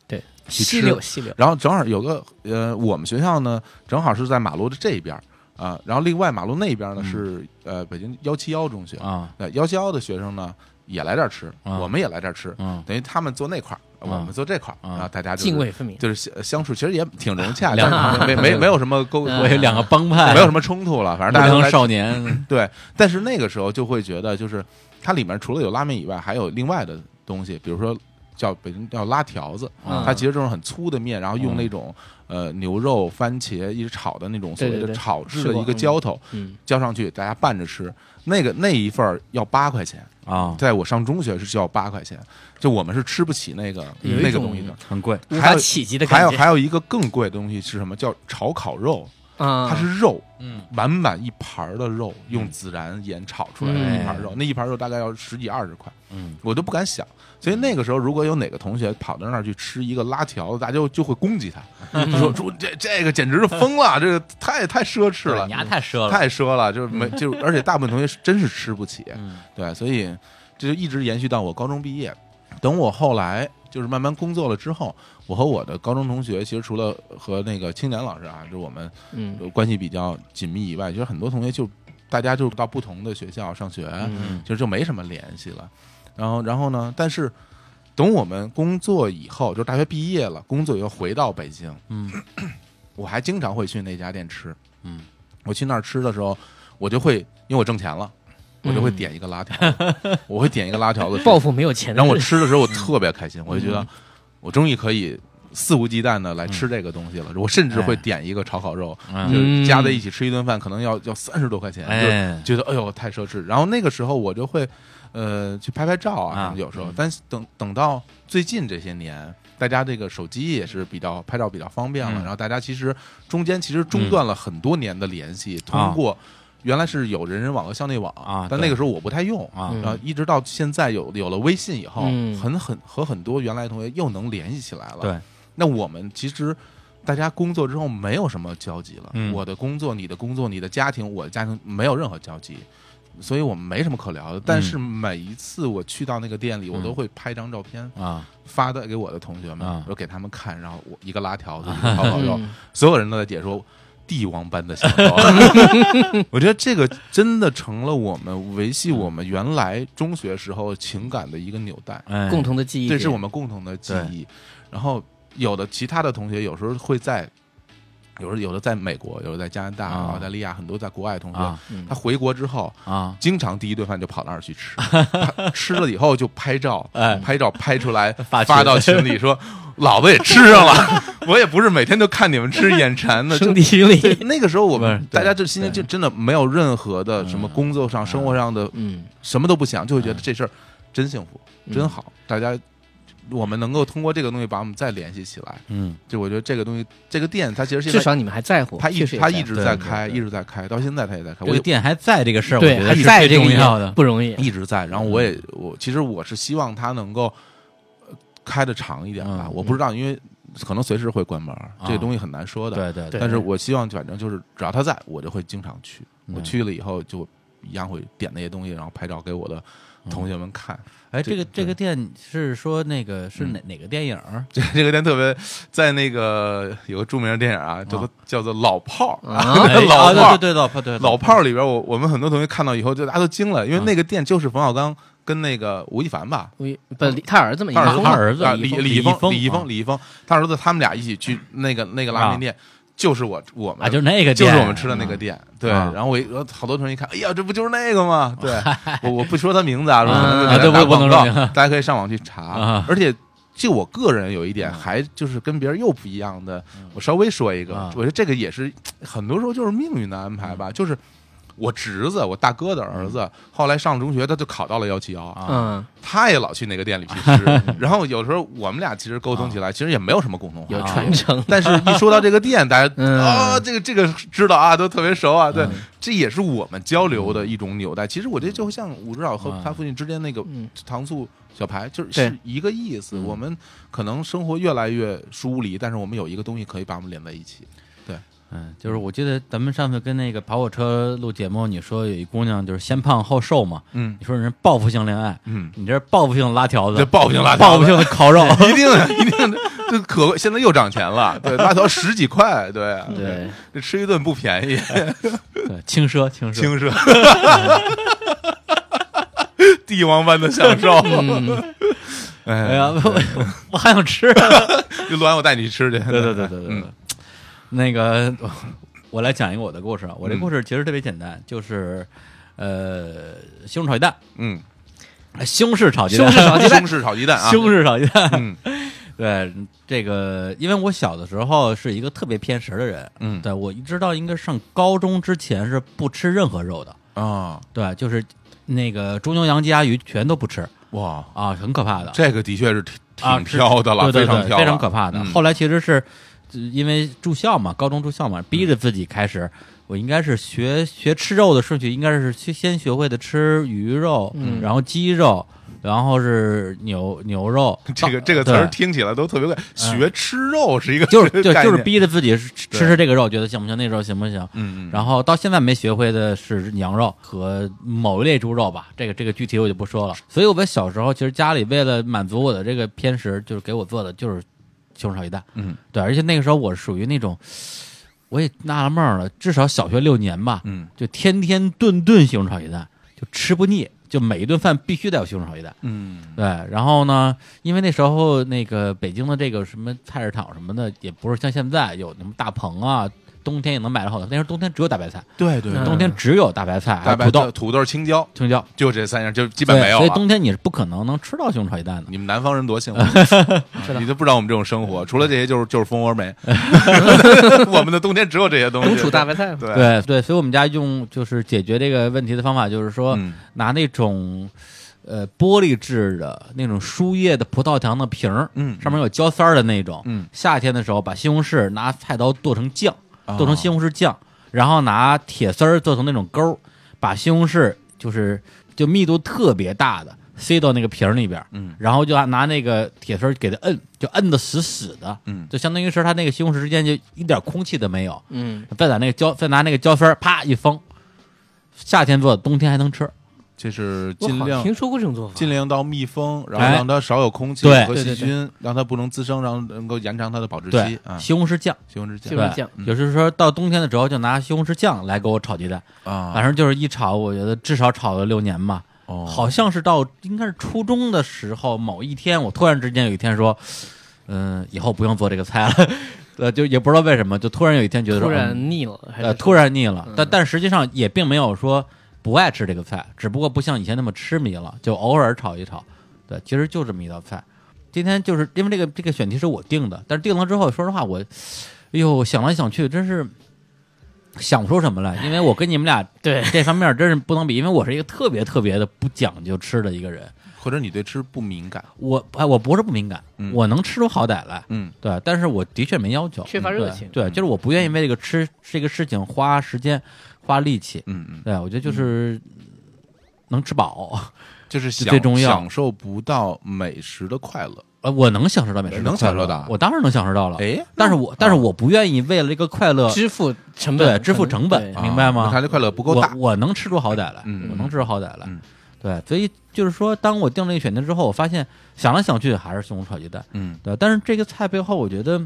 S4: 对，
S3: 去
S4: 吸
S3: 吃
S4: 溜吸溜。
S3: 然后正好有个呃，我们学校呢，正好是在马路的这一边儿啊、然后另外马路那边呢是、呃北京幺七幺中学，
S2: 嗯啊
S3: 那幺七幺的学生呢也来这儿吃，
S2: 啊
S3: 我们也来这儿吃，
S2: 嗯
S3: 等于他们坐那块儿，我们坐这块儿，
S2: 啊
S3: 然后大家就是
S4: 泾渭分明，
S3: 就是相相处，其实也挺融洽，
S2: 两
S3: 但是没没没有什么沟，
S4: 嗯
S2: 我有两个帮派，
S3: 没有什么冲突了，反正大家都
S2: 良
S3: 来
S2: 少 年，
S3: 对。但是那个时候就会觉得，就是它里面除了有拉面以外，还有另外的东西，比如说叫北京叫拉条子，
S4: 嗯
S3: 它其实这种很粗的面，然后用那种呃牛肉、番茄一直炒的那种所谓
S4: 对对
S3: 的
S4: 对
S3: 炒制
S4: 是
S3: 的
S4: 过
S3: 一个
S4: 嗯
S3: 浇头，
S4: 嗯，
S3: 浇上去，大家拌着吃。那个那一份儿要八块钱，
S2: 啊，
S3: 在我上中学是需要八块钱，就我们是吃不起那个
S4: 有一
S3: 那个
S4: 种
S3: 东西的。
S2: 很贵，
S4: 无
S3: 还
S4: 法
S3: 有
S4: 企及的
S3: 还有
S4: 感觉。
S3: 还有一个更贵的东西是什么？叫炒烤肉，
S4: 啊，
S3: 它是肉，
S2: 嗯，
S3: 满满一盘儿的肉，用孜然盐炒出来的
S4: 嗯
S3: 一盘儿肉，那一盘儿肉大概要十几二十块，
S2: 嗯，
S3: 我都不敢想。所以
S4: 嗯
S3: 那个时候，如果有哪个同学跑到那儿去吃一个拉条子，大家就就会攻击 他，就说说这这个简直是疯了，这个太太奢侈了
S2: 你，牙太奢了，
S3: 太奢了，就是没就而且大部分同学是真是吃不起，对，所以这就一直延续到我高中毕业。等我后来就是慢慢工作了之后，我和我的高中同学，其实除了和那个青年老师啊，就是我们
S4: 嗯，
S3: 关系比较紧密以外，其实很多同学就大家就到不同的学校上学，
S2: 嗯
S3: 其实就没什么联系了。然后，然后呢，但是等我们工作以后，就是大学毕业了，工作以后回到北京，
S2: 嗯，
S3: 我还经常会去那家店吃，
S2: 嗯，
S3: 我去那儿吃的时候，我就会因为我挣钱了，我
S2: 嗯
S3: 就会点一个拉条子，我会点一个 拉条子吃
S4: 报复没有钱的
S3: 然
S4: 日
S3: 后
S4: 子，
S3: 我吃的时候，我
S2: 嗯
S3: 特别开心，我就觉得我终于可以肆无忌惮的来吃这个东西了。我甚至会点一个炒烤肉，
S2: 哎嗯
S3: 就是加在一起吃一顿饭，可能要要三十多块钱，
S2: 哎
S3: 就觉得哎呦太奢侈。然后那个时候我就会呃去拍拍照啊，
S2: 啊
S3: 什么有时候。但是等等到最近这些年。大家这个手机也是比较拍照比较方便了，
S2: 嗯
S3: 然后大家其实中间其实中断了很多年的联系，通过原来是有人人网和校内网
S2: 啊
S3: 但
S2: 对
S3: 那个时候我不太用
S2: 啊
S3: 然后一直到现在有有了微信以后，
S4: 嗯
S3: 很很和很多原来的同学又能联系起来了。
S2: 对，
S3: 那我们其实大家工作之后没有什么交集了。
S2: 嗯
S3: 我的工作、你的工作、你的家庭、我的家庭没有任何交集，所以我们没什么可聊的。
S2: 嗯
S3: 但是每一次我去到那个店里，我都会拍张照片
S2: 啊，
S3: 发的给我的同学们
S2: 啊，
S3: 我给他们看，然后我一个拉条 子，一个烤烤肉
S4: 嗯，
S3: 所有人都在解说。帝王般的 享受，我觉得这个真的成了我们维系我们原来中学时候情感的一个纽带，
S2: 哎，
S4: 共同的记忆点，
S3: 这是我们共同的记忆。然后有的其他的同学有时候会在，有时候有的在美国，有的在加拿大、
S2: 啊
S3: 澳大利亚，很多在国外同学，
S2: 啊
S3: 他回国之后。
S2: 啊，
S3: 经常第一顿饭就跑那儿去吃，他吃了以后就拍照，
S2: 哎
S3: 拍照拍出来
S2: 发
S3: 发
S2: 群
S3: 到群里说，老子也吃上了， 我也不是每天就看你们吃眼馋的，就
S4: 兄弟兄
S3: 对
S4: 弟，，
S3: 那个时候我们
S2: 不是对
S3: 大家就心里
S2: 对
S3: 就真的没有任何的什么工作上、生活上的
S4: 嗯，
S3: 什么都不想，就会觉得这事儿真幸福、
S4: 嗯
S3: 真好，大家我们能够通过这个东西把我们再联系起来。
S2: 嗯，
S3: 就我觉得这个东西，这个店它其实现
S4: 至
S3: 在
S4: 少你们还在乎，
S3: 它一
S4: 确实
S3: 直
S4: 也
S3: 它
S4: 在
S3: 一直
S2: 对
S3: 在
S2: 对
S3: 开，
S2: 对
S3: 一直在开，到现在它也在开。
S2: 这
S3: 我
S2: 个
S3: 也
S2: 店还在这个事儿，我
S4: 对
S2: 觉
S4: 还
S2: 得是
S4: 在
S2: 最
S4: 这个
S2: 重
S4: 也
S2: 要的。
S4: 不容易。
S3: 一直在。然后我
S2: 嗯
S3: 也我其实我是希望它能够呃开的长一点吧，
S2: 嗯啊
S3: 我不知道，因为可能随时会关门儿，这个东西很难说的。
S2: 对对
S4: 对
S3: 但是我希望反正就是只要他在，我就会经常去。我
S2: 嗯
S3: 去了以后就一样会点那些东西，然后拍照给我的
S2: 嗯
S3: 同学们看。
S2: 哎，这个
S3: 对嗯
S2: 这个店是说那个是哪哪个电影儿？
S3: 这这个店特别，在那个有个著名的电影啊，叫做、叫做《老炮儿》
S4: 啊
S3: 那个老
S2: 嗯啊
S3: 炮儿
S2: 对对对，老炮对嗯
S3: 老炮儿》里边，我我们很多同学看到以后，就大家都惊了，因为那个店就是冯小刚跟那个吴亦凡吧，
S4: 我不，他儿子嘛，
S3: 他儿子
S4: 李峰
S2: 他
S4: 嘛
S2: 儿子
S3: 啊
S2: 李
S3: 李
S2: 峰
S3: 李
S2: 李峰
S3: 李易
S2: 啊
S3: 峰李易峰，他儿子他们俩一起去那个那个拉面店，就是我我们
S2: 啊，就是那个
S3: 就
S2: 店，
S3: 是我们吃的那个店，对。
S2: 啊
S3: 然后我一我好多同学一看，哎呀，这不就是那个吗？对，我我不说他名字啊，说
S2: 啊
S3: 可能给
S2: 对
S3: 大家
S2: 不不能说
S3: 广告
S2: 名字，
S3: 大家可以上网去查
S2: 啊。嗯
S3: 而且就我个人有一点，还就是跟别人又不一样的，我稍微说一个
S2: 啊，嗯
S3: 我觉得这个也是很多时候就是命运的安排吧，就是。我侄子，我大哥的儿子，后来上中学，他就考到了幺啊七
S2: 啊
S3: 幺，
S4: 嗯，
S3: 他也老去那个店里去吃。 然后有时候我们俩其实沟通起来，其实也没有什么共同话
S4: 啊有
S3: 题，
S4: 传承，
S3: 但是一说到这个店，大家
S4: 嗯
S3: 哦，这个这个知道啊，都特别熟啊。对，这也是我们交流的一种纽带。其实我觉得就像武指导和
S2: 嗯
S3: 他父亲之间那个
S4: 嗯
S3: 糖醋小排，就是
S4: 对
S3: 是一个意思。
S2: 嗯
S3: 我们可能生活越来越疏离，但是我们有一个东西可以把我们连在一 起。
S2: 嗯，就是我记得咱们上次跟那个跑火车录节目，你说有一姑娘就是先胖后瘦嘛，
S3: 嗯
S2: 你说人报复性恋爱，
S3: 嗯，
S2: 你这是报复性拉条子，
S3: 这报复性拉条子
S2: 报复性的烤 肉，
S3: 一定的一定的，这可贵现在又涨钱了。对，辣条十几块，对，啊
S4: 对，
S3: 这吃一顿不便宜，
S2: 对，轻奢轻奢，
S3: 轻奢。 帝王般的享受，
S4: 嗯，
S2: 哎
S3: 哎
S2: 呀，我 我还想吃，
S3: 就录完我带你去吃去。
S2: 对对对对对对
S3: 嗯，
S2: 那个我我来讲一个我的故事，啊，我这故事其实特别简单，就是呃西红柿炒鸡蛋，
S3: 嗯，
S2: 哎西红柿炒鸡
S4: 西红
S2: 蛋，
S4: 柿炒鸡蛋
S3: 西 红柿炒
S2: 西红柿炒鸡
S3: 鸡蛋啊，
S2: 蛋，
S3: 嗯
S2: 对这个，因为我小的时候是一个特别偏食的人，
S3: 嗯
S2: 对我一直到应该上高中之前是不吃任何肉的，
S3: 啊，
S2: 对，就是那个猪牛羊鸡鸭鱼全都不吃
S3: 哇，
S2: 啊，很可怕的。
S3: 这个的确是挺
S2: 啊
S3: 挺飘的了，
S2: 对对
S3: 常
S2: 对，
S3: 飘，
S2: 非常可怕的。
S3: 嗯，
S2: 后来其实是呃因为住校嘛，高中住校嘛，逼着自己开始，我应该是学学吃肉的顺序，应该是先先学会的吃鱼肉，
S4: 嗯
S2: 然后鸡肉，然后是牛牛肉
S3: 这个这个词
S2: 对
S3: 儿听起来都特别怪，学吃肉嗯是一个
S2: 就是就
S3: 概念
S2: 就是逼着自己吃吃
S3: 对
S2: 吃这个肉，觉得行不行？那肉行不行？
S3: 嗯嗯，
S2: 然后到现在没学会的是羊肉和某一类猪肉吧，这个这个具体我就不说了。所以我们小时候其实家里为了满足我的这个偏食，就是给我做的就是西红柿炒鸡蛋。
S3: 嗯
S2: 对，而且那个时候我属于那种，我也纳了闷儿了，至少小学六年吧，
S3: 嗯
S2: 就天天顿顿西红柿炒鸡蛋，就吃不腻，就每一顿饭必须得有西红柿炒鸡蛋。
S3: 嗯
S2: 对，然后呢，因为那时候那个北京的这个什么菜市场什么的，也不是像现在有什么大棚啊，冬天也能买到好多。那时候冬天只有大白菜，
S3: 对对
S4: 嗯
S2: 冬天只有大白菜、还
S3: 大
S2: 有
S3: 白
S2: 土豆、
S3: 土豆、青椒，
S2: 青椒，
S3: 就这三样，就基
S2: 基
S3: 本没有
S2: 所以
S3: 了。
S2: 冬天你是不可能能吃到西红柿炒鸡蛋的。
S3: 你们南方人多 幸福，你都不知道我们这种生
S2: 嗯
S3: 活，除了这些就是就是蜂窝 煤， 我们的冬天只有这些东西。
S4: 冬储大白菜嘛，
S3: 对，
S2: 对对，所以我们家用就是解决这个问题的方法，就是说、
S3: 嗯
S2: 拿那种呃玻璃制的那种输液的葡萄糖的瓶儿，
S3: 嗯
S2: 上面有胶塞儿的那种，
S3: 嗯，
S2: 夏天的时候把西红柿拿菜刀剁成酱，
S3: 啊
S2: 剁成西红柿酱，然后拿铁丝儿做成那种钩儿，把西红柿就是就密度特别大的塞到那个瓶儿里边，
S3: 嗯，
S2: 然后就拿那个铁丝儿给它摁，就摁的死死的，
S3: 嗯
S2: 就相当于是它那个西红柿之间就一点空气都没有，
S4: 嗯，
S2: 再把那个胶再拿那个胶丝儿啪一封，夏天做，冬天还能吃，
S3: 这是
S4: 我
S3: 尽
S4: 好像
S3: 量
S4: 听说过这种做法，
S3: 尽量到密封，然
S2: 哎
S3: 后让它少有空气
S2: 对
S3: 和
S4: 对对
S3: 细菌，让它不能滋生，让能够延长它的保质
S2: 对
S3: 期，啊。嗯
S2: 西红柿酱。
S3: 西红柿
S4: 西
S3: 酱
S4: 红柿
S2: 对
S4: 酱，
S2: 有时候到冬天的时候就拿西红柿酱来给我炒鸡蛋，反
S3: 啊，
S2: 正就是一炒，我觉得至少炒了六年吧。
S3: 哦
S2: 好像是到应该是初中的时候，某一天我突然之间有一天说，嗯、以后不用做这个菜了， 呃，就也不知道为什么，就突然有一天觉得说
S4: 突
S2: 嗯
S4: 然腻了，还
S2: 呃
S4: 是
S2: 突然腻了，
S4: 嗯
S2: 但但实际上也并没有说不爱吃这个菜，只不过不像以前那么痴迷了，就偶尔炒一炒，对，其实就这么一道菜。今天就是因为这个这个选题是我定的，但是定了之后，说实话我，哎呦想来想去，真是想不出什么来，因为我跟你们俩
S4: 哎对
S2: 这方面真是不能比，因为我是一个特别特别的不讲究吃的一个人。
S3: 或者你对吃不敏感，
S2: 我哎，我不是不敏感，
S3: 嗯
S2: 我能吃出好歹来，
S3: 嗯
S2: 对，但是我的确没要求，
S4: 缺乏
S2: 嗯
S4: 热
S2: 对
S4: 情嗯
S2: 对，就是我不愿意为这个吃这个事情花时间、花力气，
S3: 嗯嗯，
S2: 对，我觉得就是能吃饱，
S3: 就是
S2: 最
S3: 享
S2: 重要
S3: 享受不到美食的快乐。
S2: 呃，我能享受到美食的快乐，
S3: 能享受到
S2: 我当然能享受到了，
S3: 哎，
S2: 但是我但是我不愿意为了这个快乐，
S4: 支付成本可
S2: 对，
S4: 能，
S2: 支付成本，啊
S3: 啊
S4: 对
S2: 明白吗？
S3: 那他的快乐不够大，
S2: 我我能吃出好歹来，
S3: 嗯
S2: 我能吃出好歹来。
S3: 嗯
S2: 对，所以就是说，当我定了一个选择之后，我发现想来想去还是胸红炒鸡蛋。
S3: 嗯
S2: 对，但是这个菜背后，我觉得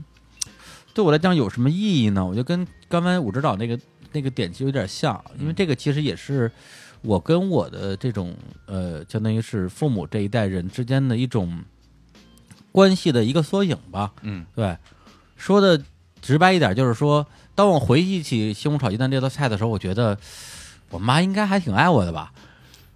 S2: 对我来讲有什么意义呢？我就跟刚才武指导那个那个点其实有点像，因为这个其实也是我跟我的这种呃，相当于是父母这一代人之间的一种关系的一个缩影吧。
S3: 嗯
S2: 对，说的直白一点，就是说，当我回忆起西红柿炒鸡蛋这道菜的时候，我觉得我妈应该还挺爱我的吧，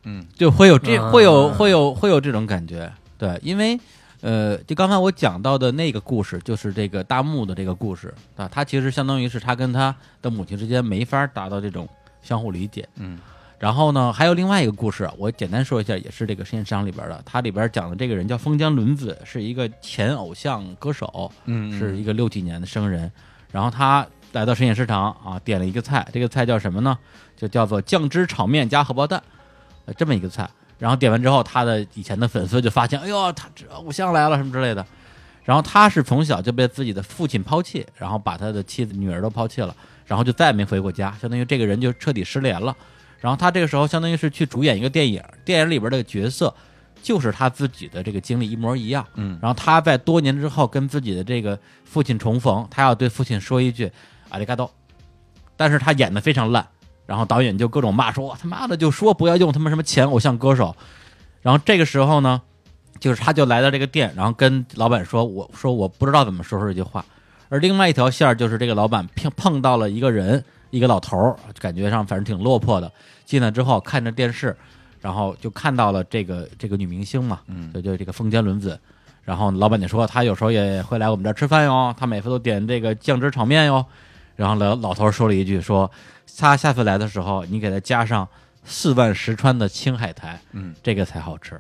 S3: 嗯，
S2: 就会有这
S4: 嗯
S2: 会有会有会有这种感觉，对，因为。呃，就刚才我讲到的那个故事，就是这个大木的这个故事啊，他其实相当于是他跟他的母亲之间没法达到这种相互理解，
S3: 嗯，
S2: 然后呢，还有另外一个故事，我简单说一下，也是这个实验商里边的，它里边讲的这个人叫封江伦子，是一个前偶像歌手，
S3: 嗯
S2: 是一个六几年的生人，然后他来到深夜食堂啊，点了一个菜，这个菜叫什么呢？就叫做酱汁炒面加荷包蛋，呃这么一个菜。然后点完之后，他的以前的粉丝就发现，哎呦，他这偶像来了什么之类的。然后他是从小就被自己的父亲抛弃，然后把他的妻子、女儿都抛弃了，然后就再也没回过家，相当于这个人就彻底失联了。然后他这个时候相当于是去主演一个电影，电影里边的角色就是他自己的这个经历一模一样。
S3: 嗯
S2: 然后他在多年之后跟自己的这个父亲重逢，他要对父亲说一句“阿里嘎多”，但是他演的非常烂，然后导演就各种骂说：“我他妈的就说不要用他们什么前偶像歌手。”然后这个时候呢，就是他就来到这个店，然后跟老板说：“我说我不知道怎么说出这句话。”而另外一条线儿就是这个老板碰碰到了一个人，一个老头儿，感觉上反正挺落魄的。进来之后看着电视，然后就看到了这个这个女明星嘛，
S3: 嗯
S2: 就就这个风间伦子。然后老板就说他有时候也会来我们这儿吃饭哟，他每次都点这个酱汁炒面哟。然后老老头儿说了一句说，他下次来的时候你给他加上四万石川的青海苔，
S3: 嗯，
S2: 这个才好吃。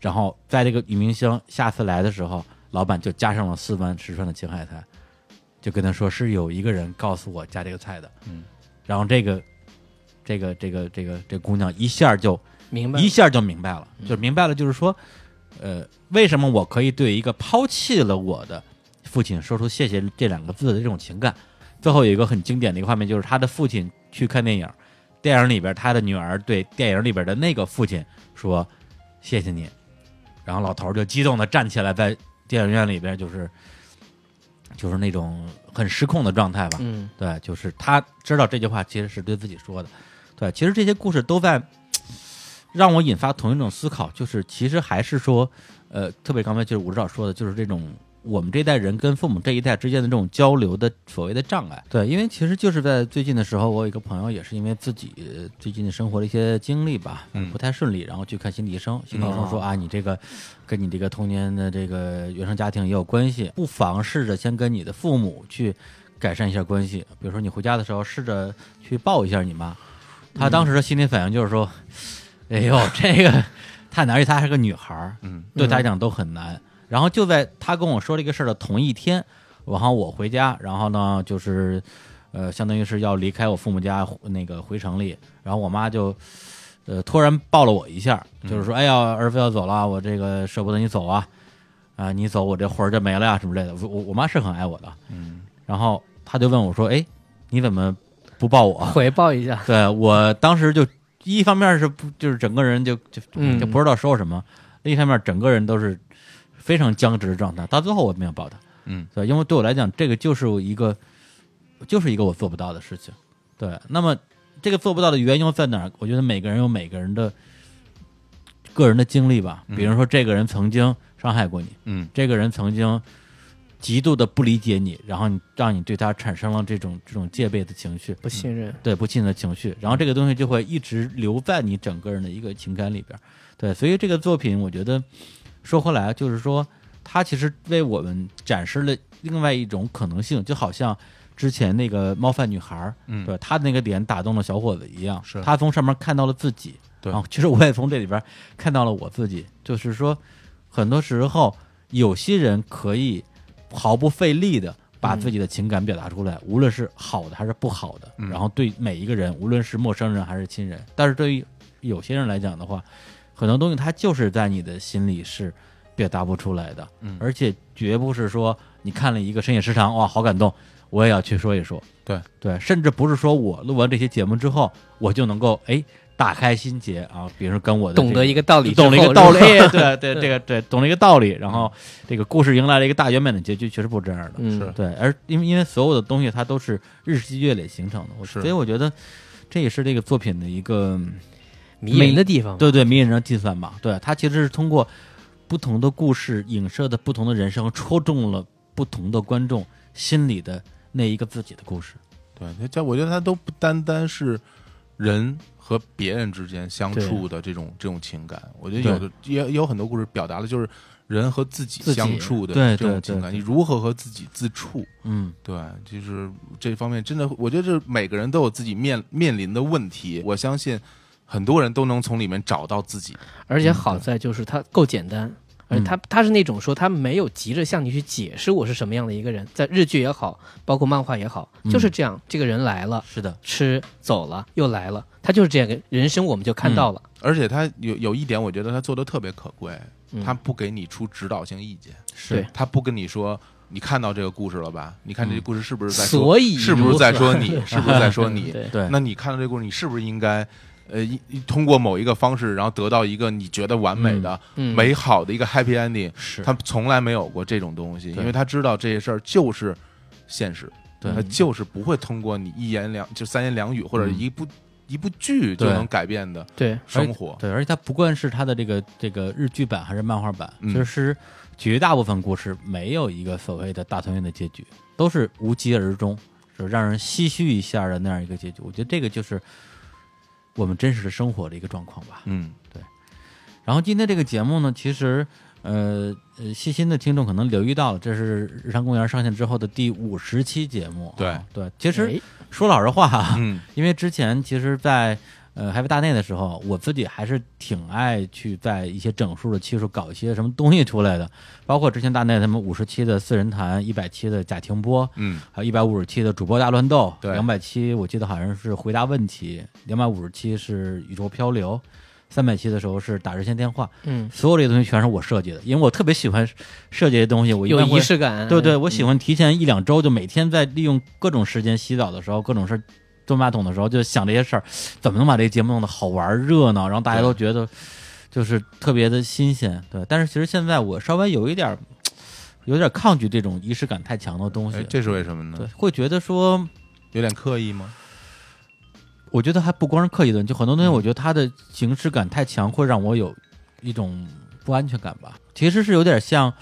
S2: 然后在这个女明星下次来的时候，老板就加上了四万石川的青海苔，就跟他说是有一个人告诉我加这个菜的，
S3: 嗯，
S2: 然后这个这个这个这个这姑娘一下就
S4: 明白嗯
S2: 一下就明白了，就明白了，就是说，呃，为什么我可以对一个抛弃了我的父亲说出“谢谢”这两个字的这种情感？最后有一个很经典的一个画面，就是他的父亲去看电影，电影里边他的女儿对电影里边的那个父亲说：“谢谢你。”然后老头儿就激动的站起来，在电影院里边就是就是那种很失控的状态吧，
S4: 嗯，
S2: 对，就是他知道这句话其实是对自己说的，对，其实这些故事都在让我引发同一种思考，就是其实还是说，呃，特别刚才就是吴指导说的，就是这种我们这代人跟父母这一代之间的这种交流的所谓的障碍，对，因为其实就是在最近的时候，我有一个朋友也是因为自己呃最近的生活的一些经历吧，
S3: 嗯
S2: 不太顺利，然后去看心理医生，心理医生说、
S4: 哦
S2: 啊，你这个跟你这个童年的这个原生家庭也有关系，不妨试着先跟你的父母去改善一下关系。比如说你回家的时候，试着去抱一下你妈。她当时的心理反应就是说：“ 哎呦，这个太难，而且她还是个女孩儿，
S3: 嗯，
S2: 对她来讲都很难。”然后就在她跟我说这个事儿的同一天，然后我回家，然后呢就是，呃，相当于是要离开我父母家那个回城里，然后我妈就。呃，突然抱了我一下，
S3: 嗯
S2: 就是说：“哎呀，儿子要走了，我这个舍不得你走啊，啊、你走我这魂儿就没了呀、什么之类的。我”我我妈是很爱我的，
S3: 嗯
S2: 然后他就问我说：“哎，你怎么不抱我
S4: 回报一下？” ，
S2: 对我当时就一方面是不就是整个人就就
S4: 嗯
S2: 就不知道说什么，另一方面整个人都是非常僵直的状态。到最后我没有抱他，
S3: 嗯，
S2: 对，因为对我来讲，这个就是一个就是一个我做不到的事情。对，那么这个做不到的原因在哪儿？我觉得每个人有每个人的个人的经历吧，比如说这个人曾经伤害过你，
S3: 嗯
S2: 这个人曾经极度的不理解你，然后你让你对他产生了这种这种戒备的情绪，
S4: 不信任，
S2: 对不信的情绪，然后这个东西就会一直留在你整个人的一个情感里边儿。对，所以这个作品，我觉得说回来就是说，它其实为我们展示了另外一种可能性，就好像。之前那个猫饭女孩儿，
S3: 嗯
S2: 对她的那个点打动了小伙子一样，
S3: 是
S2: 他从上面看到了自己。
S3: 对
S2: 然后其实我也从这里边儿看到了我自己，就是说，很多时候有些人可以毫不费力的
S3: 嗯
S2: 把自己的情感表达出来，无论是好的还是不好的，
S3: 嗯
S2: 然后对每一个人，无论是陌生人还是亲人，但是对于有些人来讲的话，很多东西它就是在你的心里是表达不出来的，
S3: 嗯
S2: 而且绝不是说你看了一个深夜食堂，哇，好感动，我也要去说一说，
S3: 对
S2: 对，甚至不是说我录完这些节目之后，我就能够哎打开心结啊，比如说跟我的、这个、
S4: 懂得一个道理之后，
S2: 懂了一个道理，
S4: 是吧
S2: 哎对对，这个对，懂了一个道理，然后这个故事迎来了一个大圆满的结局，确实不是这样的，
S4: 嗯，
S3: 是
S2: 对，而因为因为所有的东西它都是日积月累形成的，我
S3: 是
S2: 所以我觉得这也是这个作品的一个
S4: 迷人的地方，
S2: 对对迷人的计算吧，对，它其实是通过不同的故事影射的不同的人生，戳中了不同的观众心里的那一个自己的故事，
S3: 对，这我觉得它都不单单是人和别人之间相处的这种这种情感，我觉得有的也也有很多故事表达的就是人和自己
S2: 自己
S3: 相处的
S2: 对
S3: 这种
S2: 对
S3: 情
S2: 对
S3: 感，
S2: 对
S3: 你如何和自己自处？
S2: 嗯
S3: 对，就是这方面真的，我觉得这每个人都有自己面面临的问题，我相信很多人都能从里面找到自己。
S4: 而且好在就是它够简单，而
S2: 嗯
S4: 且它它是那种说它没有急着向你去解释我是什么样的一个人，在日剧也好，包括漫画也好，
S2: 嗯
S4: 就是这样，这个人来了，
S2: 是的，
S4: 吃走了又来了，他就是这样个人生，我们就
S2: 嗯
S4: 看到了，
S3: 而且他有有一点，我觉得他做的特别可贵，他不给你出指导性意见，
S2: 是
S3: 他不跟你说，你看到这个故事了吧？你看这个故事是不是在说？
S4: 所以
S3: 是不
S4: 如
S3: 是
S4: 此
S3: 在说你？是不是在说你？
S4: 嗯对
S2: 对，
S3: 那你看到这个故事，你是不是应该，呃，一一通过某一个方式，然后得到一个你觉得完美的、
S4: 嗯嗯
S3: 美好的一个 happy ending？
S2: 是
S3: 他从来没有过这种东西，
S2: 对
S3: 因为他知道这些事儿就是现实，
S2: 对
S3: 他就是不会通过你一言两就三言两语或者
S2: 嗯
S3: 一部、一部剧就
S2: 对
S3: 能改变的
S4: 对，
S3: 生活。
S2: 哎对，而且它不管是它的这个这个日剧版还是漫画版，
S3: 嗯
S2: 就是绝大部分故事没有一个所谓的大团圆的结局，都是无疾而终，就是让人唏嘘一下的那样一个结局。我觉得这个就是我们真实的生活的一个状况吧。
S3: 嗯，
S2: 然后今天这个节目呢，其实呃呃，细心的听众可能留意到了，这是日常公园上线之后的第五十期节目啊。
S3: 对
S2: 对，其实
S4: 哎
S2: 说老实话啊，
S3: 嗯
S2: 因为之前其实在，呃还 a 大内的时候，我自己还是挺爱去在一些整数的期数搞一些什么东西出来的，包括之前大内他们五十期的四人谈，一百期的假停播，
S3: 嗯，
S2: 还有一百五十期的主播大乱斗，
S3: 对
S2: 两百期我记得好像是回答问题，两百五十期是宇宙漂流。三百期的时候是打热线电话，
S4: 嗯，
S2: 所有这些东西全是我设计的，因为我特别喜欢设计这些东西，我一
S4: 有
S2: 般会
S4: 仪式感，嗯
S2: 对对，我喜欢提前一两周，就每天在利用各种时间洗澡的时候，各种事儿蹲马桶的时候，就想这些事儿，怎么能把这个节目弄得好玩儿热闹，让大家都觉得就是特别的新鲜。对，但是其实现在我稍微有一点儿有点儿抗拒这种仪式感太强的东
S3: 哎
S2: 西，
S3: 这是为什么
S2: 对
S3: 呢？，
S2: 会觉得说。
S3: 有点刻意吗？
S2: 我觉得还不光是刻意的，就很多东西，我觉得它的形式感太强，会让我有一种不安全感吧。其实是有点像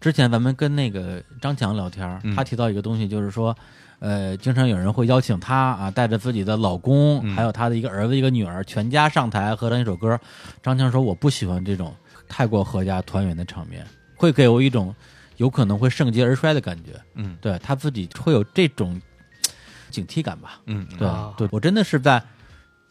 S2: 之前咱们跟那个张强聊天儿，
S3: 嗯
S2: 他提到一个东西，就是说，呃，经常有人会邀请他啊，带着自己的老公，
S3: 嗯
S2: 还有他的一个儿子、一个女儿，全家上台合唱一首歌。张强说：“我不喜欢这种太过合家团圆的场面，会给我一种有可能会盛极而衰的感觉。”
S3: 嗯
S2: 对他自己会有这种警惕感吧。
S3: 嗯，
S2: 对、
S4: 啊
S2: 对，我真的是在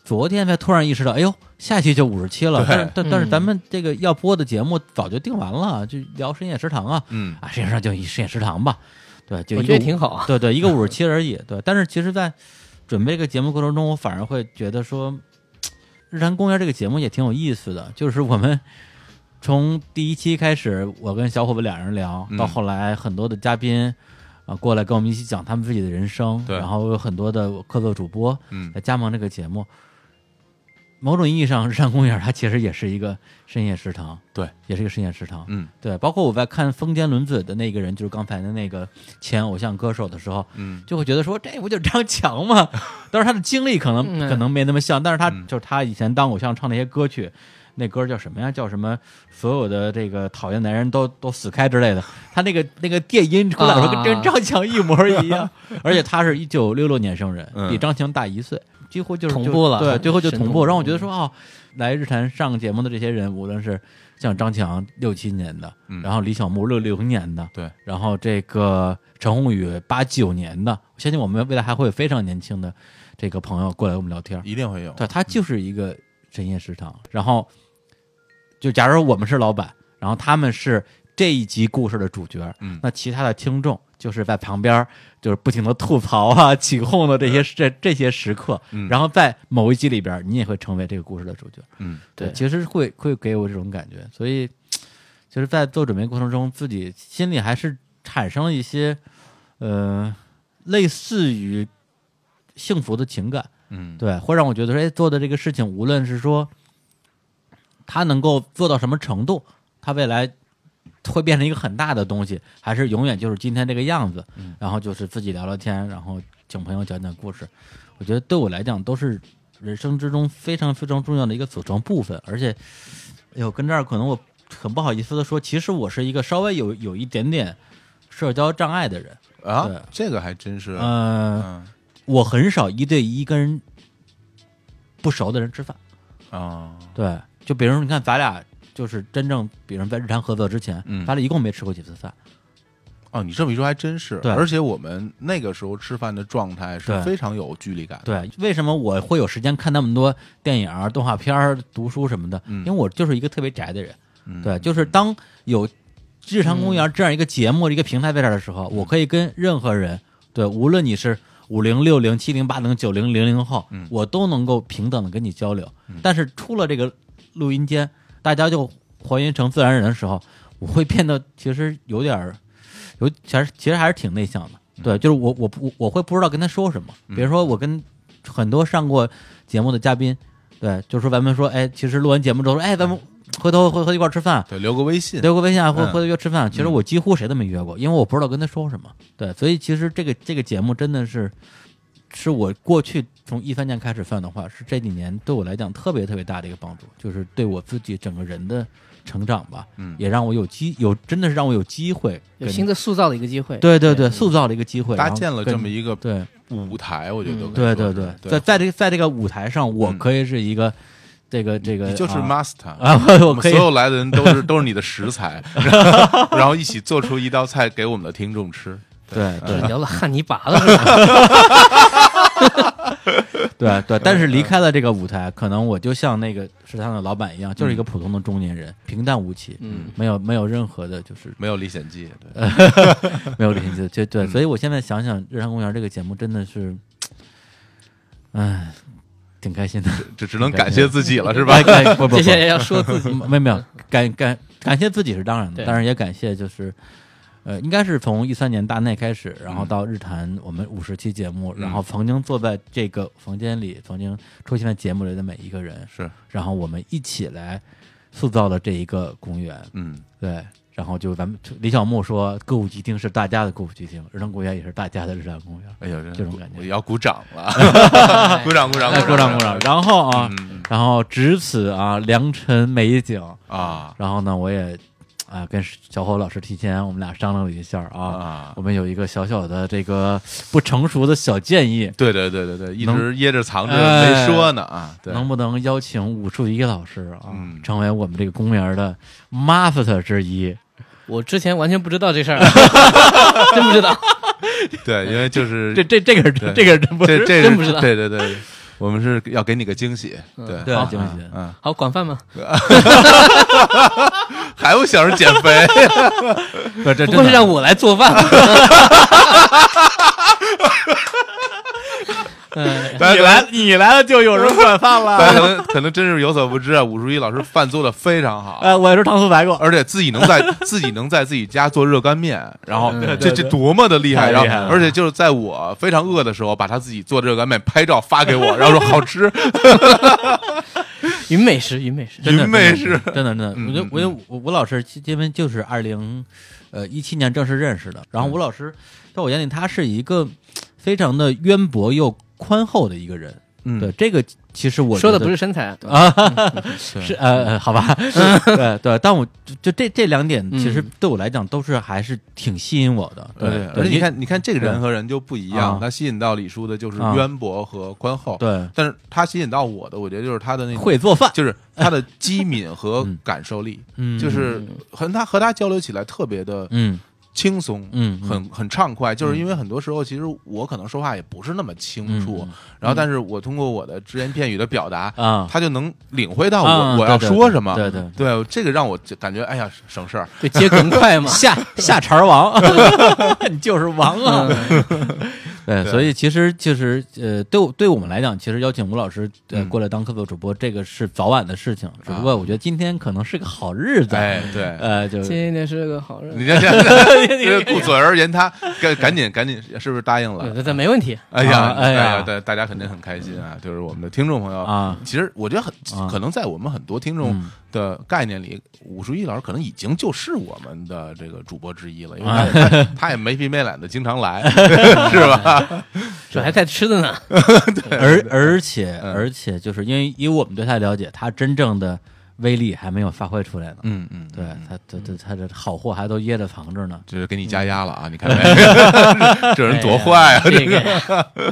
S2: 昨天才突然意识到，哎呦，下期就五十期了。但是但但是
S4: 嗯
S2: 咱们这个要播的节目早就定完了，就聊深夜食堂啊
S3: 嗯
S2: 啊，深夜食堂就一深夜食堂吧。对，就
S4: 我
S2: 一
S4: 觉
S2: 个
S4: 得挺好啊，
S2: 对对，一个五十期而已。对，但是其实，在准备这个节目过程中，我反而会觉得说，嘖日坛公园这个节目也挺有意思的。就是我们 从第一期开始，我跟小伙伴俩人聊，
S3: 嗯
S2: 到后来很多的嘉宾啊、过来跟我们一起讲他们自己的人生，
S3: 对
S2: 然后有很多的客座主播
S3: 嗯
S2: 来加盟这个节目。某种意义上，日坛公园它其实也是一个深夜食堂，
S3: 对，
S2: 也是一个深夜食堂。
S3: 嗯
S2: 对，包括我在看风间轮子的那个人，就是刚才的那个前偶像歌手的时候，
S3: 嗯，
S2: 就会觉得说这不就是张强 吗？但是他的经历可能
S4: 嗯
S2: 可能没那么像，但是他
S3: 嗯
S2: 就是他以前当偶像唱那些歌曲，那歌叫什么呀？叫什么？所有的这个讨厌男人都都死开之类的。他那个那个电音出来，我说
S4: 啊
S2: 跟张强一模一样，而且他是一九六六年生人，
S3: 嗯
S2: 比张强大一岁。几乎就是
S4: 同
S2: 就
S4: 步了
S2: 对，最后就
S4: 神
S2: 同
S4: 同
S2: 步，
S4: 步
S2: 让我觉得说哦，来日坛上个节目的这些人，无论是像张强六七年的，
S3: 嗯
S2: 然后李小牧六六零年的，
S3: 对，
S2: 然后这个陈宏宇八九年的，我相信我们未来还会有非常年轻的这个朋友过来跟我们聊天儿，
S3: 嗯一定会有。
S2: 对，它就是一个深夜食堂。然后，就假如我们是老板，然后他们是这一集故事的主角，
S3: 嗯
S2: 那其他的听众就是在旁边儿就是不停的吐槽啊、起哄的这些这这些时刻。
S3: 嗯
S2: 然后在某一集里边儿，你也会成为这个故事的主角。
S3: 嗯，
S4: 对
S2: 其实会会给我这种感觉，所以就是在做准备过程中，自己心里还是产生了一些呃类似于幸福的情感，
S3: 嗯，
S2: 对，会让我觉得说，哎，做的这个事情，无论是说他能够做到什么程度，他未来会变成一个很大的东西，还是永远就是今天这个样子。然后就是自己聊聊天，然后请朋友讲讲故事，我觉得对我来讲都是人生之中非常非常重要的一个组成部分。而且，哎呦，跟这儿可能我很不好意思的说，其实我是一个稍微有有一点点社交障碍的人，对
S3: 啊，这个还真是，
S2: 嗯、
S3: 嗯
S2: 我很少一对一跟不熟的人吃饭。
S3: 啊，
S2: 对，就比如说，你看咱俩就是真正，比如在日常合作之前，
S3: 嗯
S2: 咱俩一共没吃过几次饭。
S3: 哦，你这么一说还真是，
S2: 对
S3: 而且我们那个时候吃饭的状态是
S2: 对
S3: 非常有距离感的，
S2: 对，为什么我会有时间看那么多电影儿、动画片儿、读书什么的？因
S3: 嗯
S2: 为我就是一个特别宅的人。
S3: 嗯
S2: 对，就是当有《日常公园》这样一个节目、一个平台在这儿的时候，
S3: 嗯
S2: 我可以跟任何人，对，无论你是五零、六零、七零、八零、九零、零零后，
S3: 嗯
S2: 我都能够平等的跟你交流。但是出了这个录音间，大家就还原成自然人的时候，我会变得其实有点儿，有其实其实还是挺内向的。对，就是我我不我会不知道跟他说什么。比如说我跟很多上过节目的嘉宾，对，就说咱们说，哎，其实录完节目之后说，哎，咱们回头回头一块儿吃饭，
S3: 对，留个微信，
S2: 留个微信啊，或
S3: 嗯
S2: 或者约吃饭。其实我几乎谁都没约过，因为我不知道跟他说什么。对，所以其实这个这个节目真的是，是我过去从一三年开始算的话，是这几年对我来讲特别特别大的一个帮助，就是对我自己整个人的成长吧，
S3: 嗯
S2: 也让我有机有真的是让我有机会
S4: 有
S2: 跟
S4: 新的塑造的一个机会。
S2: 对对对塑造了一个机会，
S3: 搭
S2: 然后
S3: 建了
S2: 跟
S3: 这么一个
S2: 对嗯
S3: 舞台，我觉得都可以
S2: 对
S3: 说
S2: 对
S3: 是
S2: 对，在
S3: 对，
S2: 在这个在这个舞台上，我
S3: 嗯
S2: 可以是一个这个这个
S3: 你就是
S2: 啊
S3: master
S2: 啊，我
S3: 我
S2: 我
S3: 们
S2: 可
S3: 所
S2: 以
S3: 有来的人都是都是你的 食材，然后然后一起做出一道菜给我们的听众吃。
S2: 对
S4: 这
S2: 对
S4: 啊聊了汉尼拔了是吧，
S2: 对啊
S4: 嗯
S2: 对，但是离开了这个舞台，可能我就像那个食堂的老板一样，就是一个普通的中年人，平淡无奇，
S4: 嗯，
S2: 没有没有任何的， 就是
S3: 没有历险记，对，
S2: 没有联系，就
S4: 嗯
S2: 对，所以我现在想想，《日常公园》这个节目真的是，唉，挺开心的，
S3: 只只能感谢自己了，是吧？
S2: 哎？ 哎不不不
S4: 这，些人要说自己。
S2: 嗯没有没有，感感感谢自己是当然的，
S4: 对
S2: 但是也感谢就是，呃，应该是从一三年大内开始，然
S4: 嗯
S2: 后到日坛我们五十期节目，
S3: 嗯
S2: 然后曾经坐在这个房间里，曾经出现在节目里的每一个人，
S3: 是，
S2: 然后我们一起来塑造了这一个公园，
S3: 嗯，
S2: 对。然后就咱们李小牧说，歌舞伎町是大家的歌舞伎町，日坛公园也是大家的日坛公园。
S3: 哎呀，真
S2: 这种感觉
S3: 我要鼓掌 了，鼓掌鼓掌
S2: 哎，鼓掌鼓掌！然后啊，
S3: 嗯
S2: 然后值此啊，良辰美景，
S3: 啊
S2: 然后呢，我也啊、跟小伙老师提前我们俩商量了一下啊，
S3: 啊
S2: 我！们有一个小小的这个不成熟的小建议，
S3: 对对对对对，一
S2: 能
S3: 直掖着藏着
S2: 哎
S3: 没说呢啊，对，
S2: 能不能邀请武术一老师啊，
S3: 嗯
S2: 成为我们这个公园的 master 之一？
S4: 我之前完全不知道这事儿，啊 真不知道。
S3: 对，因为就是
S2: 这这这个
S3: 对
S2: 是这个是真不
S3: 这
S2: 是
S3: 这
S4: 真
S3: 是
S4: 不知道
S3: 对对对，我们是要给你个惊喜，对
S2: 对
S3: 好
S2: 惊喜
S3: 嗯，
S4: 好，广泛吗？
S3: 还不想着减肥，
S2: 不是这
S4: 不过
S2: 真
S4: 是
S2: 的
S4: 让我来做饭。 嗯，
S3: 大家可能
S2: 你来了就有人管饭
S3: 大家可能可能真是有所不知啊，武术一老师饭做的非常 好，
S2: 哎，我也是糖醋排骨，
S3: 而且自己能在自己能在自己家做热干面，然后
S4: 对
S3: 这
S2: 嗯对
S3: 这多么的厉害！
S2: 太
S3: 然
S2: 厉害
S3: 后
S2: 了
S3: 而且就是在我非常饿的时候，把他自己做的热干面拍照发给 我，然后说好吃，
S4: 云美食，云美食。
S2: 真的
S3: 云妹
S2: 真的
S3: 是
S2: 真的真的，
S3: 嗯
S2: 我觉得
S3: 嗯
S2: 我觉得吴吴老师因为就是二零呃一七年正式认识的，
S3: 嗯
S2: 然后吴老师在我眼里他是一个非常的渊博又宽厚的一个人，
S3: 嗯
S2: 对，这个其实我
S4: 说的
S2: 觉得
S4: 不是身材，
S2: 啊，
S3: 对
S2: 是呃，呃好吧，对对，但我就就这这两点，其实
S4: 嗯
S2: 对我来讲都是还是挺吸引我的。对，
S3: 哎而且你
S2: 因，
S3: 看，你看这个人和人就不一
S2: 啊
S3: 样，他吸引到李叔的就是
S2: 啊
S3: 渊博和宽厚，
S2: 对，
S3: 但是他吸引到我的，我觉得就是他的那种
S2: 会做饭，
S3: 就是他的机敏和
S2: 嗯
S3: 感受力，
S2: 嗯
S3: 就是和他和他交流起来特别的
S2: 嗯
S3: 轻松，
S2: 嗯嗯
S3: 很很畅快。就是因为很多时候，其实我可能说话也不是那么清楚，
S2: 嗯
S3: 然后但是我通过我的只言片语的表达，
S2: 啊
S3: 他就能领会到我、
S2: 啊
S3: 我要
S2: 对对
S3: 说什么。
S2: 对对。
S3: 对这个让我就感觉哎呀省事儿。
S4: 对，接梗快 嘛
S2: 下下茬儿 王，你就是王啊！ 对，所以其实就是呃，对我对我们来讲，其实邀请吴老师呃
S3: 嗯
S2: 过来当客座主播，这个是早晚的事情。只不
S3: 啊
S2: 过我觉得今天可能是个好日子，
S3: 哎， 对。
S2: 呃，就
S4: 今天是个好人，
S3: 你这 这顾左而言他，赶赶紧赶紧，是不是答应了？
S4: 这这没问题。
S3: 哎呀，
S2: 啊哎呀嗯
S3: 大大家肯定很开心啊！就是我们的听众朋友
S2: 啊
S3: 其实我觉得很、
S2: 啊嗯
S3: 可能在我们很多听众的概念里，武术一老师可能已经就是我们的这个主播之一了，因为
S2: 啊
S3: 他也、他他也没皮没脸的经常 来，是吧？
S4: 这还在吃的呢，
S2: 而而且
S3: 嗯
S2: 而且，就是因为以我们对他的了解，他真正的威力还没有发挥出来呢。
S3: 嗯嗯，
S2: 对他，他他他这好货还都掖着藏着呢。
S3: 就是给你加压了
S2: 嗯
S3: 啊！你看没， 这人多坏啊！
S4: 哎呀 这个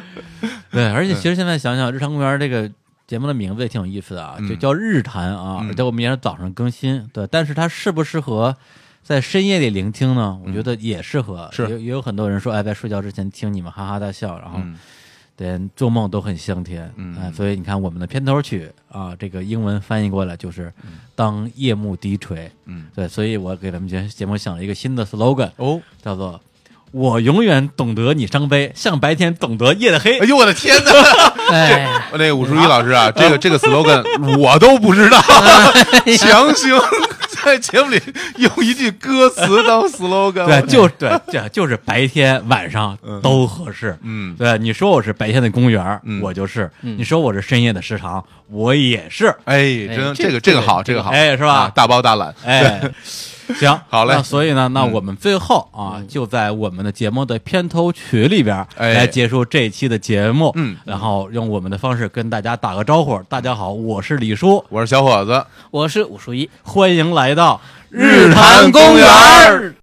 S2: 对，而且其实现在想想，日常公园这个节目的名字也挺有意思的啊，就
S3: 嗯
S2: 叫日谈啊，
S3: 嗯
S2: 而且我们也是早上更新。对，但是它适不适合在深夜里聆听呢？我觉得也适合，
S3: 嗯是
S2: 也也有很多人说，哎，在睡觉之前听你们哈哈大笑，然后
S3: 嗯
S2: 连做梦都很香甜，
S3: 嗯
S2: 哎，所以你看我们的片头曲啊，这个英文翻译过来就是“当夜幕低垂”，
S3: 嗯，
S2: 对，所以我给咱们节节目想了一个新的 slogan，
S3: 哦，
S2: 叫做“我永远懂得你伤悲，像白天懂得夜的黑
S3: 哎呦我的天哪！
S4: 哎，
S3: 那个武术一老师啊，这个这个 slogan 我都不 知道，
S2: 哎
S3: 强行在节目里用一句歌词当 slogan，”，
S2: 对，就对，对，就是白天晚上都合适。
S3: 嗯
S2: 对，你说我是白天的公园，
S3: 嗯
S2: 我就是；你说我是深夜的食堂，我也是。
S3: 哎，真
S4: 这
S3: 这个这个好，这个好，
S2: 哎是吧
S3: 啊大包大揽，
S2: 哎，行，
S3: 好嘞嗯
S2: 那所以呢，那我们最后啊，就在我们的节目的片头曲里边儿
S3: 哎
S2: 来结束这一期的节目。
S3: 嗯，
S2: 然后用我们的方式跟大家打个招呼。大家好，我是李叔，
S3: 我是小伙子，
S4: 我是武术一，
S2: 欢迎来到
S3: 日坛公园儿。